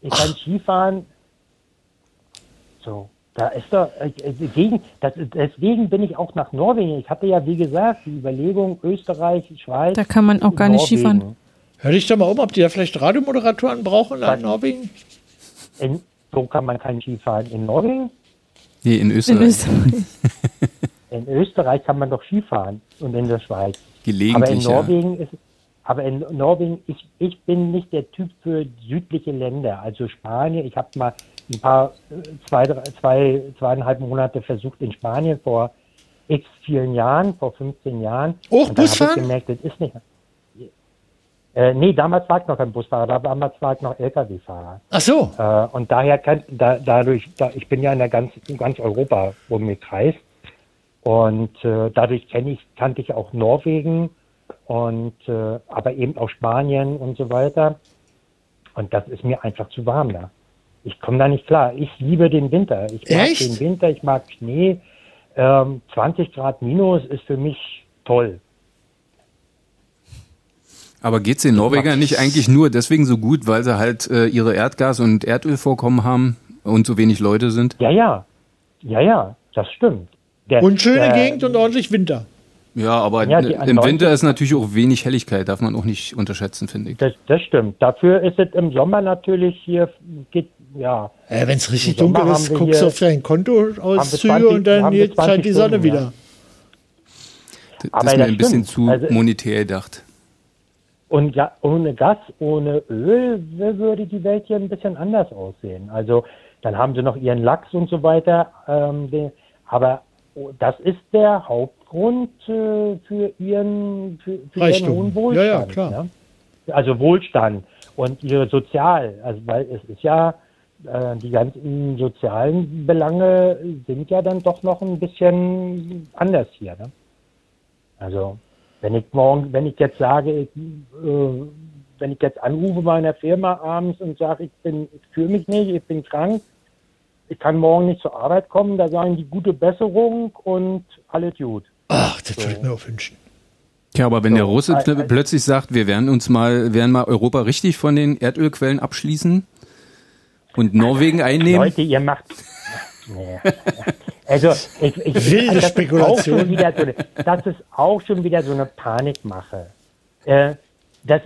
Speaker 12: Ich kann Skifahren. So, da ist doch äh, äh, gegen, das, deswegen bin ich auch nach Norwegen. Ich hatte ja, wie gesagt, die Überlegung Österreich, Schweiz.
Speaker 6: Da kann man auch gar nicht
Speaker 12: Norwegen.
Speaker 6: Skifahren.
Speaker 5: Hör dich doch mal um, ob die da vielleicht Radiomoderatoren brauchen in Norwegen.
Speaker 12: In, so kann man kein Skifahren. In Norwegen,
Speaker 7: Nee, in Österreich.
Speaker 12: in Österreich kann man doch Skifahren und in der Schweiz. aber in
Speaker 7: Gelegentlich, ja.
Speaker 12: Norwegen ist aber in Norwegen, ich, ich bin nicht der Typ für südliche Länder. Also Spanien, ich habe mal ein paar, äh, zwei, drei, zwei, zweieinhalb Monate versucht in Spanien vor x vielen Jahren, vor 15 Jahren.
Speaker 5: Auch
Speaker 12: Und dann hab
Speaker 5: Busfahren?
Speaker 12: Ich gemerkt, das ist nicht. Äh, nee, damals war ich noch kein Busfahrer, damals war ich noch Lkw-Fahrer.
Speaker 5: Ach so.
Speaker 12: Äh, und daher kann, da, dadurch, da, ich bin ja in der ganz, in ganz Europa rumgekreist. Und äh, dadurch kenn ich, kannte ich auch Norwegen und äh, aber eben auch Spanien und so weiter. Und das ist mir einfach zu warm da. Ich komme da nicht klar. Ich liebe den Winter. Ich mag
Speaker 5: Echt?
Speaker 12: den Winter, ich mag Schnee. Ähm, 20 Grad minus ist für mich toll.
Speaker 7: Aber geht's den Norwegern nicht eigentlich nur deswegen so gut, weil sie halt äh, ihre Erdgas- und Erdölvorkommen haben und so wenig Leute sind?
Speaker 12: Ja, ja. Ja, ja, das stimmt. Der,
Speaker 5: Und schöne
Speaker 12: der-
Speaker 5: Gegend und ordentlich Winter.
Speaker 7: Ja, aber
Speaker 12: Ja, die
Speaker 7: äh, im
Speaker 12: Leute-
Speaker 7: Winter ist natürlich auch wenig Helligkeit, darf man auch nicht unterschätzen, finde ich.
Speaker 12: Das, das stimmt. Dafür ist es im Sommer natürlich hier, geht, ja.
Speaker 5: Äh, Wenn es richtig
Speaker 12: Im Sommer
Speaker 5: dunkel
Speaker 12: haben
Speaker 5: ist,
Speaker 12: wir
Speaker 5: guckst du
Speaker 12: hier-
Speaker 5: auf dein
Speaker 12: haben wir
Speaker 5: Kontoauszüge
Speaker 12: 20
Speaker 5: und dann
Speaker 12: haben wir
Speaker 5: jetzt scheint die
Speaker 12: 20
Speaker 5: Sonne
Speaker 12: Stunden,
Speaker 5: wieder.
Speaker 12: ja.
Speaker 7: Das
Speaker 12: Aber
Speaker 7: ist mir
Speaker 12: das
Speaker 7: ein bisschen
Speaker 12: stimmt.
Speaker 7: zu
Speaker 12: Also-
Speaker 7: monetär gedacht.
Speaker 12: Und ja, ohne Gas, ohne Öl w- würde die Welt hier ein bisschen anders aussehen. Also dann haben sie noch ihren Lachs und so weiter. Ähm, den, aber o- das ist der Hauptgrund äh, für ihren für, für ihren
Speaker 5: Reichtum.
Speaker 12: hohen
Speaker 5: Ja,
Speaker 12: Wohlstand.
Speaker 5: ja, klar.
Speaker 12: Ne? Also Wohlstand und ihre Sozial, also weil es ist ja äh, die ganzen sozialen Belange sind ja dann doch noch ein bisschen anders hier. Ne? Also, wenn ich morgen, wenn ich jetzt sage, ich, äh, wenn ich jetzt anrufe bei einer Firma abends und sage, ich bin, ich fühle mich nicht, ich bin krank, ich kann morgen nicht zur Arbeit kommen, da sagen die gute Besserung und alles gut.
Speaker 5: Ach, das würde ich mir auch wünschen.
Speaker 7: Ja, aber wenn der Russe
Speaker 12: al-
Speaker 7: pl- plötzlich sagt, wir werden uns mal, werden mal Europa richtig von den Erdölquellen abschließen und Norwegen einnehmen.
Speaker 12: Leute, ihr macht. Nee. Also, ich, ich,
Speaker 5: Wilde
Speaker 12: das Ist auch
Speaker 5: Spekulation.
Speaker 12: schon wieder so eine, das ist auch schon wieder so eine Panikmache. Äh, das,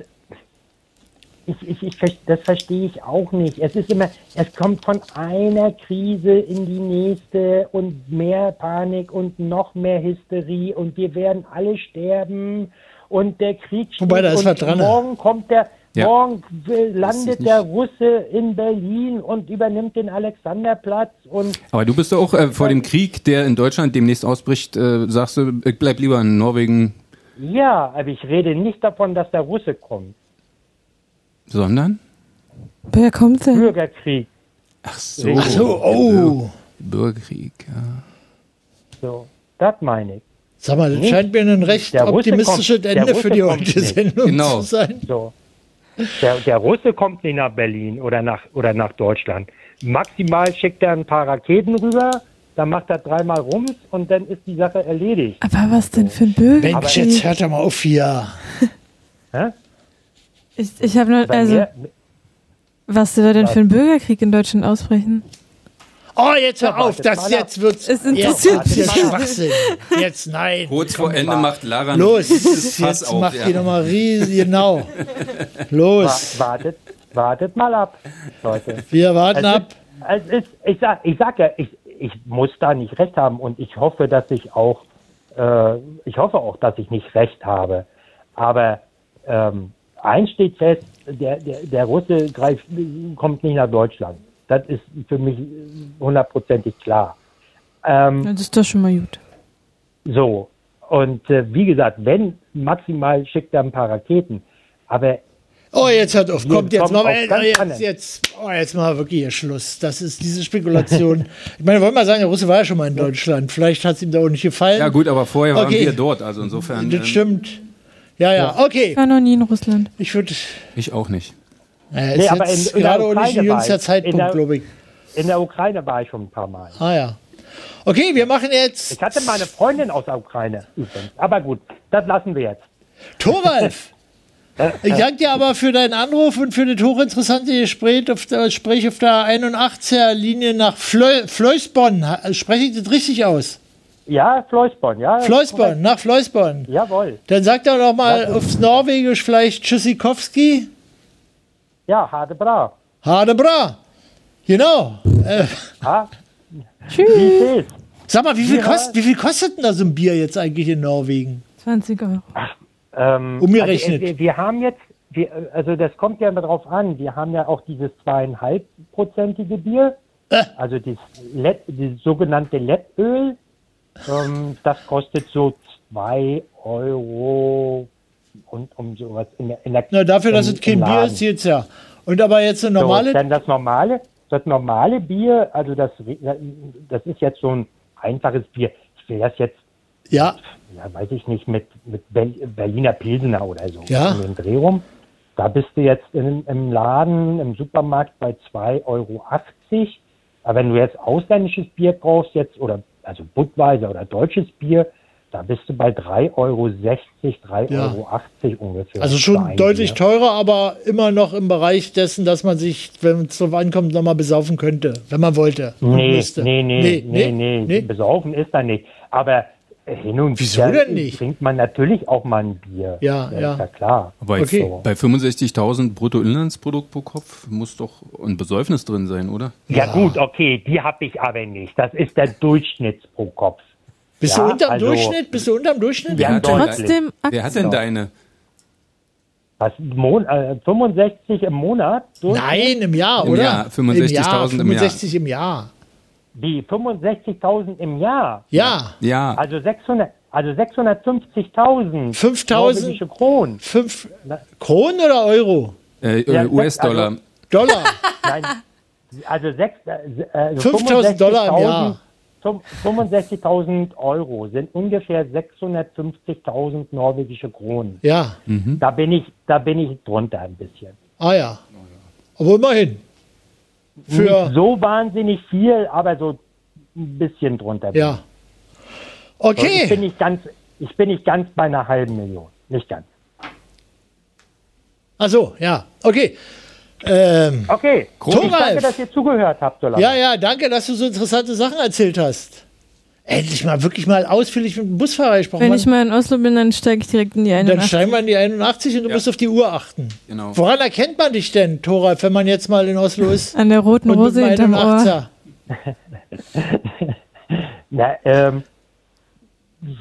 Speaker 12: ich, ich, ich, ver- das verstehe ich auch nicht. Es ist immer, es kommt von einer Krise in die nächste und mehr Panik und noch mehr Hysterie und wir werden alle sterben und der Krieg
Speaker 5: Wobei, da
Speaker 12: steht
Speaker 5: ist was
Speaker 12: und
Speaker 5: dran.
Speaker 12: morgen kommt der,
Speaker 7: Ja.
Speaker 12: morgen äh,
Speaker 7: Das ist
Speaker 12: landet
Speaker 7: nicht-
Speaker 12: der Russe in Berlin und übernimmt den Alexanderplatz und
Speaker 7: Aber du bist doch auch äh, vor dem Krieg, der in Deutschland demnächst ausbricht, äh, sagst du, ich bleib lieber in Norwegen,
Speaker 12: ja, aber ich rede nicht davon, dass der Russe kommt.
Speaker 7: sondern?
Speaker 6: Wer kommt denn?
Speaker 12: Bürgerkrieg.
Speaker 7: Ach so.
Speaker 12: Ach
Speaker 5: so, oh.
Speaker 7: Der Bür- Bürgerkrieg, ja.
Speaker 12: So, das meine ich.
Speaker 5: Sag mal, das
Speaker 12: Nee.
Speaker 5: scheint mir ein
Speaker 12: Hm?
Speaker 5: recht
Speaker 12: Der Russe
Speaker 5: optimistisches
Speaker 12: kommt- der
Speaker 5: Ende für
Speaker 12: Russe
Speaker 5: die
Speaker 12: kommt
Speaker 5: heutige
Speaker 12: nicht.
Speaker 5: Sendung
Speaker 7: Genau.
Speaker 5: zu sein.
Speaker 12: So. Der, der Russe kommt nicht nach Berlin oder nach, oder nach Deutschland. Maximal schickt er ein paar Raketen rüber, dann macht er dreimal Rums und dann ist die Sache erledigt.
Speaker 6: Aber was denn für ein
Speaker 5: Mensch, jetzt
Speaker 6: Bürgerkrieg?
Speaker 5: hört doch mal auf hier.
Speaker 12: Hä?
Speaker 6: Ich, ich habe nur,
Speaker 12: Bei
Speaker 6: also,
Speaker 12: mir-
Speaker 6: was soll denn für ein Bürgerkrieg in Deutschland ausbrechen?
Speaker 5: Oh, jetzt hör
Speaker 12: warte,
Speaker 5: auf, das
Speaker 12: mal
Speaker 5: jetzt wird's.
Speaker 6: Es
Speaker 5: jetzt
Speaker 6: interessiert
Speaker 5: wird's
Speaker 6: mich.
Speaker 5: ja Schwachsinn. Jetzt nein.
Speaker 7: Kurz vor Ende macht Lara
Speaker 5: Los,
Speaker 7: das
Speaker 5: jetzt macht die nochmal riesig. Genau. Los,
Speaker 12: wa- wartet, wartet mal ab, Leute.
Speaker 5: wir warten
Speaker 12: Es
Speaker 5: ab.
Speaker 12: Ist, es ist, ich sag, ich sag ja, ich, ich muss da nicht recht haben und ich hoffe, dass ich auch, äh, ich hoffe auch, dass ich nicht recht habe. Aber ähm, eins steht fest, der, der, der Russe greift, kommt nicht nach Deutschland. Das ist für mich hundertprozentig klar. Ähm,
Speaker 6: Das ist doch schon mal gut.
Speaker 12: so, und äh, wie gesagt, wenn, maximal schickt er ein paar Raketen. Aber
Speaker 5: Oh, jetzt hört auf,
Speaker 12: Wir
Speaker 5: kommt jetzt
Speaker 12: kommen
Speaker 5: mal,
Speaker 12: auf
Speaker 5: äh,
Speaker 12: ganz
Speaker 5: jetzt,
Speaker 12: andere.
Speaker 5: jetzt, oh, jetzt mal wirklich hier Schluss. Das ist diese Spekulation. ich meine, wollen wir sagen, der Russe war ja schon mal in Deutschland. Vielleicht hat es ihm da auch nicht gefallen.
Speaker 7: Ja gut, aber vorher waren
Speaker 5: Okay.
Speaker 7: wir dort, also insofern. ähm,
Speaker 5: Das stimmt. Ja, ja, okay.
Speaker 6: Ich war noch nie in Russland.
Speaker 5: Ich würde.
Speaker 7: Ich auch nicht.
Speaker 5: Naja, ist jetzt gerade auch nicht ein jüngster Zeitpunkt, glaube ich.
Speaker 12: In der Ukraine war ich schon ein paar Mal.
Speaker 5: Ah ja. Okay, wir machen jetzt.
Speaker 12: Ich hatte meine Freundin aus der Ukraine übrigens. Aber gut, das lassen wir jetzt.
Speaker 5: Toralf! Ich danke dir aber für deinen Anruf und für das hochinteressante Gespräch auf der, Gespräch auf der 81er Linie nach Flö Flößborn. Ha- Spreche ich das richtig aus?
Speaker 12: Ja, Flößborn, ja.
Speaker 5: Flößborn, nach Flößborn.
Speaker 12: Jawohl.
Speaker 5: Dann sag doch noch mal
Speaker 12: Ja.
Speaker 5: aufs Norwegisch vielleicht Tschüssikowski.
Speaker 12: Ja, harte Bra.
Speaker 5: Hade bra. Genau. Äh,
Speaker 12: Ha?
Speaker 6: Tschüss.
Speaker 5: Sag mal, wie viel,
Speaker 6: Ja.
Speaker 5: kost, wie viel kostet denn da so ein Bier jetzt eigentlich in Norwegen?
Speaker 6: 20 Euro.
Speaker 12: Ähm,
Speaker 5: Umgerechnet.
Speaker 12: Also, äh, wir, wir haben jetzt, wir, äh, also das kommt ja immer drauf an, wir haben ja auch dieses zweieinhalbprozentige Bier,
Speaker 5: Äh.
Speaker 12: also dieses, Let, dieses sogenannte Lettöl, ähm, das kostet so zwei Euro und um sowas in der, in der
Speaker 5: Na, dafür, dass
Speaker 12: im-
Speaker 5: es kein
Speaker 12: im
Speaker 5: Bier
Speaker 12: Laden.
Speaker 5: ist, jetzt ja. Und aber jetzt eine
Speaker 12: So,
Speaker 5: normale.
Speaker 12: dann das normale, das normale Bier, also das, das ist jetzt so ein einfaches Bier. Ich will das jetzt,
Speaker 5: Ja.
Speaker 12: ja, weiß ich nicht, mit, mit Bel- Berliner Pilsener oder so.
Speaker 5: Ja.
Speaker 12: In den Dreh rum. Da bist du jetzt in, im Laden, im Supermarkt bei 2,80 Euro. Aber wenn du jetzt ausländisches Bier kaufst, jetzt, oder, also Budweiser oder deutsches Bier, da bist du bei 3,60 Euro, 3,80
Speaker 5: Ja.
Speaker 12: Euro ungefähr.
Speaker 5: Also
Speaker 12: für
Speaker 5: schon
Speaker 12: ein
Speaker 5: deutlich
Speaker 12: Bier.
Speaker 5: teurer, aber immer noch im Bereich dessen, dass man sich, wenn es drauf ankommt, nochmal besaufen könnte, wenn man wollte. und
Speaker 12: Nee,
Speaker 5: müsste.
Speaker 12: nee, nee, nee, nee, Besaufen ist da nicht. Aber hin und
Speaker 5: Wieso
Speaker 12: wieder
Speaker 5: denn nicht?
Speaker 12: trinkt man natürlich auch mal ein Bier.
Speaker 5: Ja,
Speaker 12: Das
Speaker 5: ja.
Speaker 12: Ist ja klar.
Speaker 7: Aber bei-
Speaker 12: So.
Speaker 7: bei 65.000 Bruttoinlandsprodukt pro Kopf muss doch ein Besäufnis drin sein, oder?
Speaker 12: Ja, gut, okay, die habe ich aber nicht. Das ist der Durchschnitt pro Kopf.
Speaker 5: Bist
Speaker 12: Ja,
Speaker 5: du unterm
Speaker 12: also-
Speaker 5: Durchschnitt? Bist du unterm Durchschnitt?
Speaker 12: Ja,
Speaker 7: denn
Speaker 12: deutlich. Trotzdem
Speaker 7: deine- wer hat denn
Speaker 12: Aktien.
Speaker 7: deine?
Speaker 12: Was, Mon äh, 65 im Monat? Durchschnitt?
Speaker 5: Nein, im Jahr,
Speaker 7: Im
Speaker 5: oder?
Speaker 7: Jahr, 65.000 im Jahr.
Speaker 5: 65 im Jahr.
Speaker 12: Wie, 65.000 im Jahr?
Speaker 5: Ja.
Speaker 7: Ja,
Speaker 12: Also 600, also 650.000.
Speaker 5: 5.000?
Speaker 12: norwegische Kronen.
Speaker 5: Fünf Kronen oder Euro?
Speaker 7: äh, äh,
Speaker 12: Ja,
Speaker 7: US-Dollar.
Speaker 12: also-
Speaker 5: Dollar.
Speaker 12: Nein, also sechs, äh, also
Speaker 5: 5000 Dollar im Jahr.
Speaker 12: 65.000 Euro sind ungefähr 650.000 norwegische Kronen.
Speaker 5: ja.
Speaker 12: Da bin ich, da bin ich drunter ein bisschen.
Speaker 5: Ah ja. Aber immerhin. Für.
Speaker 12: Nicht so wahnsinnig viel, aber so ein bisschen drunter. bin
Speaker 5: Ja.
Speaker 12: ich. So, Ich bin
Speaker 5: Okay.
Speaker 12: nicht ganz, ich bin nicht ganz bei einer halben Million, nicht ganz.
Speaker 5: Also ja. Okay. Ähm,
Speaker 12: Okay,
Speaker 5: Kronen.
Speaker 12: ich danke, dass ihr zugehört habt so lange.
Speaker 5: ja, ja, danke, dass du so interessante Sachen erzählt hast. Endlich mal wirklich mal ausführlich mit dem Busfahrer gesprochen.
Speaker 6: Wenn ich
Speaker 5: Mann,
Speaker 6: mal in Oslo bin, dann steige ich direkt in die eine.
Speaker 5: dann steigen wir in die 81 und du musst auf die Uhr achten.
Speaker 7: Genau.
Speaker 5: Woran erkennt man dich denn, Thoralf, wenn man jetzt mal in Oslo ist?
Speaker 6: An der roten
Speaker 5: und mit
Speaker 6: Rose
Speaker 5: dem
Speaker 6: hinterm Ohr.
Speaker 5: 81er?
Speaker 12: Na, ähm,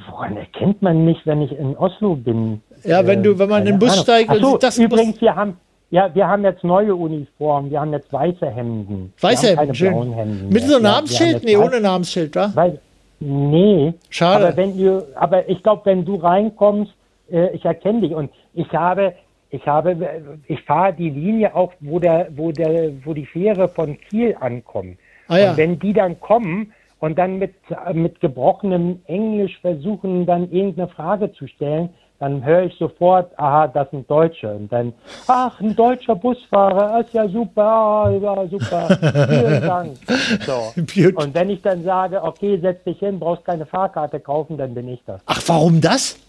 Speaker 12: woran erkennt man mich, wenn ich in Oslo bin?
Speaker 5: Ja, wenn du- wenn man in den Bus steigt und
Speaker 12: und so,
Speaker 5: sieht, das
Speaker 12: das
Speaker 5: Bus-
Speaker 12: übrigens, wir haben ja, wir haben jetzt neue Uniformen, wir haben jetzt weiße Hemden, Wir
Speaker 5: Weiße
Speaker 12: haben
Speaker 5: Hemden,
Speaker 12: keine blauen
Speaker 5: schön.
Speaker 12: Hemden.
Speaker 5: Mit so
Speaker 12: mehr. Ja, wir
Speaker 5: einem Namensschild?
Speaker 12: haben
Speaker 5: Nee,
Speaker 12: jetzt
Speaker 5: ohne Namensschild, wa?
Speaker 12: Weiß, nee.
Speaker 5: Schade.
Speaker 12: Aber wenn ihr, aber ich glaube, wenn du reinkommst, äh, ich erkenne dich und ich habe, ich habe, äh, ich fahre die Linie auch, wo der, wo der, wo die Fähre von Kiel ankommt.
Speaker 5: Ah ja.
Speaker 12: Und wenn die dann kommen und dann mit äh, mit gebrochenem Englisch versuchen, dann irgendeine Frage zu stellen. Dann höre ich sofort, aha, das sind Deutsche. Und dann, ach, ein deutscher Busfahrer, ist ja super, ah, ja, super, vielen Dank. So.
Speaker 5: Gut.
Speaker 12: Und wenn ich dann sage, okay, setz dich hin, brauchst keine Fahrkarte kaufen, dann bin ich das.
Speaker 5: Ach, warum das?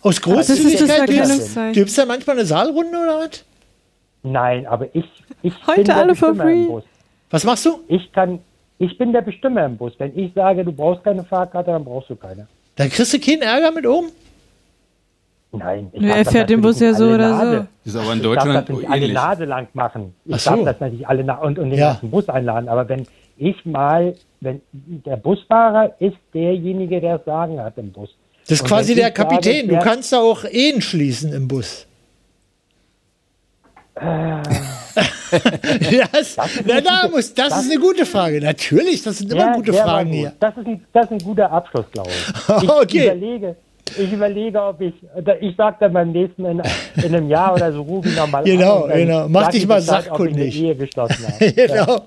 Speaker 5: Aus
Speaker 6: Das Hm. ist das
Speaker 5: Großzügigkeit? Du
Speaker 6: Erkennungszeichen.
Speaker 5: gibst dann manchmal eine Saalrunde oder was?
Speaker 12: Nein, aber ich, ich
Speaker 6: Heute
Speaker 12: bin der
Speaker 6: alle for
Speaker 12: Bestimmer
Speaker 6: free.
Speaker 12: im Bus.
Speaker 5: Was machst du?
Speaker 12: Ich kann, ich bin der Bestimmer im Bus. Wenn ich sage, du brauchst keine Fahrkarte, dann brauchst du keine.
Speaker 5: Dann kriegst du keinen Ärger mit oben?
Speaker 12: Nein. Ich
Speaker 6: Nö,
Speaker 12: darf
Speaker 6: er
Speaker 12: das
Speaker 6: fährt den
Speaker 12: natürlich
Speaker 6: Bus ja
Speaker 12: nicht
Speaker 6: so
Speaker 12: alle
Speaker 6: oder
Speaker 12: Nase-
Speaker 7: Ist aber in
Speaker 12: Ich darf das
Speaker 7: Deutschland
Speaker 12: nicht alle
Speaker 7: ähnlich.
Speaker 12: Nase lang machen.
Speaker 5: Ach
Speaker 12: Ich
Speaker 5: so.
Speaker 12: darf das natürlich alle na und, und den
Speaker 5: Ja.
Speaker 12: ganzen Bus einladen. Aber wenn ich mal, wenn der Busfahrer ist derjenige, der das Sagen hat im Bus.
Speaker 5: Das ist
Speaker 12: Und
Speaker 5: quasi
Speaker 12: wenn
Speaker 5: der
Speaker 12: ich sage,
Speaker 5: Kapitän. Du
Speaker 12: der-
Speaker 5: kannst da auch Ehen schließen im Bus.
Speaker 12: Äh.
Speaker 5: Das, na, da muss, das, ist eine gute Frage. Natürlich, das sind immer
Speaker 12: Ja,
Speaker 5: gute
Speaker 12: der war
Speaker 5: Fragen
Speaker 12: gut.
Speaker 5: hier.
Speaker 12: Das ist, ein, das ist ein guter Abschluss, glaube ich. Ich
Speaker 5: Okay.
Speaker 12: überlege, ich überlege, ob ich, ich sage dann beim nächsten, in, in einem Jahr oder so, rufe ich nochmal
Speaker 5: Genau,
Speaker 12: an. und dann
Speaker 5: genau. Mach
Speaker 12: sag
Speaker 5: dich
Speaker 12: ich
Speaker 5: mal
Speaker 12: Bescheid, Ob ich
Speaker 5: sachkundig.
Speaker 12: eine Ehe geschlossen habe.
Speaker 5: genau.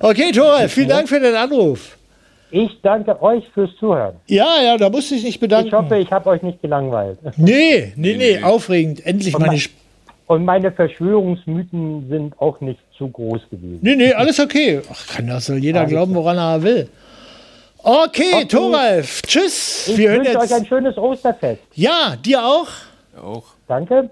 Speaker 5: Okay, Tore, vielen Dank für den Anruf.
Speaker 12: Ich danke euch fürs Zuhören.
Speaker 5: Ja, ja, da musste ich nicht bedanken.
Speaker 12: Ich hoffe, ich habe euch nicht gelangweilt.
Speaker 5: Nee, nee, nee, aufregend. Endlich
Speaker 12: Und
Speaker 5: meine.
Speaker 12: mein-
Speaker 5: Sp
Speaker 12: Und meine Verschwörungsmythen sind auch nicht zu groß gewesen.
Speaker 5: nee, nee, alles okay. Ach, kann das soll jeder glauben, woran er will. Okay,
Speaker 12: Okay.
Speaker 5: Thoralf, tschüss.
Speaker 12: Ich
Speaker 5: wir hören
Speaker 12: wünsche
Speaker 5: jetzt.
Speaker 12: euch ein schönes Osterfest.
Speaker 5: ja, dir auch.
Speaker 7: Auch.
Speaker 12: Danke.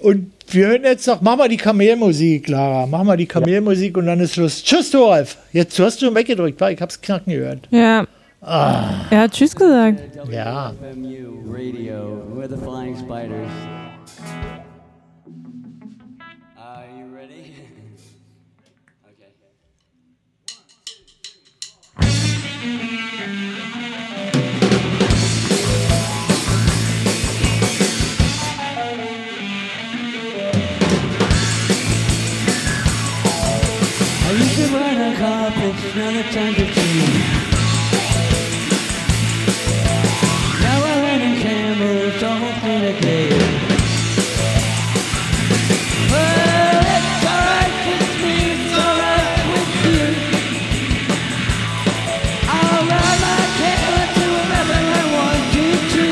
Speaker 5: Und wir hören jetzt noch, mach mal die Kamelmusik, Clara. Mach mal die Kamelmusik und dann ist Schluss. Tschüss, Thoralf. Jetzt hast du weggedrückt, weil ich hab's knacken gehört.
Speaker 6: Ja.
Speaker 5: Ah.
Speaker 6: Er hat Tschüss gesagt.
Speaker 5: Ja.
Speaker 9: Radio. We're the Flying Spiders. Are you ready? okay. I used to burn a carpet, now the time to change. Now I run in cameras almost in a day. Well, it's alright with me, it's alright with you. I'll ride my camera to wherever I want to, to.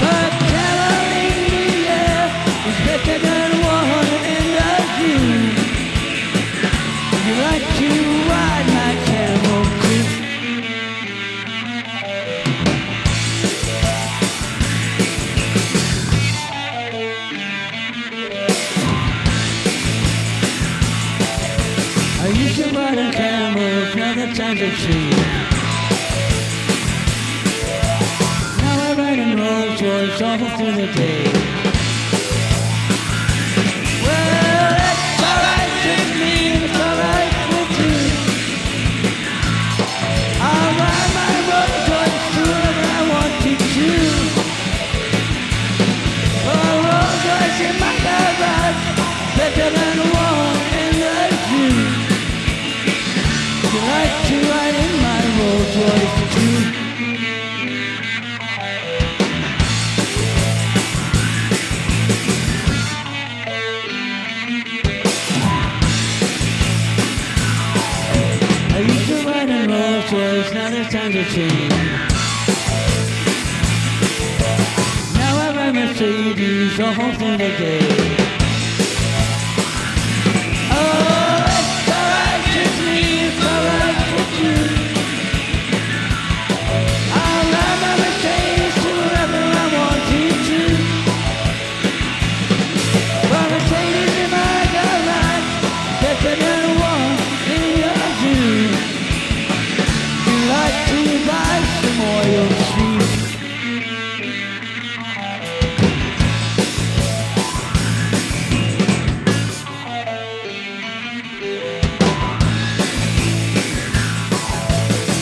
Speaker 9: But telling me, yeah, is better than one and a few. Would you like to ride my camel too? I used to ride a camel, now the times have changed. Now I ride in Rolls Royce all through the day. Well, it's alright with me, it's alright with you. I ride my Rolls Royce to wherever I want to do. A Rolls Royce in my garage, better than one in the zoo. You like to ride in my Rolls Royce too. I used to ride in Rolls Royce, now there's time to change. Now I ride Mercedes all through the day. Oh, it's alright with me, it's alright with you. I'll ride my Mercedes to wherever I want to. to. My Mercedes in my garage, better than one in your view. You like to buy some oil sweet.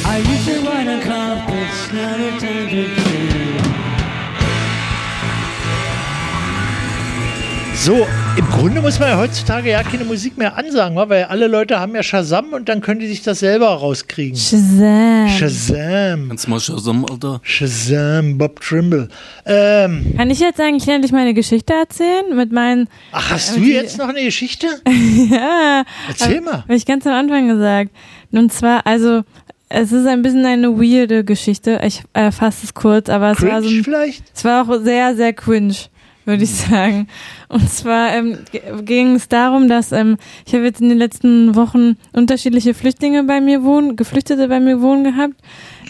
Speaker 9: I used to ride a compass, now the time to change.
Speaker 5: So, im Grunde muss man ja heutzutage ja keine Musik mehr ansagen, wa? weil alle Leute haben ja Shazam und dann können die sich das selber rauskriegen.
Speaker 6: Shazam.
Speaker 5: Shazam.
Speaker 7: Kannst du mal Shazam, Alter?
Speaker 5: Shazam, Bob Trimble. Ähm,
Speaker 6: Kann ich jetzt eigentlich endlich meine Geschichte erzählen? Mit meinen.
Speaker 5: Ach, hast
Speaker 6: äh,
Speaker 5: du
Speaker 6: die- Äh,
Speaker 5: jetzt noch eine Geschichte?
Speaker 6: ja.
Speaker 5: Erzähl
Speaker 6: Hab-
Speaker 5: mal.
Speaker 6: Hab ich ganz am Anfang gesagt. Und zwar, also, es ist ein bisschen eine weirde Geschichte. Ich äh, fasse es kurz, aber es war so.
Speaker 5: Cringe
Speaker 6: Ein,
Speaker 5: vielleicht?
Speaker 6: Es war auch sehr, sehr cringe, würde ich sagen. Und zwar ähm, g- ging es darum, dass ähm, ich habe jetzt in den letzten Wochen unterschiedliche Flüchtlinge bei mir wohnen, Geflüchtete bei mir wohnen gehabt.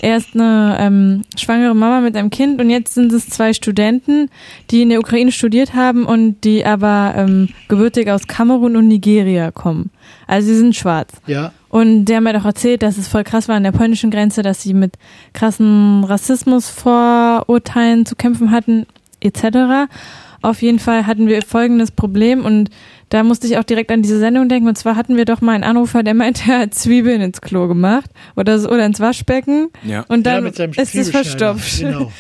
Speaker 6: Erst eine ähm, schwangere Mama mit einem Kind und jetzt sind es zwei Studenten, die in der Ukraine studiert haben und die aber ähm, gebürtig aus Kamerun und Nigeria kommen. Also sie sind schwarz.
Speaker 5: Ja.
Speaker 6: Und die haben mir doch erzählt, dass es voll krass war an der polnischen Grenze, dass sie mit krassen Rassismusvorurteilen zu kämpfen hatten, etc. Auf jeden Fall hatten wir folgendes Problem und da musste ich auch direkt an diese Sendung denken. Und zwar hatten wir doch mal einen Anrufer, der meinte, er hat Zwiebeln ins Klo gemacht oder, so, oder ins Waschbecken.
Speaker 7: Ja.
Speaker 6: Und dann
Speaker 5: Ja, mit seinem
Speaker 6: ist es
Speaker 5: Zwiebelschneider.
Speaker 6: verstopft.
Speaker 5: Genau.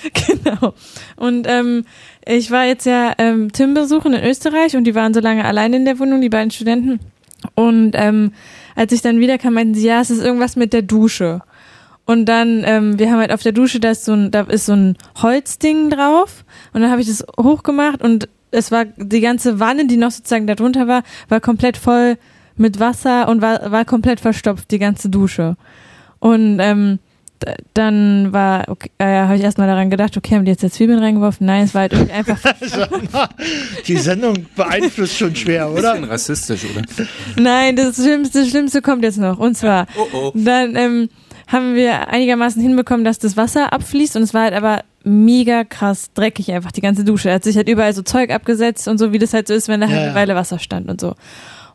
Speaker 6: genau. Und ähm, ich war jetzt ja ähm, Tim besuchen in Österreich und die waren so lange allein in der Wohnung, die beiden Studenten. Und ähm, als ich dann wiederkam, meinten sie, ja, es ist irgendwas mit der Dusche. Und dann, ähm, wir haben halt auf der Dusche, da ist so ein, da ist so ein Holzding drauf. Und dann habe ich das hochgemacht und es war die ganze Wanne, die noch sozusagen da drunter war, war komplett voll mit Wasser und war, war komplett verstopft, die ganze Dusche. Und ähm, d- dann war, okay, äh, habe ich erstmal daran gedacht, okay, haben die jetzt da Zwiebeln reingeworfen? Nein, es war halt irgendwie einfach
Speaker 5: Die Sendung beeinflusst schon schwer, oder? Bisschen
Speaker 7: rassistisch, oder?
Speaker 6: Nein, das Schlimmste, das Schlimmste kommt jetzt noch. Und zwar,
Speaker 7: Oh, oh.
Speaker 6: dann ähm, haben wir einigermaßen hinbekommen, dass das Wasser abfließt und es war halt aber mega krass dreckig einfach, die ganze Dusche. Er hat sich halt überall so Zeug abgesetzt und so, wie das halt so ist, wenn da halt
Speaker 14: Ja,
Speaker 6: eine
Speaker 14: ja.
Speaker 6: Weile Wasser stand und so.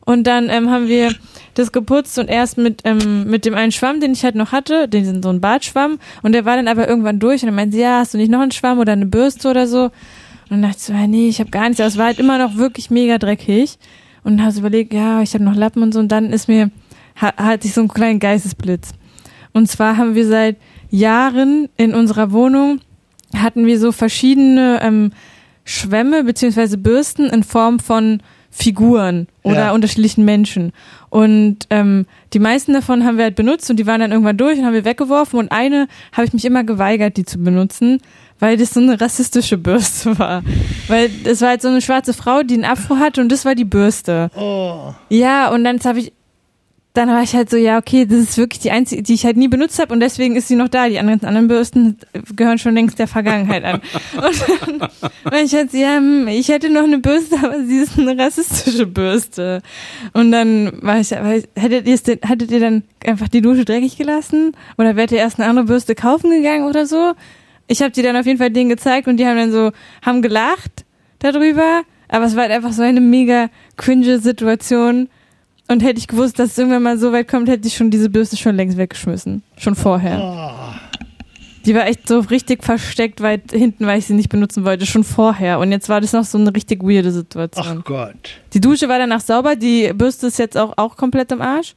Speaker 6: Und dann ähm, haben wir das geputzt und erst mit, ähm, mit dem einen Schwamm, den ich halt noch hatte, den so ein Bartschwamm, und der war dann aber irgendwann durch und dann meinte sie, ja, hast du nicht noch einen Schwamm oder eine Bürste oder so? Und dann dachte ich so, ja, nee, ich habe gar nichts. Aber es war halt immer noch wirklich mega dreckig. Und dann habe ich überlegt, ja, ich habe noch Lappen und so. Und dann ist mir, ha- hatte ich so einen kleinen Geistesblitz. Und zwar haben wir seit Jahren in unserer Wohnung, hatten wir so verschiedene ähm, Schwämme beziehungsweise Bürsten in Form von Figuren oder
Speaker 14: Ja.
Speaker 6: unterschiedlichen Menschen. Und ähm, die meisten davon haben wir halt benutzt und die waren dann irgendwann durch und haben wir weggeworfen. Und eine habe ich mich immer geweigert, die zu benutzen, weil das so eine rassistische Bürste war. Weil das war halt so eine schwarze Frau, die einen Afro hatte und das war die Bürste.
Speaker 5: Oh.
Speaker 6: Ja, und dann habe ich, dann war ich halt so, ja, okay, das ist wirklich die einzige, die ich halt nie benutzt habe und deswegen ist sie noch da. Die anderen, anderen Bürsten gehören schon längst der Vergangenheit an. Und dann war ich halt so, ja, hm, ich hätte noch eine Bürste, aber sie ist eine rassistische Bürste. Und dann war ich, war ich hättet ihr es denn, hättet ihr dann einfach die Dusche dreckig gelassen? Oder wärt ihr erst eine andere Bürste kaufen gegangen oder so? Ich habe die dann auf jeden Fall denen gezeigt und die haben dann so, haben gelacht darüber, aber es war halt einfach so eine mega cringe Situation. Und hätte ich gewusst, dass es irgendwann mal so weit kommt, hätte ich schon diese Bürste schon längst weggeschmissen. Schon
Speaker 5: Ah.
Speaker 6: vorher. Die war echt so richtig versteckt weit hinten, weil ich sie nicht benutzen wollte. Schon vorher. Und jetzt war das noch so eine richtig weirde Situation.
Speaker 5: Ach Gott.
Speaker 6: Die Dusche war danach sauber, die Bürste ist jetzt auch, auch komplett im Arsch.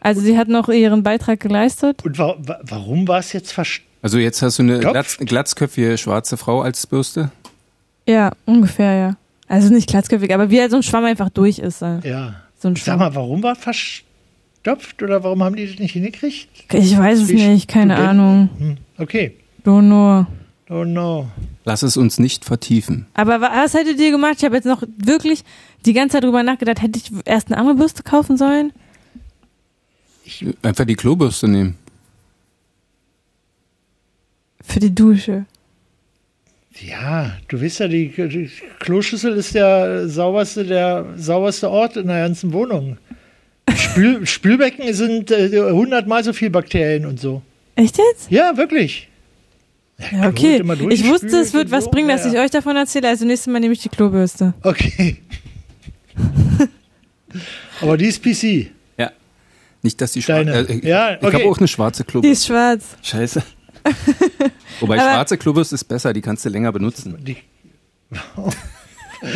Speaker 6: Also sie hat noch ihren Beitrag geleistet.
Speaker 5: Und warum war es jetzt verstopft?
Speaker 7: Also jetzt hast du eine Glatz, glatzköpfige schwarze Frau als Bürste.
Speaker 6: Ja, ungefähr, ja. Also nicht glatzköpfig, aber wie halt so ein Schwamm einfach durch ist. äh.
Speaker 5: Ja.
Speaker 6: So ein
Speaker 5: Sag
Speaker 6: Schwamm.
Speaker 5: mal, warum war verstopft oder warum haben die das nicht hingekriegt?
Speaker 6: Ich weiß es
Speaker 5: Die
Speaker 6: nicht, keine
Speaker 5: Studenten?
Speaker 6: Ahnung.
Speaker 5: Hm, Okay. Oh
Speaker 6: Don't know.
Speaker 5: Don't know.
Speaker 7: Lass es uns nicht vertiefen.
Speaker 6: Aber wa- was hättet ihr gemacht? Ich habe jetzt noch wirklich die ganze Zeit drüber nachgedacht, hätte ich erst eine andere Bürste kaufen sollen?
Speaker 7: Einfach die Klobürste nehmen.
Speaker 6: Für die Dusche.
Speaker 5: Ja, du weißt ja, die, die Kloschüssel ist der sauberste, der sauberste Ort in der ganzen Wohnung. Spül, Spülbecken sind äh, hundertmal so viel Bakterien und so.
Speaker 6: Echt jetzt?
Speaker 5: Ja, wirklich.
Speaker 6: Ja, okay.
Speaker 5: immer durch,
Speaker 6: Ich wusste, es
Speaker 5: spült
Speaker 6: wird
Speaker 5: und
Speaker 6: was
Speaker 5: so.
Speaker 6: bringen,
Speaker 5: Ja,
Speaker 6: dass
Speaker 5: ja.
Speaker 6: ich euch davon erzähle. Also nächstes Mal nehme ich die Klobürste.
Speaker 5: Okay. Aber die ist PC.
Speaker 7: Ja. Nicht, dass die schwarze. Äh,
Speaker 5: Ja,
Speaker 7: Ich
Speaker 5: okay.
Speaker 7: habe auch eine schwarze
Speaker 6: Die
Speaker 7: Klobürste.
Speaker 6: ist schwarz.
Speaker 7: Scheiße. Wobei
Speaker 6: Aber-
Speaker 7: schwarze Klobürste ist besser, die kannst du länger benutzen.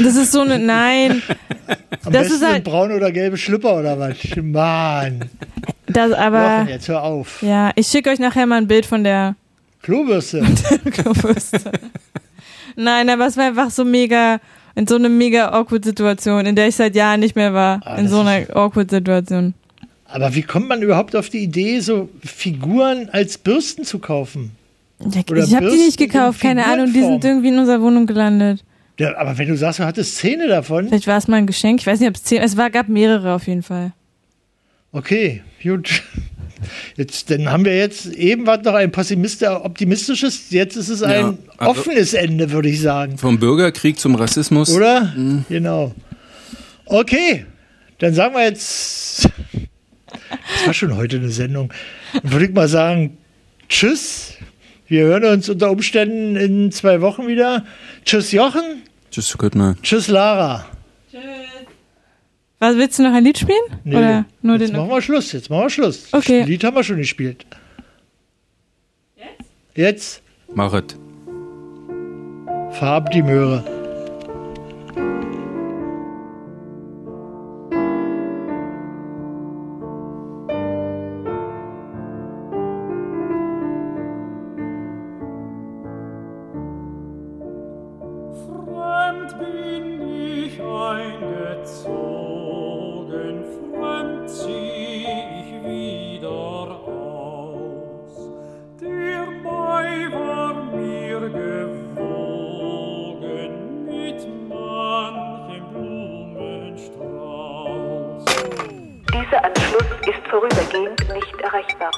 Speaker 6: Das ist so eine. Nein.
Speaker 5: Am
Speaker 6: Das
Speaker 5: besten
Speaker 6: ist halt.
Speaker 5: in braun oder gelbe Schlüpper oder was? Mann.
Speaker 6: Das aber.
Speaker 5: Jochen, jetzt hör auf.
Speaker 6: Ja, ich schicke euch nachher mal ein Bild von der
Speaker 5: Klobürste.
Speaker 6: Klobürste. Nein, aber es war einfach so mega, in so einer mega awkward Situation, in der ich seit Jahren nicht mehr war.
Speaker 5: Ah,
Speaker 6: in so einer awkward Situation.
Speaker 5: Aber wie kommt man überhaupt auf die Idee, so Figuren als Bürsten zu kaufen? Oder
Speaker 6: ich habe die
Speaker 5: Bürsten
Speaker 6: nicht gekauft,
Speaker 5: in
Speaker 6: keine Ahnung. Die sind
Speaker 5: Figurenform.
Speaker 6: irgendwie in unserer Wohnung gelandet.
Speaker 5: Ja, aber wenn du sagst, du hattest Szene davon,
Speaker 6: Vielleicht war es mal ein Geschenk. Ich weiß nicht, ob es zehn. Es war, gab mehrere auf jeden Fall.
Speaker 5: okay, gut. Jetzt, dann haben wir jetzt eben war noch ein pessimist- optimistisches, jetzt ist es ein
Speaker 7: Ja, also-
Speaker 5: offenes Ende, würde ich sagen.
Speaker 7: Vom Bürgerkrieg zum Rassismus.
Speaker 5: Oder? Genau. Okay, dann sagen wir jetzt. Das war schon heute eine Sendung. Dann würde ich mal sagen, tschüss. Wir hören uns unter Umständen in zwei Wochen wieder. Tschüss Jochen,
Speaker 7: Tschüss, Goodman.
Speaker 5: tschüss Lara.
Speaker 6: Was, willst du noch ein Lied spielen? Oder nur
Speaker 5: jetzt
Speaker 6: den.
Speaker 5: machen wir Schluss, jetzt machen wir Schluss. Okay. Lied haben wir schon gespielt. Jetzt?
Speaker 7: Mach es.
Speaker 5: Jetzt farb die Möhre.
Speaker 10: vorübergehend nicht erreichbar.